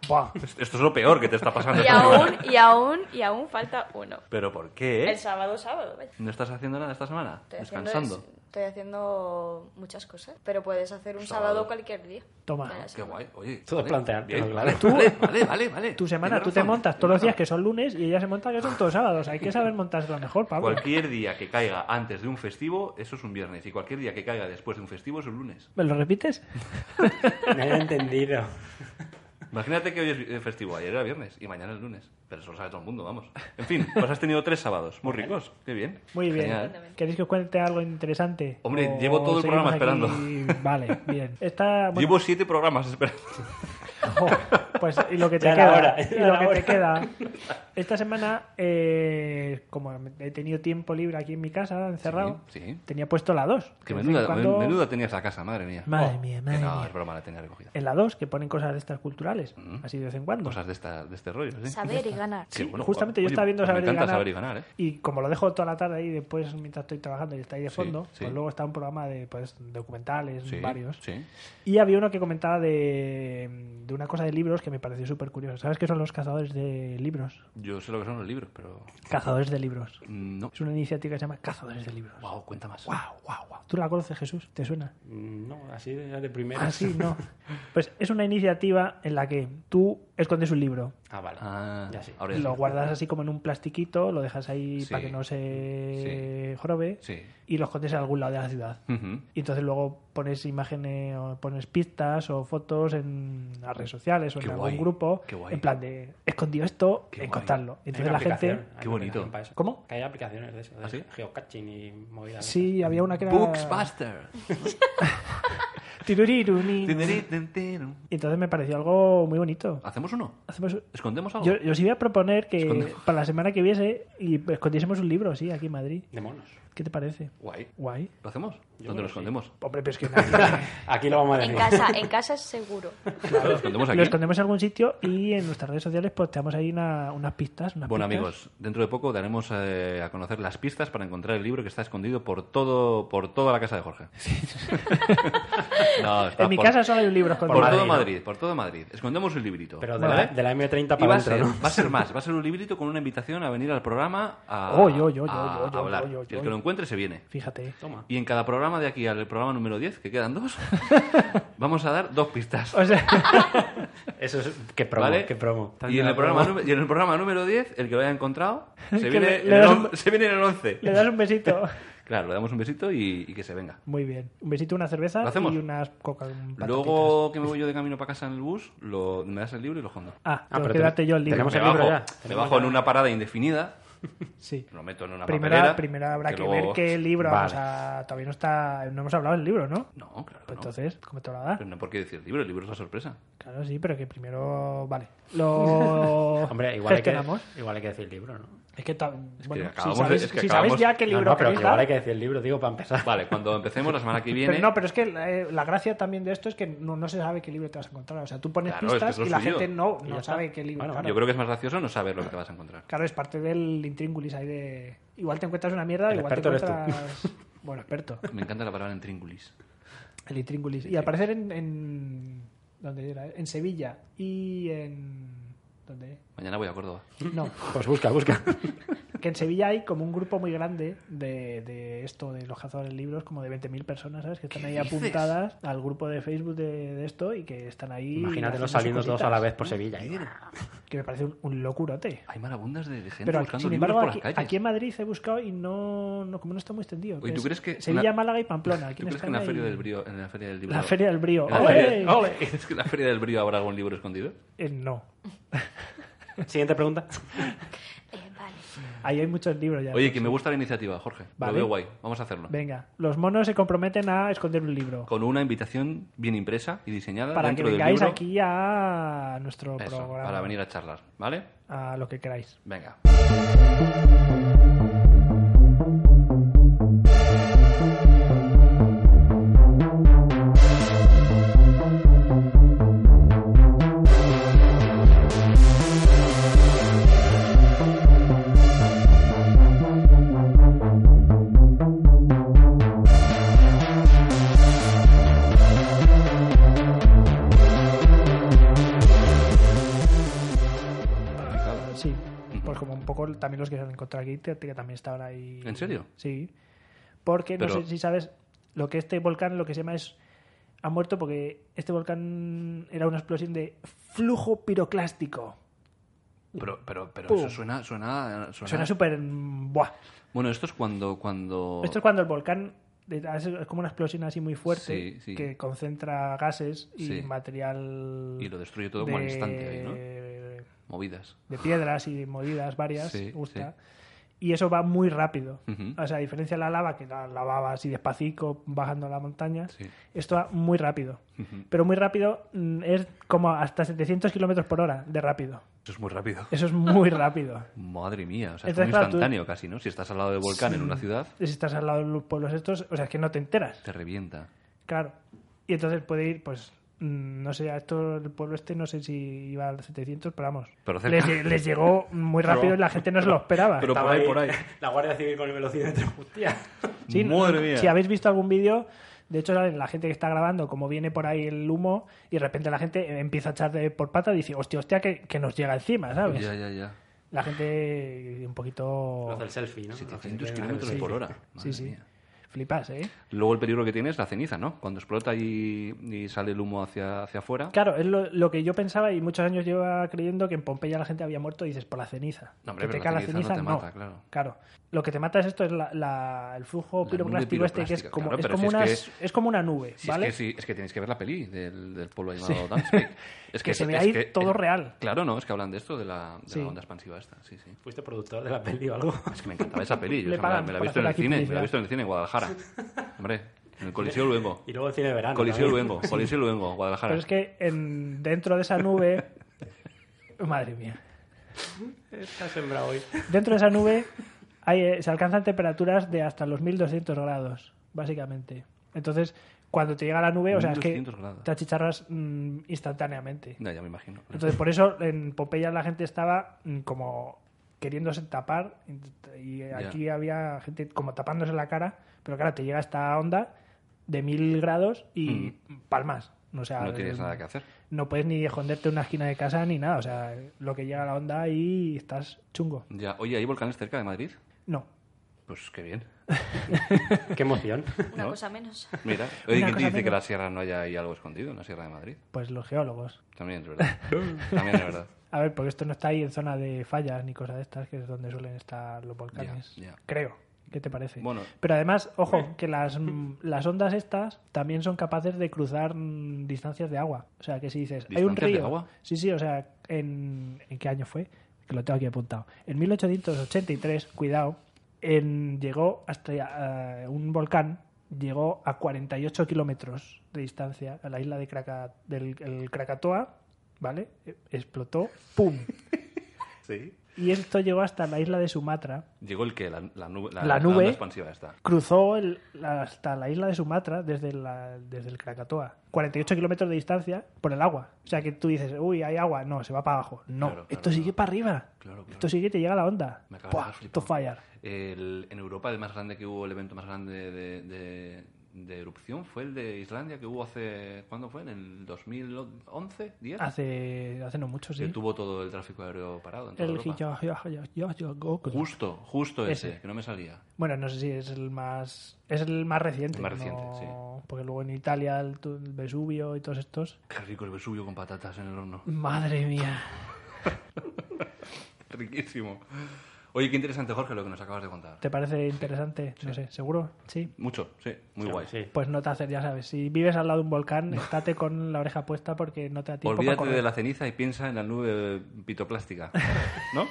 [SPEAKER 2] Buah.
[SPEAKER 3] Esto es lo peor que te está pasando.
[SPEAKER 4] Y aún, y aún, y aún falta uno.
[SPEAKER 3] ¿Pero por qué?
[SPEAKER 4] El sábado, sábado, vaya.
[SPEAKER 3] ¿No estás haciendo nada esta semana?
[SPEAKER 4] Estoy haciendo-
[SPEAKER 3] Descansando.
[SPEAKER 4] estoy haciendo muchas cosas, pero puedes hacer un
[SPEAKER 3] Sábado.
[SPEAKER 4] sábado, cualquier día.
[SPEAKER 2] Toma.
[SPEAKER 4] Vale,
[SPEAKER 3] Qué guay. Oye,
[SPEAKER 5] Todo es
[SPEAKER 3] vale,
[SPEAKER 5] plantearte,
[SPEAKER 3] bien,
[SPEAKER 5] ¿no?
[SPEAKER 3] vale,
[SPEAKER 5] Tú-
[SPEAKER 3] vale, vale, vale, vale.
[SPEAKER 2] Tu semana,
[SPEAKER 3] Tienes
[SPEAKER 2] tú te
[SPEAKER 3] razón,
[SPEAKER 2] montas
[SPEAKER 3] tienes
[SPEAKER 2] todos los días
[SPEAKER 3] razón.
[SPEAKER 2] que son lunes y ella se monta que son todos sábados. Hay que saber montarse lo mejor, Pablo.
[SPEAKER 3] Cualquier día que caiga antes de un festivo, eso es un viernes. Y cualquier día que caiga después de un festivo es un lunes.
[SPEAKER 2] ¿Me lo repites?
[SPEAKER 5] No he entendido.
[SPEAKER 3] Imagínate que hoy es eh, festivo, ayer era viernes y mañana es lunes. Pero eso lo sabe todo el mundo, vamos. En fin, pues has tenido tres sábados. Muy ricos, qué bien.
[SPEAKER 2] Muy bien.
[SPEAKER 3] Genial.
[SPEAKER 2] ¿Queréis que os cuente algo interesante?
[SPEAKER 3] Hombre, llevo todo el
[SPEAKER 2] seguimos
[SPEAKER 3] programa
[SPEAKER 2] aquí? Vale, bien. Esta, bueno,
[SPEAKER 3] Llevo siete programas esperando.
[SPEAKER 2] Oh, pues y lo que te
[SPEAKER 5] Ya era
[SPEAKER 2] queda.
[SPEAKER 5] hora,
[SPEAKER 2] y
[SPEAKER 5] ya
[SPEAKER 2] lo
[SPEAKER 5] era
[SPEAKER 2] que
[SPEAKER 5] hora.
[SPEAKER 2] te queda. Esta semana, eh, como he tenido tiempo libre aquí en mi casa, encerrado,
[SPEAKER 3] Sí, sí.
[SPEAKER 2] tenía puesto la 2.
[SPEAKER 3] Que
[SPEAKER 2] De vez
[SPEAKER 3] menuda,
[SPEAKER 2] en cuando-
[SPEAKER 3] menuda tenías la casa, madre mía. Oh,
[SPEAKER 2] Madre mía, madre
[SPEAKER 3] Que no,
[SPEAKER 2] mía. Eh,
[SPEAKER 3] es broma, la tenía recogida.
[SPEAKER 2] En la 2, que ponen cosas de estas culturales, así de vez en cuando.
[SPEAKER 3] Mm. Cosas de, esta, de este rollo, ¿sí?
[SPEAKER 4] Saber y ganar.
[SPEAKER 3] Sí, bueno,
[SPEAKER 2] Justamente yo
[SPEAKER 3] oye, pues
[SPEAKER 2] estaba viendo
[SPEAKER 3] me
[SPEAKER 2] saber y
[SPEAKER 3] encanta
[SPEAKER 2] ganar.
[SPEAKER 3] saber y ganar, ¿eh?
[SPEAKER 2] Y como lo dejo toda la tarde ahí después mientras estoy trabajando y está ahí de
[SPEAKER 3] Sí,
[SPEAKER 2] fondo,
[SPEAKER 3] sí.
[SPEAKER 2] pues luego está un programa de pues, documentales,
[SPEAKER 3] Sí,
[SPEAKER 2] varios.
[SPEAKER 3] Sí.
[SPEAKER 2] Y había uno que comentaba de, de una cosa de libros que me pareció súper curioso. ¿Sabes qué son los cazadores de libros?
[SPEAKER 3] Yo sé lo que son los libros, pero.
[SPEAKER 2] Cazadores de libros.
[SPEAKER 3] mm, No.
[SPEAKER 2] Es una iniciativa que se llama Cazadores de libros.
[SPEAKER 3] Wow, cuenta más.
[SPEAKER 2] Guau, guau, guau. ¿Tú la conoces, Jesús? ¿Te suena?
[SPEAKER 5] Mm, No, así de, de primera.
[SPEAKER 3] Ah,
[SPEAKER 2] Así, no. Pues es una iniciativa en la que tú escondes un libro,
[SPEAKER 5] Ah, vale.
[SPEAKER 3] Ah,
[SPEAKER 5] Ya sí.
[SPEAKER 3] ahora ya
[SPEAKER 2] lo
[SPEAKER 3] sí.
[SPEAKER 2] guardas así como en un plastiquito, lo dejas ahí
[SPEAKER 3] Sí.
[SPEAKER 2] para que no se jorobe
[SPEAKER 3] Sí.
[SPEAKER 2] y lo escondes en algún lado de la ciudad.
[SPEAKER 3] Ujú.
[SPEAKER 2] Y entonces luego pones imágenes o pones pistas o fotos en las redes sociales o
[SPEAKER 3] Qué
[SPEAKER 2] en
[SPEAKER 3] guay,
[SPEAKER 2] algún grupo
[SPEAKER 3] qué guay.
[SPEAKER 2] en plan de escondido esto,
[SPEAKER 3] Qué guay.
[SPEAKER 2] encontrarlo. Y
[SPEAKER 5] Hay
[SPEAKER 2] Entonces
[SPEAKER 5] una
[SPEAKER 2] la gente...
[SPEAKER 5] aplicación, hay
[SPEAKER 3] Qué
[SPEAKER 5] una
[SPEAKER 3] bonito.
[SPEAKER 5] aplicación para eso.
[SPEAKER 2] ¿Cómo?
[SPEAKER 5] Que hay aplicaciones de eso, de
[SPEAKER 3] ¿Ah, sí?
[SPEAKER 5] geocaching y movidas.
[SPEAKER 2] Sí, había una que era...
[SPEAKER 3] Booksbuster.
[SPEAKER 2] Tiruriruni.
[SPEAKER 3] Tinderin, tin.
[SPEAKER 2] Y entonces me pareció algo muy bonito.
[SPEAKER 3] ¿Hacemos uno?
[SPEAKER 2] Hacemos...
[SPEAKER 3] ¿Escondemos algo?
[SPEAKER 2] Yo, yo os iba a proponer que
[SPEAKER 3] Oh. Esconde-
[SPEAKER 2] para la semana que viese y escondiésemos un libro, sí, aquí en Madrid.
[SPEAKER 5] De monos.
[SPEAKER 2] ¿Qué te parece?
[SPEAKER 3] Guay.
[SPEAKER 2] Guay.
[SPEAKER 3] ¿Lo hacemos? ¿Dónde lo escondemos?
[SPEAKER 2] Hombre, pero es que nadie-
[SPEAKER 5] Aquí lo vamos a
[SPEAKER 4] En
[SPEAKER 5] decir.
[SPEAKER 4] casa, en casa es seguro.
[SPEAKER 3] ¿Lo escondemos
[SPEAKER 2] Lo
[SPEAKER 3] aquí?
[SPEAKER 2] escondemos en algún sitio y en nuestras redes sociales pues tenemos ahí una- unas pistas. unas
[SPEAKER 3] Bueno,
[SPEAKER 2] pistas.
[SPEAKER 3] amigos, dentro de poco daremos eh, a conocer las pistas para encontrar el libro que está escondido por todo por toda la casa de Jorge. No, está
[SPEAKER 2] En mi
[SPEAKER 3] ah, por-
[SPEAKER 2] casa solo hay un libro
[SPEAKER 3] por,
[SPEAKER 2] escondido.
[SPEAKER 3] todo
[SPEAKER 5] Madrid, ¿no?
[SPEAKER 3] Madrid, por todo Madrid. Escondemos un librito.
[SPEAKER 5] Pero de,
[SPEAKER 3] ¿vale?
[SPEAKER 5] la, de la M30
[SPEAKER 3] Y va
[SPEAKER 5] para
[SPEAKER 3] a,
[SPEAKER 5] adentro,
[SPEAKER 3] ser,
[SPEAKER 5] ¿no?
[SPEAKER 3] va a ser más, va a ser un librito con una invitación a venir al programa a,
[SPEAKER 2] Oy, oy, oy,
[SPEAKER 3] a-
[SPEAKER 2] oy, oy,
[SPEAKER 3] a hablar.
[SPEAKER 2] oy, oy,
[SPEAKER 3] Y el
[SPEAKER 2] oy.
[SPEAKER 3] que lo encuentre se viene.
[SPEAKER 2] Fíjate.
[SPEAKER 5] Toma.
[SPEAKER 3] Y en cada programa de aquí al programa número 10, que quedan dos, vamos a dar dos pistas.
[SPEAKER 2] O sea,
[SPEAKER 5] Eso es... Qué promo,
[SPEAKER 3] ¿Vale?
[SPEAKER 5] qué promo.
[SPEAKER 3] Y en, el programa, número- y en el programa número 10, el que lo haya encontrado, se
[SPEAKER 2] Que
[SPEAKER 3] viene,
[SPEAKER 2] le-
[SPEAKER 3] en
[SPEAKER 2] le
[SPEAKER 3] el
[SPEAKER 2] das
[SPEAKER 3] on-
[SPEAKER 2] un-
[SPEAKER 3] se viene en el 11.
[SPEAKER 2] le das un besito.
[SPEAKER 3] Claro, le damos un besito y, y que se venga.
[SPEAKER 2] Muy bien. Un besito, una cerveza
[SPEAKER 3] ¿Lo hacemos?
[SPEAKER 2] y unas cocas. un patatitas.
[SPEAKER 3] Luego que me voy yo de camino para casa en el bus, lo, me das el libro y lo jondo.
[SPEAKER 2] Ah,
[SPEAKER 5] Ah, pero
[SPEAKER 2] tengo que darte yo el libro.
[SPEAKER 5] tenemos
[SPEAKER 3] Me
[SPEAKER 5] el libro
[SPEAKER 3] bajo,
[SPEAKER 5] ya.
[SPEAKER 3] me bajo en una parada indefinida,
[SPEAKER 2] Sí.
[SPEAKER 3] lo meto en una
[SPEAKER 2] Primera,
[SPEAKER 3] papelera,
[SPEAKER 2] primero habrá que,
[SPEAKER 3] luego-
[SPEAKER 2] ver qué libro vamos
[SPEAKER 5] Vale.
[SPEAKER 2] a... Todavía no está... No hemos hablado del libro, ¿no?
[SPEAKER 3] No, claro que
[SPEAKER 2] Pues
[SPEAKER 3] no.
[SPEAKER 2] entonces, ¿cómo te lo va a dar?
[SPEAKER 3] Pero no por qué decir el libro, el libro es la sorpresa.
[SPEAKER 2] Claro, sí, pero que primero... Vale. Lo
[SPEAKER 5] Hombre, igual hay, que,
[SPEAKER 2] gestionamos.
[SPEAKER 5] igual hay que decir libro, ¿no?
[SPEAKER 2] Es que, ta- bueno,
[SPEAKER 3] acabamos
[SPEAKER 2] si,
[SPEAKER 3] de-
[SPEAKER 2] sabéis,
[SPEAKER 3] es que
[SPEAKER 2] si
[SPEAKER 3] acabamos-
[SPEAKER 2] sabéis ya qué
[SPEAKER 5] No,
[SPEAKER 2] libro
[SPEAKER 5] no, pero que
[SPEAKER 2] queréis
[SPEAKER 5] igual
[SPEAKER 2] dar-
[SPEAKER 5] hay que decir libro, digo, para empezar.
[SPEAKER 3] Vale, cuando empecemos la semana que viene...
[SPEAKER 2] Pero no, pero es que eh, la gracia también de esto es que no, no se sabe qué libro te vas a encontrar. O sea, tú pones
[SPEAKER 3] Claro, es que
[SPEAKER 2] pistas
[SPEAKER 3] eso
[SPEAKER 2] y
[SPEAKER 3] es
[SPEAKER 2] la
[SPEAKER 3] suyo.
[SPEAKER 2] gente no,
[SPEAKER 5] Y
[SPEAKER 2] no
[SPEAKER 5] ya
[SPEAKER 2] sabe
[SPEAKER 5] está.
[SPEAKER 2] qué libro.
[SPEAKER 5] Bueno,
[SPEAKER 2] claro.
[SPEAKER 3] Yo creo que es más gracioso no saber lo que te vas a encontrar.
[SPEAKER 2] Claro, es parte del intríngulis ahí de... Igual te encuentras una mierda,
[SPEAKER 5] El
[SPEAKER 2] igual te
[SPEAKER 5] experto eres tú.
[SPEAKER 2] encuentras... Bueno, experto.
[SPEAKER 3] Me encanta la palabra intríngulis.
[SPEAKER 2] El intríngulis. Y al parecer en... en... ¿Dónde era? En Sevilla y en... ¿Dónde?
[SPEAKER 3] Mañana voy a Córdoba.
[SPEAKER 2] No.
[SPEAKER 5] Pues busca, busca.
[SPEAKER 2] Que en Sevilla hay como un grupo muy grande de, de esto, de los cazadores de libros, como de 20.000 personas, ¿sabes? Que están ahí apuntadas al grupo de Facebook de, de esto y que están ahí. haciendo
[SPEAKER 5] Imagínatelo
[SPEAKER 2] sus
[SPEAKER 5] saliendo todos
[SPEAKER 2] cositas,
[SPEAKER 5] a la vez por
[SPEAKER 2] ¿no?
[SPEAKER 5] Sevilla. ¿eh? ahí.
[SPEAKER 2] Que me parece un, un locurote.
[SPEAKER 3] Hay marabundas de de gente
[SPEAKER 2] Pero aquí-
[SPEAKER 3] buscando
[SPEAKER 2] sin
[SPEAKER 3] libros
[SPEAKER 2] embargo,
[SPEAKER 3] por
[SPEAKER 2] aquí,
[SPEAKER 3] las calles.
[SPEAKER 2] aquí en Madrid he buscado y no, no como no está muy extendido.
[SPEAKER 3] Oye, ¿tú
[SPEAKER 2] Es
[SPEAKER 3] crees que en
[SPEAKER 2] Sevilla,
[SPEAKER 3] la-
[SPEAKER 2] Málaga y Pamplona. Aquí
[SPEAKER 3] ¿Tú crees que en la, feria del brío, en la Feria del Libro...
[SPEAKER 2] La Feria del Brío.
[SPEAKER 3] en la
[SPEAKER 2] ¡Ole!
[SPEAKER 3] Feria- ¿Crees que en la Feria del Brío habrá algún libro escondido?
[SPEAKER 2] Eh, no.
[SPEAKER 5] Siguiente pregunta.
[SPEAKER 4] Eh, vale.
[SPEAKER 2] Ahí hay muchos libros ya.
[SPEAKER 3] Oye, que me gusta la iniciativa, Jorge.
[SPEAKER 2] pues Vale.
[SPEAKER 3] Lo veo guay. Vamos a hacerlo.
[SPEAKER 2] Venga, los monos se comprometen a esconder un libro.
[SPEAKER 3] Con una invitación bien impresa y diseñada
[SPEAKER 2] Para que
[SPEAKER 3] dentro del
[SPEAKER 2] vengáis
[SPEAKER 3] libro.
[SPEAKER 2] aquí a nuestro
[SPEAKER 3] Eso,
[SPEAKER 2] programa.
[SPEAKER 3] para venir a charlar, ¿vale?
[SPEAKER 2] a lo que queráis.
[SPEAKER 3] Venga.
[SPEAKER 2] Sí, pues como un poco también los que se han encontrado aquí, que que también estaban ahí.
[SPEAKER 3] ¿En serio?
[SPEAKER 2] Sí. Porque no
[SPEAKER 3] Pero-
[SPEAKER 2] sé si sabes lo que este volcán, lo que se llama es. Ha muerto porque este volcán era una explosión de flujo piroclástico.
[SPEAKER 3] Pero, pero, pero
[SPEAKER 2] Pum.
[SPEAKER 3] eso suena, suena, suena...
[SPEAKER 2] Suena súper. mm, Buah.
[SPEAKER 3] Bueno, esto es cuando... cuando...
[SPEAKER 2] Esto es cuando el volcán. de- Es es como una explosión así muy fuerte
[SPEAKER 3] Sí, sí.
[SPEAKER 2] que concentra gases y
[SPEAKER 3] Sí.
[SPEAKER 2] material.
[SPEAKER 3] Y lo destruye todo
[SPEAKER 2] de-
[SPEAKER 3] como al instante ahí, ¿no? Movidas.
[SPEAKER 2] de piedras y movidas varias,
[SPEAKER 3] Sí,
[SPEAKER 2] gusta.
[SPEAKER 3] sí.
[SPEAKER 2] Y eso va muy rápido.
[SPEAKER 3] Ujú.
[SPEAKER 2] O sea, a diferencia de la lava, que la lava va así despacito, bajando la montaña,
[SPEAKER 3] Sí.
[SPEAKER 2] esto va muy rápido.
[SPEAKER 3] Ujú.
[SPEAKER 2] Pero muy rápido mm, es como hasta 700 kilómetros por hora de rápido.
[SPEAKER 3] Eso es muy rápido.
[SPEAKER 2] Eso es muy rápido.
[SPEAKER 3] Madre mía, o
[SPEAKER 2] Entonces,
[SPEAKER 3] sea, es como
[SPEAKER 2] claro, tú-
[SPEAKER 3] instantáneo casi, ¿no? Si estás al lado del volcán en una ciudad,
[SPEAKER 2] Si estás al lado de los pueblos estos, o sea, es que no te enteras.
[SPEAKER 3] te revienta.
[SPEAKER 2] Claro. Y entonces puede ir, pues, mm, no sé, a esto el pueblo este no sé si iba al 700, pero vamos.
[SPEAKER 3] Pero cerca.
[SPEAKER 2] les, lle- les llegó muy rápido y la gente no se lo esperaba.
[SPEAKER 3] Pero por ahí, por ahí.
[SPEAKER 5] La Guardia Civil con el velocímetro. Hostia.
[SPEAKER 2] Sí,
[SPEAKER 3] Madre mía.
[SPEAKER 2] Si habéis visto algún vídeo, de hecho, salen la gente que está grabando, como viene por ahí el humo, y de repente la gente empieza a echar de por pata y dice, hostia, hostia, que, que nos llega encima, ¿sabes?
[SPEAKER 3] Ya, ya, ya.
[SPEAKER 2] La gente un poquito.
[SPEAKER 5] Los del selfie, ¿no?
[SPEAKER 3] 700 kilómetros por hora.
[SPEAKER 2] Sí,
[SPEAKER 3] Madre
[SPEAKER 2] sí.
[SPEAKER 3] mía.
[SPEAKER 2] Flipas, ¿eh?
[SPEAKER 3] Luego el peligro que tiene es la ceniza, ¿no? Cuando explota y, y sale el humo hacia, hacia afuera.
[SPEAKER 2] Claro, es lo, lo que yo pensaba y muchos años lleva creyendo que en Pompeya la gente había muerto, dices, por la ceniza.
[SPEAKER 3] No, hombre,
[SPEAKER 2] que
[SPEAKER 3] pero
[SPEAKER 2] te cae
[SPEAKER 3] la
[SPEAKER 2] la
[SPEAKER 3] ceniza no
[SPEAKER 2] ceniza,
[SPEAKER 3] te mata, claro.
[SPEAKER 2] Lo que te mata es esto, es la- la- el flujo
[SPEAKER 3] La
[SPEAKER 2] piroclástico
[SPEAKER 3] nube
[SPEAKER 2] este, que es
[SPEAKER 3] piroclástica,
[SPEAKER 2] como,
[SPEAKER 3] claro,
[SPEAKER 2] es,
[SPEAKER 3] pero
[SPEAKER 2] como
[SPEAKER 3] si es
[SPEAKER 2] una,
[SPEAKER 3] que-
[SPEAKER 2] es, como una nube,
[SPEAKER 3] Si
[SPEAKER 2] ¿vale?
[SPEAKER 3] es, que, sí, es que tenéis que ver la peli del, del pueblo llamado Danzig. Es
[SPEAKER 2] Que se ve
[SPEAKER 3] es
[SPEAKER 2] ahí todo real.
[SPEAKER 3] Claro, no, es que hablan de esto, de la, de
[SPEAKER 2] Sí.
[SPEAKER 3] la onda expansiva esta. Sí, sí.
[SPEAKER 5] ¿Fuiste productor de la peli o algo?
[SPEAKER 3] Es que me encantaba esa peli. Yo
[SPEAKER 2] Le
[SPEAKER 3] esa me la-
[SPEAKER 2] pagan
[SPEAKER 3] me la he
[SPEAKER 2] para
[SPEAKER 3] visto en el
[SPEAKER 2] hacer aquí
[SPEAKER 3] cine, me la
[SPEAKER 2] publicidad.
[SPEAKER 3] he visto en el cine en Guadalajara. Hombre, en el Coliseo Luengo.
[SPEAKER 5] Y luego el cine de
[SPEAKER 2] Ah,
[SPEAKER 5] verano.
[SPEAKER 3] Coliseo
[SPEAKER 5] también.
[SPEAKER 3] Luengo, Coliseo Luengo, Guadalajara.
[SPEAKER 2] Pero es que en, dentro de esa nube. Madre mía.
[SPEAKER 5] Está sembrado hoy.
[SPEAKER 2] Dentro de esa nube hay, eh, se alcanzan temperaturas de hasta los 1200 grados, básicamente. Entonces, cuando te llega la nube, o sea, es que
[SPEAKER 3] 1200 grados.
[SPEAKER 2] te achicharras mm, instantáneamente.
[SPEAKER 3] Ya, ya me imagino.
[SPEAKER 2] Entonces, por eso en Pompeya la gente estaba mm, como queriéndose tapar y aquí había gente como tapándose la cara, pero claro, te llega esta onda de mil grados y palmas. O sea,
[SPEAKER 3] Mm. no tienes
[SPEAKER 2] eh,
[SPEAKER 3] nada que hacer.
[SPEAKER 2] no puedes ni esconderte en una esquina de casa ni nada. O sea, lo que llega la onda y estás chungo.
[SPEAKER 3] Ya, oye, ¿hay volcanes cerca de Madrid?
[SPEAKER 2] No.
[SPEAKER 3] Pues qué bien.
[SPEAKER 5] Qué emoción.
[SPEAKER 4] Una
[SPEAKER 3] ¿No?
[SPEAKER 4] cosa menos.
[SPEAKER 3] Mira, oye,
[SPEAKER 2] Una
[SPEAKER 3] ¿quién te
[SPEAKER 2] cosa
[SPEAKER 3] dice que en
[SPEAKER 2] menos.
[SPEAKER 3] la sierra no haya ahí algo escondido en la sierra de Madrid?
[SPEAKER 2] Pues los geólogos.
[SPEAKER 3] También es verdad. También es verdad.
[SPEAKER 2] A ver, porque esto no está ahí en zona de fallas ni cosas de estas, que es donde suelen estar los volcanes.
[SPEAKER 3] Ya, ya.
[SPEAKER 2] Creo. ¿Qué te parece?
[SPEAKER 3] Bueno.
[SPEAKER 2] Pero además, ojo, que las, mm, las ondas estas también son capaces de cruzar mm, distancias de agua. O sea, que si dices, hay un
[SPEAKER 3] ¿Distancias de
[SPEAKER 2] río.
[SPEAKER 3] agua?
[SPEAKER 2] Sí, sí, o sea, en, ¿en qué año fue? Que lo tengo aquí apuntado. En 1883, cuidado, en- llegó hasta eh, un volcán, llegó a 48 kilómetros de distancia a la isla de Kraka- del el Krakatoa, ¿vale? Eh, Explotó, ¡pum!
[SPEAKER 3] Sí.
[SPEAKER 2] Y esto llegó hasta la isla de Sumatra,
[SPEAKER 3] Llegó el que la, la nube, la,
[SPEAKER 2] La
[SPEAKER 3] la
[SPEAKER 2] nube.
[SPEAKER 3] onda expansiva está.
[SPEAKER 2] cruzó el- la- hasta la isla de Sumatra desde, la, desde el Krakatoa. 48 kilómetros de distancia por el agua. O sea que tú dices, uy, hay agua. No, se va para abajo. No,
[SPEAKER 3] Claro, claro,
[SPEAKER 2] esto sigue
[SPEAKER 3] claro.
[SPEAKER 2] para arriba.
[SPEAKER 3] Claro, claro.
[SPEAKER 2] Esto sigue y te llega la onda.
[SPEAKER 3] Me acabas de
[SPEAKER 2] Buah,
[SPEAKER 3] dejar
[SPEAKER 2] esto
[SPEAKER 3] flipado.
[SPEAKER 2] fallar.
[SPEAKER 3] El- en Europa el más grande que hubo, el evento más grande de, de- de erupción fue el de Islandia que hubo hace, ¿cuándo fue? ¿En el 2011? ¿10?
[SPEAKER 2] Hace, hace no mucho,
[SPEAKER 3] Que
[SPEAKER 2] Ah, sí.
[SPEAKER 3] tuvo todo el tráfico aéreo parado en toda
[SPEAKER 2] El
[SPEAKER 3] Europa.
[SPEAKER 5] Pues
[SPEAKER 2] Hiyagyogoku.
[SPEAKER 3] Justo, justo ese,
[SPEAKER 2] Ese.
[SPEAKER 3] que no me salía.
[SPEAKER 2] Bueno, no sé si es el más. Es el más reciente.
[SPEAKER 3] El más reciente,
[SPEAKER 2] no- Porque luego en Italia, el, tu- el Vesubio y todos estos.
[SPEAKER 3] Qué rico el Vesubio con patatas en el horno.
[SPEAKER 2] Madre mía.
[SPEAKER 3] Riquísimo. Oye, qué interesante, Jorge, lo que nos acabas de contar.
[SPEAKER 2] ¿Te parece interesante? No sé, ¿seguro? Sí.
[SPEAKER 3] Mucho, sí, muy guay.
[SPEAKER 5] Sí.
[SPEAKER 2] Pues no te haces, ya sabes. Si vives al lado de un volcán, estate con la oreja puesta porque no te da tiempo para
[SPEAKER 3] Olvídate
[SPEAKER 2] correr.
[SPEAKER 3] de la ceniza y piensa en la nube pitoplástica. ¿No?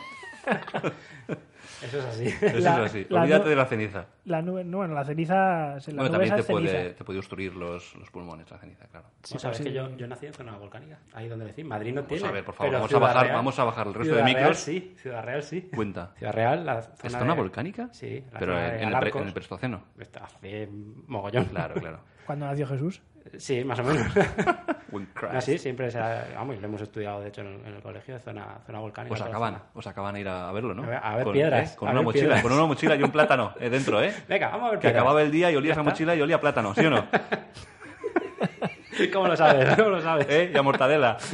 [SPEAKER 5] Eso es así.
[SPEAKER 3] Eso
[SPEAKER 2] La-
[SPEAKER 3] es así.
[SPEAKER 2] la
[SPEAKER 3] Olvídate
[SPEAKER 2] nu-
[SPEAKER 3] de la ceniza.
[SPEAKER 2] La nube, no, bueno, la ceniza, se- la
[SPEAKER 3] Bueno,
[SPEAKER 2] nube
[SPEAKER 3] también
[SPEAKER 2] esa
[SPEAKER 3] te
[SPEAKER 2] es
[SPEAKER 3] puede,
[SPEAKER 2] ceniza.
[SPEAKER 3] te puede obstruir los, los pulmones la ceniza, claro.
[SPEAKER 2] Sí,
[SPEAKER 5] No, sabes
[SPEAKER 2] pero
[SPEAKER 5] que
[SPEAKER 2] sí.
[SPEAKER 5] yo, yo nací en zona volcánica, ahí donde decís. Madrid no tiene.
[SPEAKER 3] a ver, por favor,
[SPEAKER 5] pero
[SPEAKER 3] vamos a
[SPEAKER 5] Ciudad
[SPEAKER 3] bajar- vamos a bajar el resto de
[SPEAKER 5] Ciudad Real
[SPEAKER 3] micros.
[SPEAKER 5] sí, Ciudad Real sí.
[SPEAKER 3] Cuenta.
[SPEAKER 5] Ciudad Real, la zona.
[SPEAKER 3] ¿Es zona
[SPEAKER 5] de-
[SPEAKER 3] volcánica?
[SPEAKER 5] Sí, la
[SPEAKER 3] Pero
[SPEAKER 5] zona
[SPEAKER 3] en,
[SPEAKER 5] de
[SPEAKER 3] en el, pre-
[SPEAKER 5] Alarcos.
[SPEAKER 3] en el Pleistoceno.
[SPEAKER 5] Está hace mogollón.
[SPEAKER 3] Claro, claro.
[SPEAKER 2] Cuando nació Jesús.
[SPEAKER 5] Sí, más o menos.
[SPEAKER 3] Buen crash.
[SPEAKER 5] No, ¿Ah, sí, siempre se ha- Vamos, y lo hemos estudiado, de hecho, en el, en el colegio, zona, zona volcánica.
[SPEAKER 3] Os
[SPEAKER 5] toda
[SPEAKER 3] acaban,
[SPEAKER 5] zona.
[SPEAKER 3] os acaban de ir a, a verlo, ¿no?
[SPEAKER 5] A ver- a ver
[SPEAKER 3] con,
[SPEAKER 5] piedras,
[SPEAKER 3] eh, Con
[SPEAKER 5] a
[SPEAKER 3] una
[SPEAKER 5] ver
[SPEAKER 3] mochila,
[SPEAKER 5] piedras.
[SPEAKER 3] con una mochila y un plátano eh, dentro, ¿eh?
[SPEAKER 5] Venga, vamos a ver
[SPEAKER 3] Que
[SPEAKER 5] piedras.
[SPEAKER 3] acababa el día y olía esa mochila y olía a plátano, ¿sí o no?
[SPEAKER 5] ¿Cómo lo sabes? ¿Cómo lo sabes?
[SPEAKER 3] ¿Eh? Y a mortadela.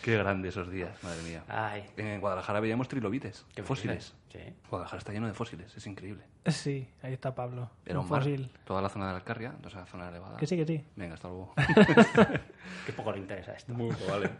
[SPEAKER 3] Qué grande esos días, madre mía.
[SPEAKER 5] Ay,
[SPEAKER 3] En Guadalajara veíamos trilobites,
[SPEAKER 5] qué
[SPEAKER 3] fósiles.
[SPEAKER 5] Sí.
[SPEAKER 3] Guadalajara está lleno de fósiles, es increíble.
[SPEAKER 2] Sí, ahí está Pablo.
[SPEAKER 3] Era
[SPEAKER 2] un
[SPEAKER 3] un mar.
[SPEAKER 2] fósil.
[SPEAKER 3] Toda la zona de la Alcarria, toda esa zona elevada.
[SPEAKER 2] Que sí, que sí.
[SPEAKER 3] Venga, hasta luego.
[SPEAKER 5] Qué poco le interesa esto.
[SPEAKER 3] vale.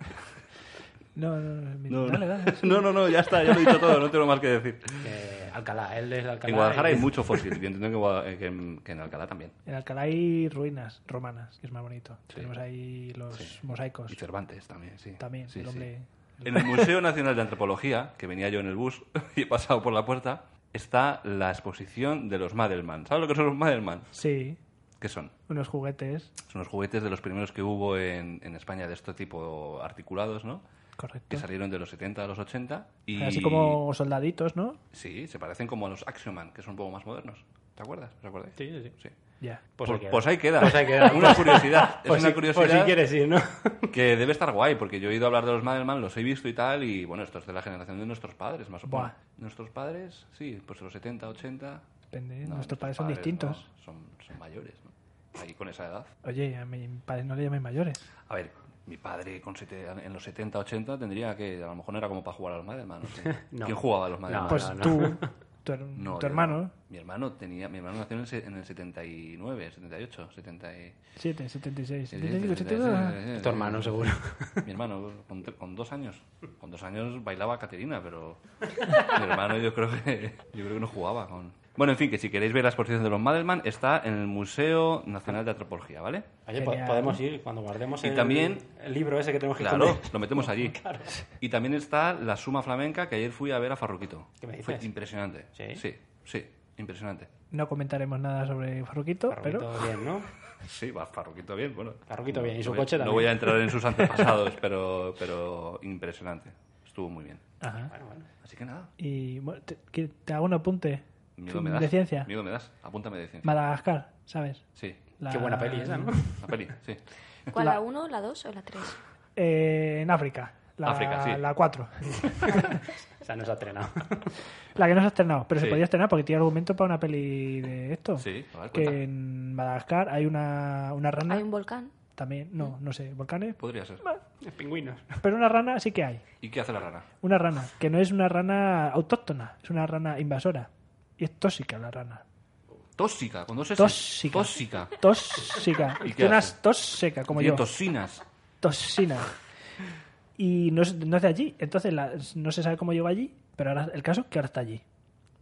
[SPEAKER 2] No, no, no. mira, dale, dale.
[SPEAKER 3] No, no, no, ya está, ya lo he dicho todo, no tengo más que decir.
[SPEAKER 5] Eh, Alcalá, él es de Alcalá.
[SPEAKER 3] En Guadalajara hay
[SPEAKER 5] y-
[SPEAKER 3] mucho fósil, yo entiendo que, Gua- eh, que en, que en Alcalá también.
[SPEAKER 2] En Alcalá hay ruinas romanas, que es más bonito. Tenemos ahí los mosaicos.
[SPEAKER 3] Y Cervantes Pues también, sí.
[SPEAKER 2] También,
[SPEAKER 3] Sí,
[SPEAKER 2] el
[SPEAKER 3] sí.
[SPEAKER 2] hombre.
[SPEAKER 3] En el Museo Nacional de Antropología, que venía yo en el bus y he pasado por la puerta, está la exposición de los Madelman. ¿Sabes lo que son los Madelman?
[SPEAKER 2] Sí,
[SPEAKER 3] ¿Qué son?
[SPEAKER 2] unos juguetes.
[SPEAKER 3] Son los juguetes de los primeros que hubo en, en España de este tipo articulados, ¿no?
[SPEAKER 2] Correcto.
[SPEAKER 3] Que salieron de los 70 a los 80 y...
[SPEAKER 2] Así como soldaditos, ¿no?
[SPEAKER 3] Sí, se parecen como a los Action Man, que son un poco más modernos. ¿Te acuerdas? ¿Os acordáis?
[SPEAKER 5] Sí, sí, sí.
[SPEAKER 2] Ya.
[SPEAKER 5] Pues,
[SPEAKER 3] Pues,
[SPEAKER 5] ahí queda.
[SPEAKER 3] pues ahí queda.
[SPEAKER 5] Pues ahí queda.
[SPEAKER 3] Una curiosidad. Es
[SPEAKER 5] Por
[SPEAKER 3] una
[SPEAKER 5] si-
[SPEAKER 3] curiosidad
[SPEAKER 5] Por si quieres ir, ¿no?
[SPEAKER 3] que debe estar guay, porque yo he ido a hablar de los Madelman, los he visto y tal, y bueno, esto es de la generación de nuestros padres, más o
[SPEAKER 2] Buah.
[SPEAKER 3] menos. ¿Nuestros padres? Sí, pues los 70, 80.
[SPEAKER 2] Depende.
[SPEAKER 3] No,
[SPEAKER 2] Nuestros padres son distintos.
[SPEAKER 3] no, son, son mayores, ¿no? Ahí con esa edad.
[SPEAKER 2] Oye, a mis padres no le llamen mayores.
[SPEAKER 3] A ver, mi padre con sete- en los 70, 80 tendría que, a lo mejor no era como para jugar a los Madelman. ¿no?
[SPEAKER 5] No.
[SPEAKER 3] ¿Quién jugaba a los Madelman?
[SPEAKER 5] No,
[SPEAKER 2] Pues
[SPEAKER 5] no, no.
[SPEAKER 2] tú, tu, her-
[SPEAKER 3] No,
[SPEAKER 2] tu
[SPEAKER 3] yo no.
[SPEAKER 2] hermano,
[SPEAKER 3] Mi hermano tenía, mi hermano nació en el, se- en el 79, 78, 70 y...
[SPEAKER 2] 7, 76. 75, 72.
[SPEAKER 3] 72.
[SPEAKER 5] Tu hermano, seguro.
[SPEAKER 3] Mi hermano, con, tre- con dos años. Con dos años bailaba Caterina, pero mi hermano yo creo que, yo creo que no jugaba. Con... Bueno, en fin, que si queréis ver la exposición de los Madelman, está en el Museo Nacional de Antropología, ¿vale?
[SPEAKER 5] Oye, po-
[SPEAKER 2] Genial.
[SPEAKER 5] podemos ir cuando guardemos
[SPEAKER 3] Y
[SPEAKER 5] el,
[SPEAKER 3] también-
[SPEAKER 5] el libro ese que tenemos que
[SPEAKER 3] Claro,
[SPEAKER 5] esconder.
[SPEAKER 3] lo metemos allí. Y también está la Suma Flamenca, que ayer fui a ver a Farruquito.
[SPEAKER 5] ¿Qué me
[SPEAKER 3] Fue
[SPEAKER 5] dices?
[SPEAKER 3] impresionante.
[SPEAKER 5] ¿Sí?
[SPEAKER 3] Sí, sí, impresionante.
[SPEAKER 2] No comentaremos nada sobre Farroquito, pero
[SPEAKER 5] Parroquito bien, ¿no?
[SPEAKER 3] Sí, va Farruquito bien, bueno.
[SPEAKER 5] Farruquito bien, y
[SPEAKER 3] no
[SPEAKER 5] su
[SPEAKER 3] voy-
[SPEAKER 5] coche
[SPEAKER 3] No
[SPEAKER 5] también.
[SPEAKER 3] voy a entrar en sus antepasados, pero, pero impresionante. Estuvo muy bien.
[SPEAKER 2] Ajá.
[SPEAKER 5] Ah, Bueno, bueno.
[SPEAKER 3] Así que nada.
[SPEAKER 2] Y bueno, te, que- te hago un apunte.
[SPEAKER 3] Miedo me das.
[SPEAKER 2] ¿De ciencia?
[SPEAKER 3] Miedo me das. Apúntame de ciencia.
[SPEAKER 2] Madagascar, ¿sabes?
[SPEAKER 3] Sí.
[SPEAKER 2] La-
[SPEAKER 5] Qué buena peli esa, ¿no?
[SPEAKER 3] La peli, sí.
[SPEAKER 4] ¿Cuál?
[SPEAKER 2] La-
[SPEAKER 4] ¿La 1, la 2 o la 3?
[SPEAKER 2] Eh, en África. La,
[SPEAKER 3] África, sí.
[SPEAKER 2] La 4.
[SPEAKER 5] O sea, no se ha estrenado.
[SPEAKER 2] La que no se ha estrenado, pero
[SPEAKER 3] Sí.
[SPEAKER 2] se podía estrenar porque tiene argumento para una peli de esto.
[SPEAKER 3] Sí, a ver,
[SPEAKER 2] que
[SPEAKER 3] cuenta.
[SPEAKER 2] en Madagascar hay una, una rana
[SPEAKER 4] Hay un Mm. volcán.
[SPEAKER 2] también, no, no sé, volcanes,
[SPEAKER 3] Podría ser.
[SPEAKER 5] Pingüinos.
[SPEAKER 2] pero una rana sí que hay.
[SPEAKER 3] ¿Y qué hace la rana?
[SPEAKER 2] Una rana, que no es una rana autóctona, es una rana invasora. Y es tóxica la rana.
[SPEAKER 3] Tóxica, con dos S.
[SPEAKER 2] Tóxica.
[SPEAKER 3] Tóxica.
[SPEAKER 2] Tóxica.
[SPEAKER 3] ¿Y qué
[SPEAKER 2] Tiene
[SPEAKER 3] hace?
[SPEAKER 2] unas tos seca, como
[SPEAKER 3] Tiene
[SPEAKER 2] yo.
[SPEAKER 3] toxinas.
[SPEAKER 2] Toxina. Y no es, no es de allí. Entonces la- no se sabe cómo llegó allí, pero ahora el caso es que ahora está allí.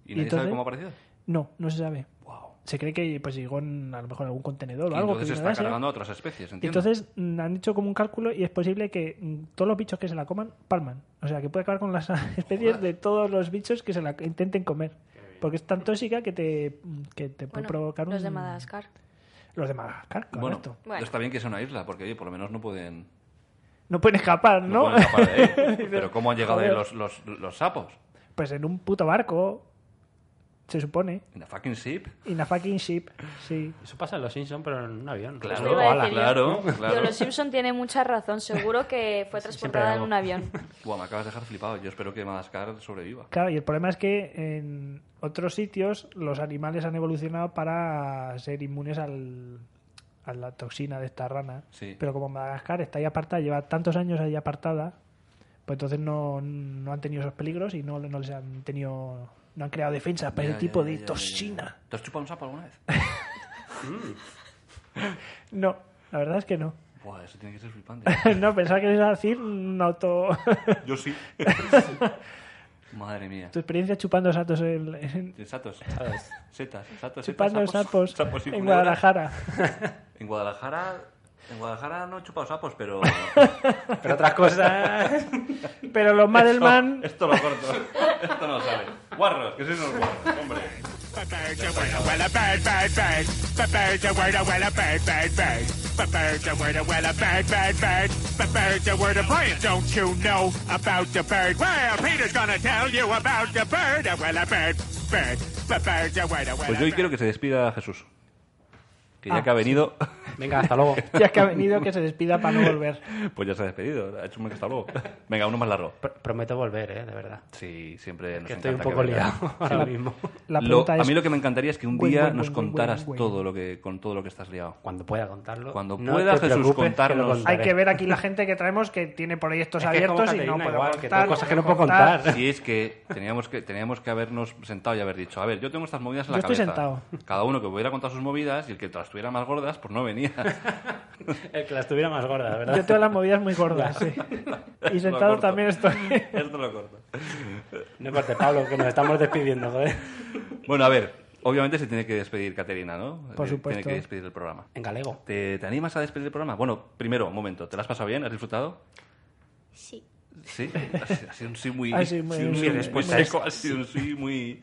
[SPEAKER 3] ¿Y
[SPEAKER 2] ¿Y
[SPEAKER 3] nadie sabe
[SPEAKER 2] entonces?
[SPEAKER 3] cómo ha aparecido?
[SPEAKER 2] No, no se sabe. Se cree que pues llegó en, a lo mejor en algún contenedor
[SPEAKER 3] Y
[SPEAKER 2] o algo. que
[SPEAKER 3] entonces
[SPEAKER 2] vino de
[SPEAKER 3] está
[SPEAKER 2] Asia.
[SPEAKER 3] cargando a otras especies,
[SPEAKER 2] Y
[SPEAKER 3] entiendo.
[SPEAKER 2] entonces mm, han hecho como un cálculo y es posible que mm, todos los bichos que se la coman palman. O sea, que puede acabar con las especies de todos los bichos que se la intenten comer. Porque es tan tóxica que te, mm, que te puede
[SPEAKER 4] Bueno,
[SPEAKER 2] provocar un...
[SPEAKER 4] los de Madagascar.
[SPEAKER 2] Los de Madagascar,
[SPEAKER 3] bueno,
[SPEAKER 2] correcto.
[SPEAKER 4] Bueno.
[SPEAKER 3] está bien que sea una isla, porque oye, por lo menos no pueden...
[SPEAKER 2] No pueden escapar, ¿no?
[SPEAKER 3] no pueden escapar de ahí. Pero
[SPEAKER 2] Dices,
[SPEAKER 3] ¿cómo han llegado ahí
[SPEAKER 2] "Joder".
[SPEAKER 3] los, los, los sapos?
[SPEAKER 2] Pues en un puto barco, se supone.
[SPEAKER 3] ¿En la fucking ship?
[SPEAKER 2] In a fucking ship, sí.
[SPEAKER 5] Eso pasa en Los Simpsons, pero en un avión.
[SPEAKER 3] Claro,
[SPEAKER 4] Eso iba a decir yo.
[SPEAKER 3] claro,
[SPEAKER 4] Tío,
[SPEAKER 3] claro.
[SPEAKER 4] los Simpson tiene mucha razón. Seguro que fue
[SPEAKER 5] siempre hay
[SPEAKER 4] transportada en
[SPEAKER 5] algo.
[SPEAKER 4] un avión.
[SPEAKER 3] Buah, me acabas de dejar flipado. Yo espero que Madagascar sobreviva.
[SPEAKER 2] Claro, y el problema es que en otros sitios los animales han evolucionado para ser inmunes al, a la toxina de esta rana.
[SPEAKER 3] Sí.
[SPEAKER 2] Pero como Madagascar está ahí apartada, lleva tantos años ahí apartada, pues entonces no, no han tenido esos peligros y no, no les han tenido. No han creado defensas para
[SPEAKER 3] Ya,
[SPEAKER 2] ese
[SPEAKER 3] ya,
[SPEAKER 2] tipo
[SPEAKER 3] ya,
[SPEAKER 2] de
[SPEAKER 3] ya, ya, ya.
[SPEAKER 2] toxina.
[SPEAKER 3] ¿Te has chupado un sapo alguna vez?
[SPEAKER 2] No, la verdad es que no.
[SPEAKER 3] Buah, eso tiene que ser flipante.
[SPEAKER 2] no, pensaba que les iba a decir un auto.
[SPEAKER 3] Yo sí. Madre mía.
[SPEAKER 2] tu experiencia chupando satos en- en-
[SPEAKER 3] Satos, setas, satos,
[SPEAKER 2] chupando
[SPEAKER 3] setas,
[SPEAKER 2] sapos,
[SPEAKER 3] sapos y
[SPEAKER 2] en
[SPEAKER 3] culebras.
[SPEAKER 2] Guadalajara.
[SPEAKER 3] En Guadalajara, en Guadalajara no he chupado sapos, pero
[SPEAKER 5] Pero otras cosas.
[SPEAKER 2] Pero los Madelman.
[SPEAKER 3] esto lo corto. Esto no sale. Guarros, que sois unos guarros, hombre.
[SPEAKER 6] Birds a word, a well a bird, bird, bird. Birds a word, a well a bird, bird, bird. Birds a word, a well a bird, bird, bird. Birds a word, a Brian, don't you know about the bird? Well, Peter's gonna tell you about the bird, a well a bird, bird. Birds a word, a well
[SPEAKER 3] Pues
[SPEAKER 6] a
[SPEAKER 3] yo hoy
[SPEAKER 6] bird.
[SPEAKER 3] quiero que se despida Jesús. Que ya
[SPEAKER 2] Ah,
[SPEAKER 3] que ha venido,
[SPEAKER 5] Venga, hasta luego.
[SPEAKER 2] Ya que ha venido, que se despida para no volver.
[SPEAKER 3] pues ya se ha despedido. Ha hecho un hasta luego. Venga, uno más largo.
[SPEAKER 5] Pr- prometo volver, ¿eh? De verdad.
[SPEAKER 3] Sí, siempre nos
[SPEAKER 5] Que estoy un
[SPEAKER 3] encanta
[SPEAKER 5] poco
[SPEAKER 3] venga.
[SPEAKER 5] liado ahora mismo.
[SPEAKER 2] La
[SPEAKER 3] Lo-
[SPEAKER 2] pregunta
[SPEAKER 3] a
[SPEAKER 2] es:
[SPEAKER 3] mí lo que me encantaría es que un
[SPEAKER 2] Buen,
[SPEAKER 3] día
[SPEAKER 2] buen,
[SPEAKER 3] nos
[SPEAKER 2] buen, buen,
[SPEAKER 3] contaras
[SPEAKER 2] buen.
[SPEAKER 3] todo lo que con todo lo que estás liado.
[SPEAKER 5] Cuando pueda contarlo.
[SPEAKER 3] Cuando
[SPEAKER 5] No
[SPEAKER 3] pueda,
[SPEAKER 5] te
[SPEAKER 3] Jesús,
[SPEAKER 5] preocupes, que
[SPEAKER 3] contarnos.
[SPEAKER 5] lo contaré.
[SPEAKER 2] hay que ver aquí la gente que traemos que tiene proyectos
[SPEAKER 5] Es que es como
[SPEAKER 2] abiertos y no
[SPEAKER 5] Caterina,
[SPEAKER 2] puede
[SPEAKER 5] igual, que
[SPEAKER 2] contar.
[SPEAKER 5] tengo cosas que no puedo contar.
[SPEAKER 3] Si es que teníamos que teníamos que habernos sentado y haber dicho, a ver, yo tengo estas movidas en la
[SPEAKER 2] Yo estoy
[SPEAKER 3] cabeza.
[SPEAKER 2] sentado.
[SPEAKER 3] Cada uno que hubiera contado sus movidas y el que las tuviera más gordas, pues no venía.
[SPEAKER 5] El que las tuviera más gordas, ¿verdad?
[SPEAKER 2] Yo tengo las movidas muy gordas, sí. Y
[SPEAKER 3] Esto lo
[SPEAKER 2] sentado
[SPEAKER 3] corto.
[SPEAKER 2] también estoy.
[SPEAKER 3] Esto lo corto.
[SPEAKER 5] No corte, Pablo, que nos estamos despidiendo, joder.
[SPEAKER 3] Bueno, a ver, obviamente se tiene que despedir Caterina, ¿no?
[SPEAKER 2] Por
[SPEAKER 3] Eh,
[SPEAKER 2] supuesto.
[SPEAKER 3] Tiene que despedir el programa.
[SPEAKER 5] En galego.
[SPEAKER 3] ¿Te, te animas a despedir el programa? Bueno, primero, un momento, ¿te lo has pasado bien? ¿Has disfrutado?
[SPEAKER 4] Sí.
[SPEAKER 3] Sí, ha sido- ha sido un sí muy,
[SPEAKER 2] Ha sido muy-
[SPEAKER 3] sí, un sí
[SPEAKER 2] muy-
[SPEAKER 3] muy
[SPEAKER 2] muy-
[SPEAKER 3] seco, ha sido un sí muy...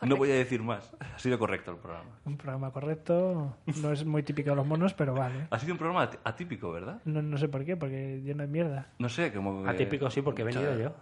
[SPEAKER 3] No voy a decir más, ha sido correcto el programa.
[SPEAKER 2] Un programa correcto. No es muy típico de los monos, pero vale.
[SPEAKER 3] Ha sido un programa at- atípico, ¿verdad?
[SPEAKER 2] No, no sé por qué, porque lleno de mierda.
[SPEAKER 3] No sé, como... que-
[SPEAKER 5] Atípico sí, porque he venido yo.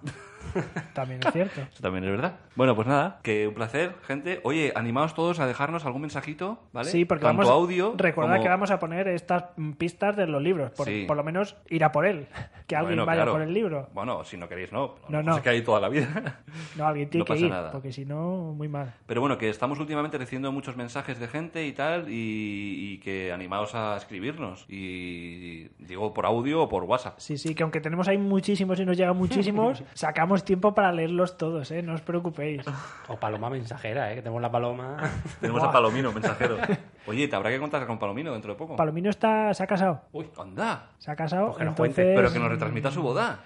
[SPEAKER 2] También es cierto.
[SPEAKER 3] Eso también es verdad. Bueno, pues nada, que un placer, gente. Oye, animaos todos a dejarnos algún mensajito, ¿vale?
[SPEAKER 2] Sí, porque
[SPEAKER 3] Tanto
[SPEAKER 2] vamos.
[SPEAKER 3] audio.
[SPEAKER 2] recordad
[SPEAKER 3] como-
[SPEAKER 2] que vamos a poner estas mm, pistas de los libros. Por,
[SPEAKER 3] Sí.
[SPEAKER 2] por lo menos ir a por él. Que alguien
[SPEAKER 3] Bueno,
[SPEAKER 2] vaya
[SPEAKER 3] claro.
[SPEAKER 2] por el libro.
[SPEAKER 3] Bueno, si no queréis, no.
[SPEAKER 2] No,
[SPEAKER 3] No,
[SPEAKER 2] no.
[SPEAKER 3] no. Es que hay toda la vida.
[SPEAKER 2] No, alguien tiene
[SPEAKER 3] No
[SPEAKER 2] que
[SPEAKER 3] pasa
[SPEAKER 2] ir,
[SPEAKER 3] nada.
[SPEAKER 2] porque si no, muy mal.
[SPEAKER 3] Pero bueno, que estamos últimamente recibiendo muchos mensajes de gente y tal, y, y que animaos a escribirnos. Y digo, por audio o por WhatsApp.
[SPEAKER 2] Sí, sí, que aunque tenemos ahí muchísimos y nos llegan muchísimos, sacamos tiempo para leerlos todos, ¿eh? No os preocupéis.
[SPEAKER 5] O paloma mensajera, ¿eh? Que tenemos la paloma.
[SPEAKER 3] Tenemos a Palomino, mensajero. Oye, te habrá que contar con Palomino dentro de poco.
[SPEAKER 2] Palomino está, se ha casado.
[SPEAKER 3] Uy, anda.
[SPEAKER 2] Se ha casado.
[SPEAKER 5] Pues que nos
[SPEAKER 2] entonces,
[SPEAKER 5] cuente,
[SPEAKER 3] Pero que nos retransmita su boda.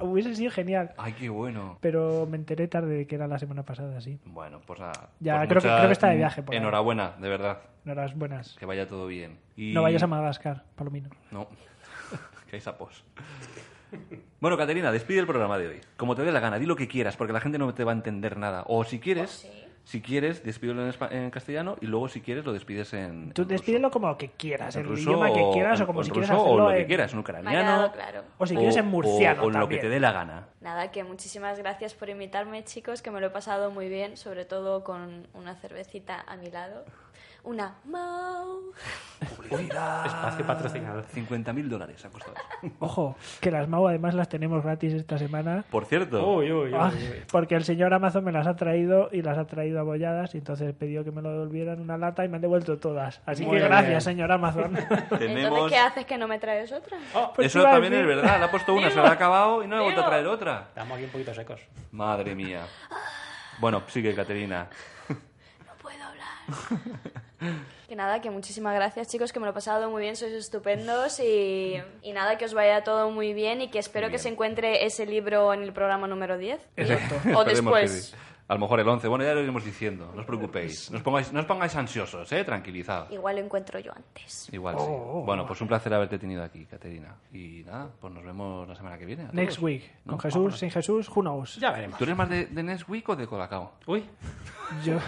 [SPEAKER 2] Hubiese sido genial.
[SPEAKER 3] Ay, qué bueno.
[SPEAKER 2] Pero me enteré tarde de que era la semana pasada, sí.
[SPEAKER 3] Bueno, pues nada.
[SPEAKER 2] Ya,
[SPEAKER 3] Pues
[SPEAKER 2] creo que-
[SPEAKER 3] mucha-
[SPEAKER 2] creo que está de viaje por ahí.
[SPEAKER 3] Enhorabuena, de verdad.
[SPEAKER 2] No eras buenas.
[SPEAKER 3] Que vaya todo bien. Y-
[SPEAKER 2] No vayas a Madagascar, Palomino.
[SPEAKER 3] No, que hay sapos. Bueno, Caterina, despide el programa de hoy. Como te dé la gana, di lo que quieras, porque la gente no te va a entender nada. O si quieres,
[SPEAKER 4] O sí.
[SPEAKER 3] si quieres, despídelo en, espa- en castellano y luego si quieres lo despides en.
[SPEAKER 2] Tú
[SPEAKER 3] en ruso.
[SPEAKER 2] despídelo como que quieras,
[SPEAKER 3] En
[SPEAKER 2] en el
[SPEAKER 3] ruso
[SPEAKER 2] idioma que
[SPEAKER 3] o-
[SPEAKER 2] quieras o
[SPEAKER 3] en-
[SPEAKER 2] como
[SPEAKER 3] en
[SPEAKER 2] si quieras
[SPEAKER 3] ruso o
[SPEAKER 2] hacerlo
[SPEAKER 3] lo que
[SPEAKER 2] en-
[SPEAKER 3] quieras, en
[SPEAKER 4] Me ha quedado
[SPEAKER 3] ucraniano.
[SPEAKER 4] claro.
[SPEAKER 2] O si quieres en murciano
[SPEAKER 3] O, o lo que
[SPEAKER 2] también.
[SPEAKER 3] te dé la gana.
[SPEAKER 4] Nada, que muchísimas gracias por invitarme, chicos, que me lo he pasado muy bien, sobre todo con una cervecita a mi lado. Una Mau.
[SPEAKER 5] Espacio patrocinador.
[SPEAKER 3] 50.000 dólares ha costado. eso.
[SPEAKER 2] Ojo, que las MAU además las tenemos gratis esta semana.
[SPEAKER 3] Por cierto,
[SPEAKER 5] Uy, uy, uy,
[SPEAKER 2] Ah,
[SPEAKER 5] uy.
[SPEAKER 2] Porque el señor Amazon me las ha traído y las ha traído abolladas y entonces pidió que me lo devolvieran una lata y me han devuelto todas. Así que
[SPEAKER 5] Muy bien.
[SPEAKER 2] gracias, señor Amazon.
[SPEAKER 3] tenemos.
[SPEAKER 4] Entonces, ¿qué haces que no me traes otra?
[SPEAKER 2] Pues
[SPEAKER 3] Eso
[SPEAKER 2] iba a
[SPEAKER 3] también es
[SPEAKER 2] decir-
[SPEAKER 3] verdad, le ha puesto una, se la ha acabado y no le ha vuelto a
[SPEAKER 4] Digo.
[SPEAKER 3] traer otra.
[SPEAKER 5] Estamos aquí un poquito secos.
[SPEAKER 3] Madre mía. Bueno, sigue, Caterina.
[SPEAKER 4] No puedo hablar. que nada, que muchísimas gracias, chicos, que me lo he pasado muy bien, sois estupendos y, y nada, que os vaya todo muy bien y que espero que se encuentre ese libro en el programa número 10.
[SPEAKER 3] Esperemos
[SPEAKER 4] O
[SPEAKER 3] que
[SPEAKER 4] después.
[SPEAKER 3] sí. A lo mejor el 11. Bueno, ya lo iremos diciendo. No os preocupéis. No os pongáis, no os pongáis ansiosos, ¿eh? Tranquilizados.
[SPEAKER 4] Igual lo encuentro yo antes.
[SPEAKER 3] Igual
[SPEAKER 2] Oh,
[SPEAKER 3] sí. Bueno, pues un placer haberte tenido aquí, Caterina. Y nada, pues nos vemos la semana que viene. a todos.
[SPEAKER 2] Next week.
[SPEAKER 3] No,
[SPEAKER 2] Con Jesús, sin Jesús, who knows.
[SPEAKER 5] Ya veremos.
[SPEAKER 3] ¿Tú eres más de, de Next Week o de Colacao?
[SPEAKER 5] Uy.
[SPEAKER 2] Yo...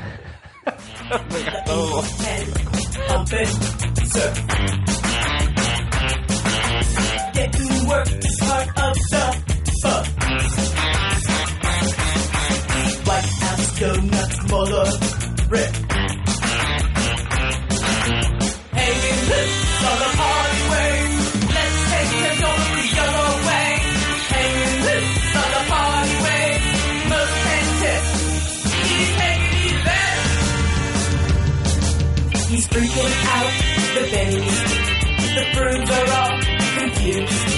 [SPEAKER 7] He's freaking out the babies. The brooms are all confused.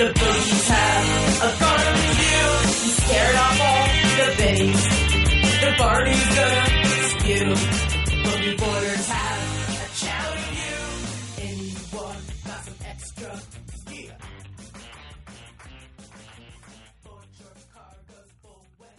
[SPEAKER 7] The boogies have a garden view. He scared off all the babies. The party's gonna spew. Boogie boarders have a chow view. Anyone got some extra? Yeah. Board your car goes full wet.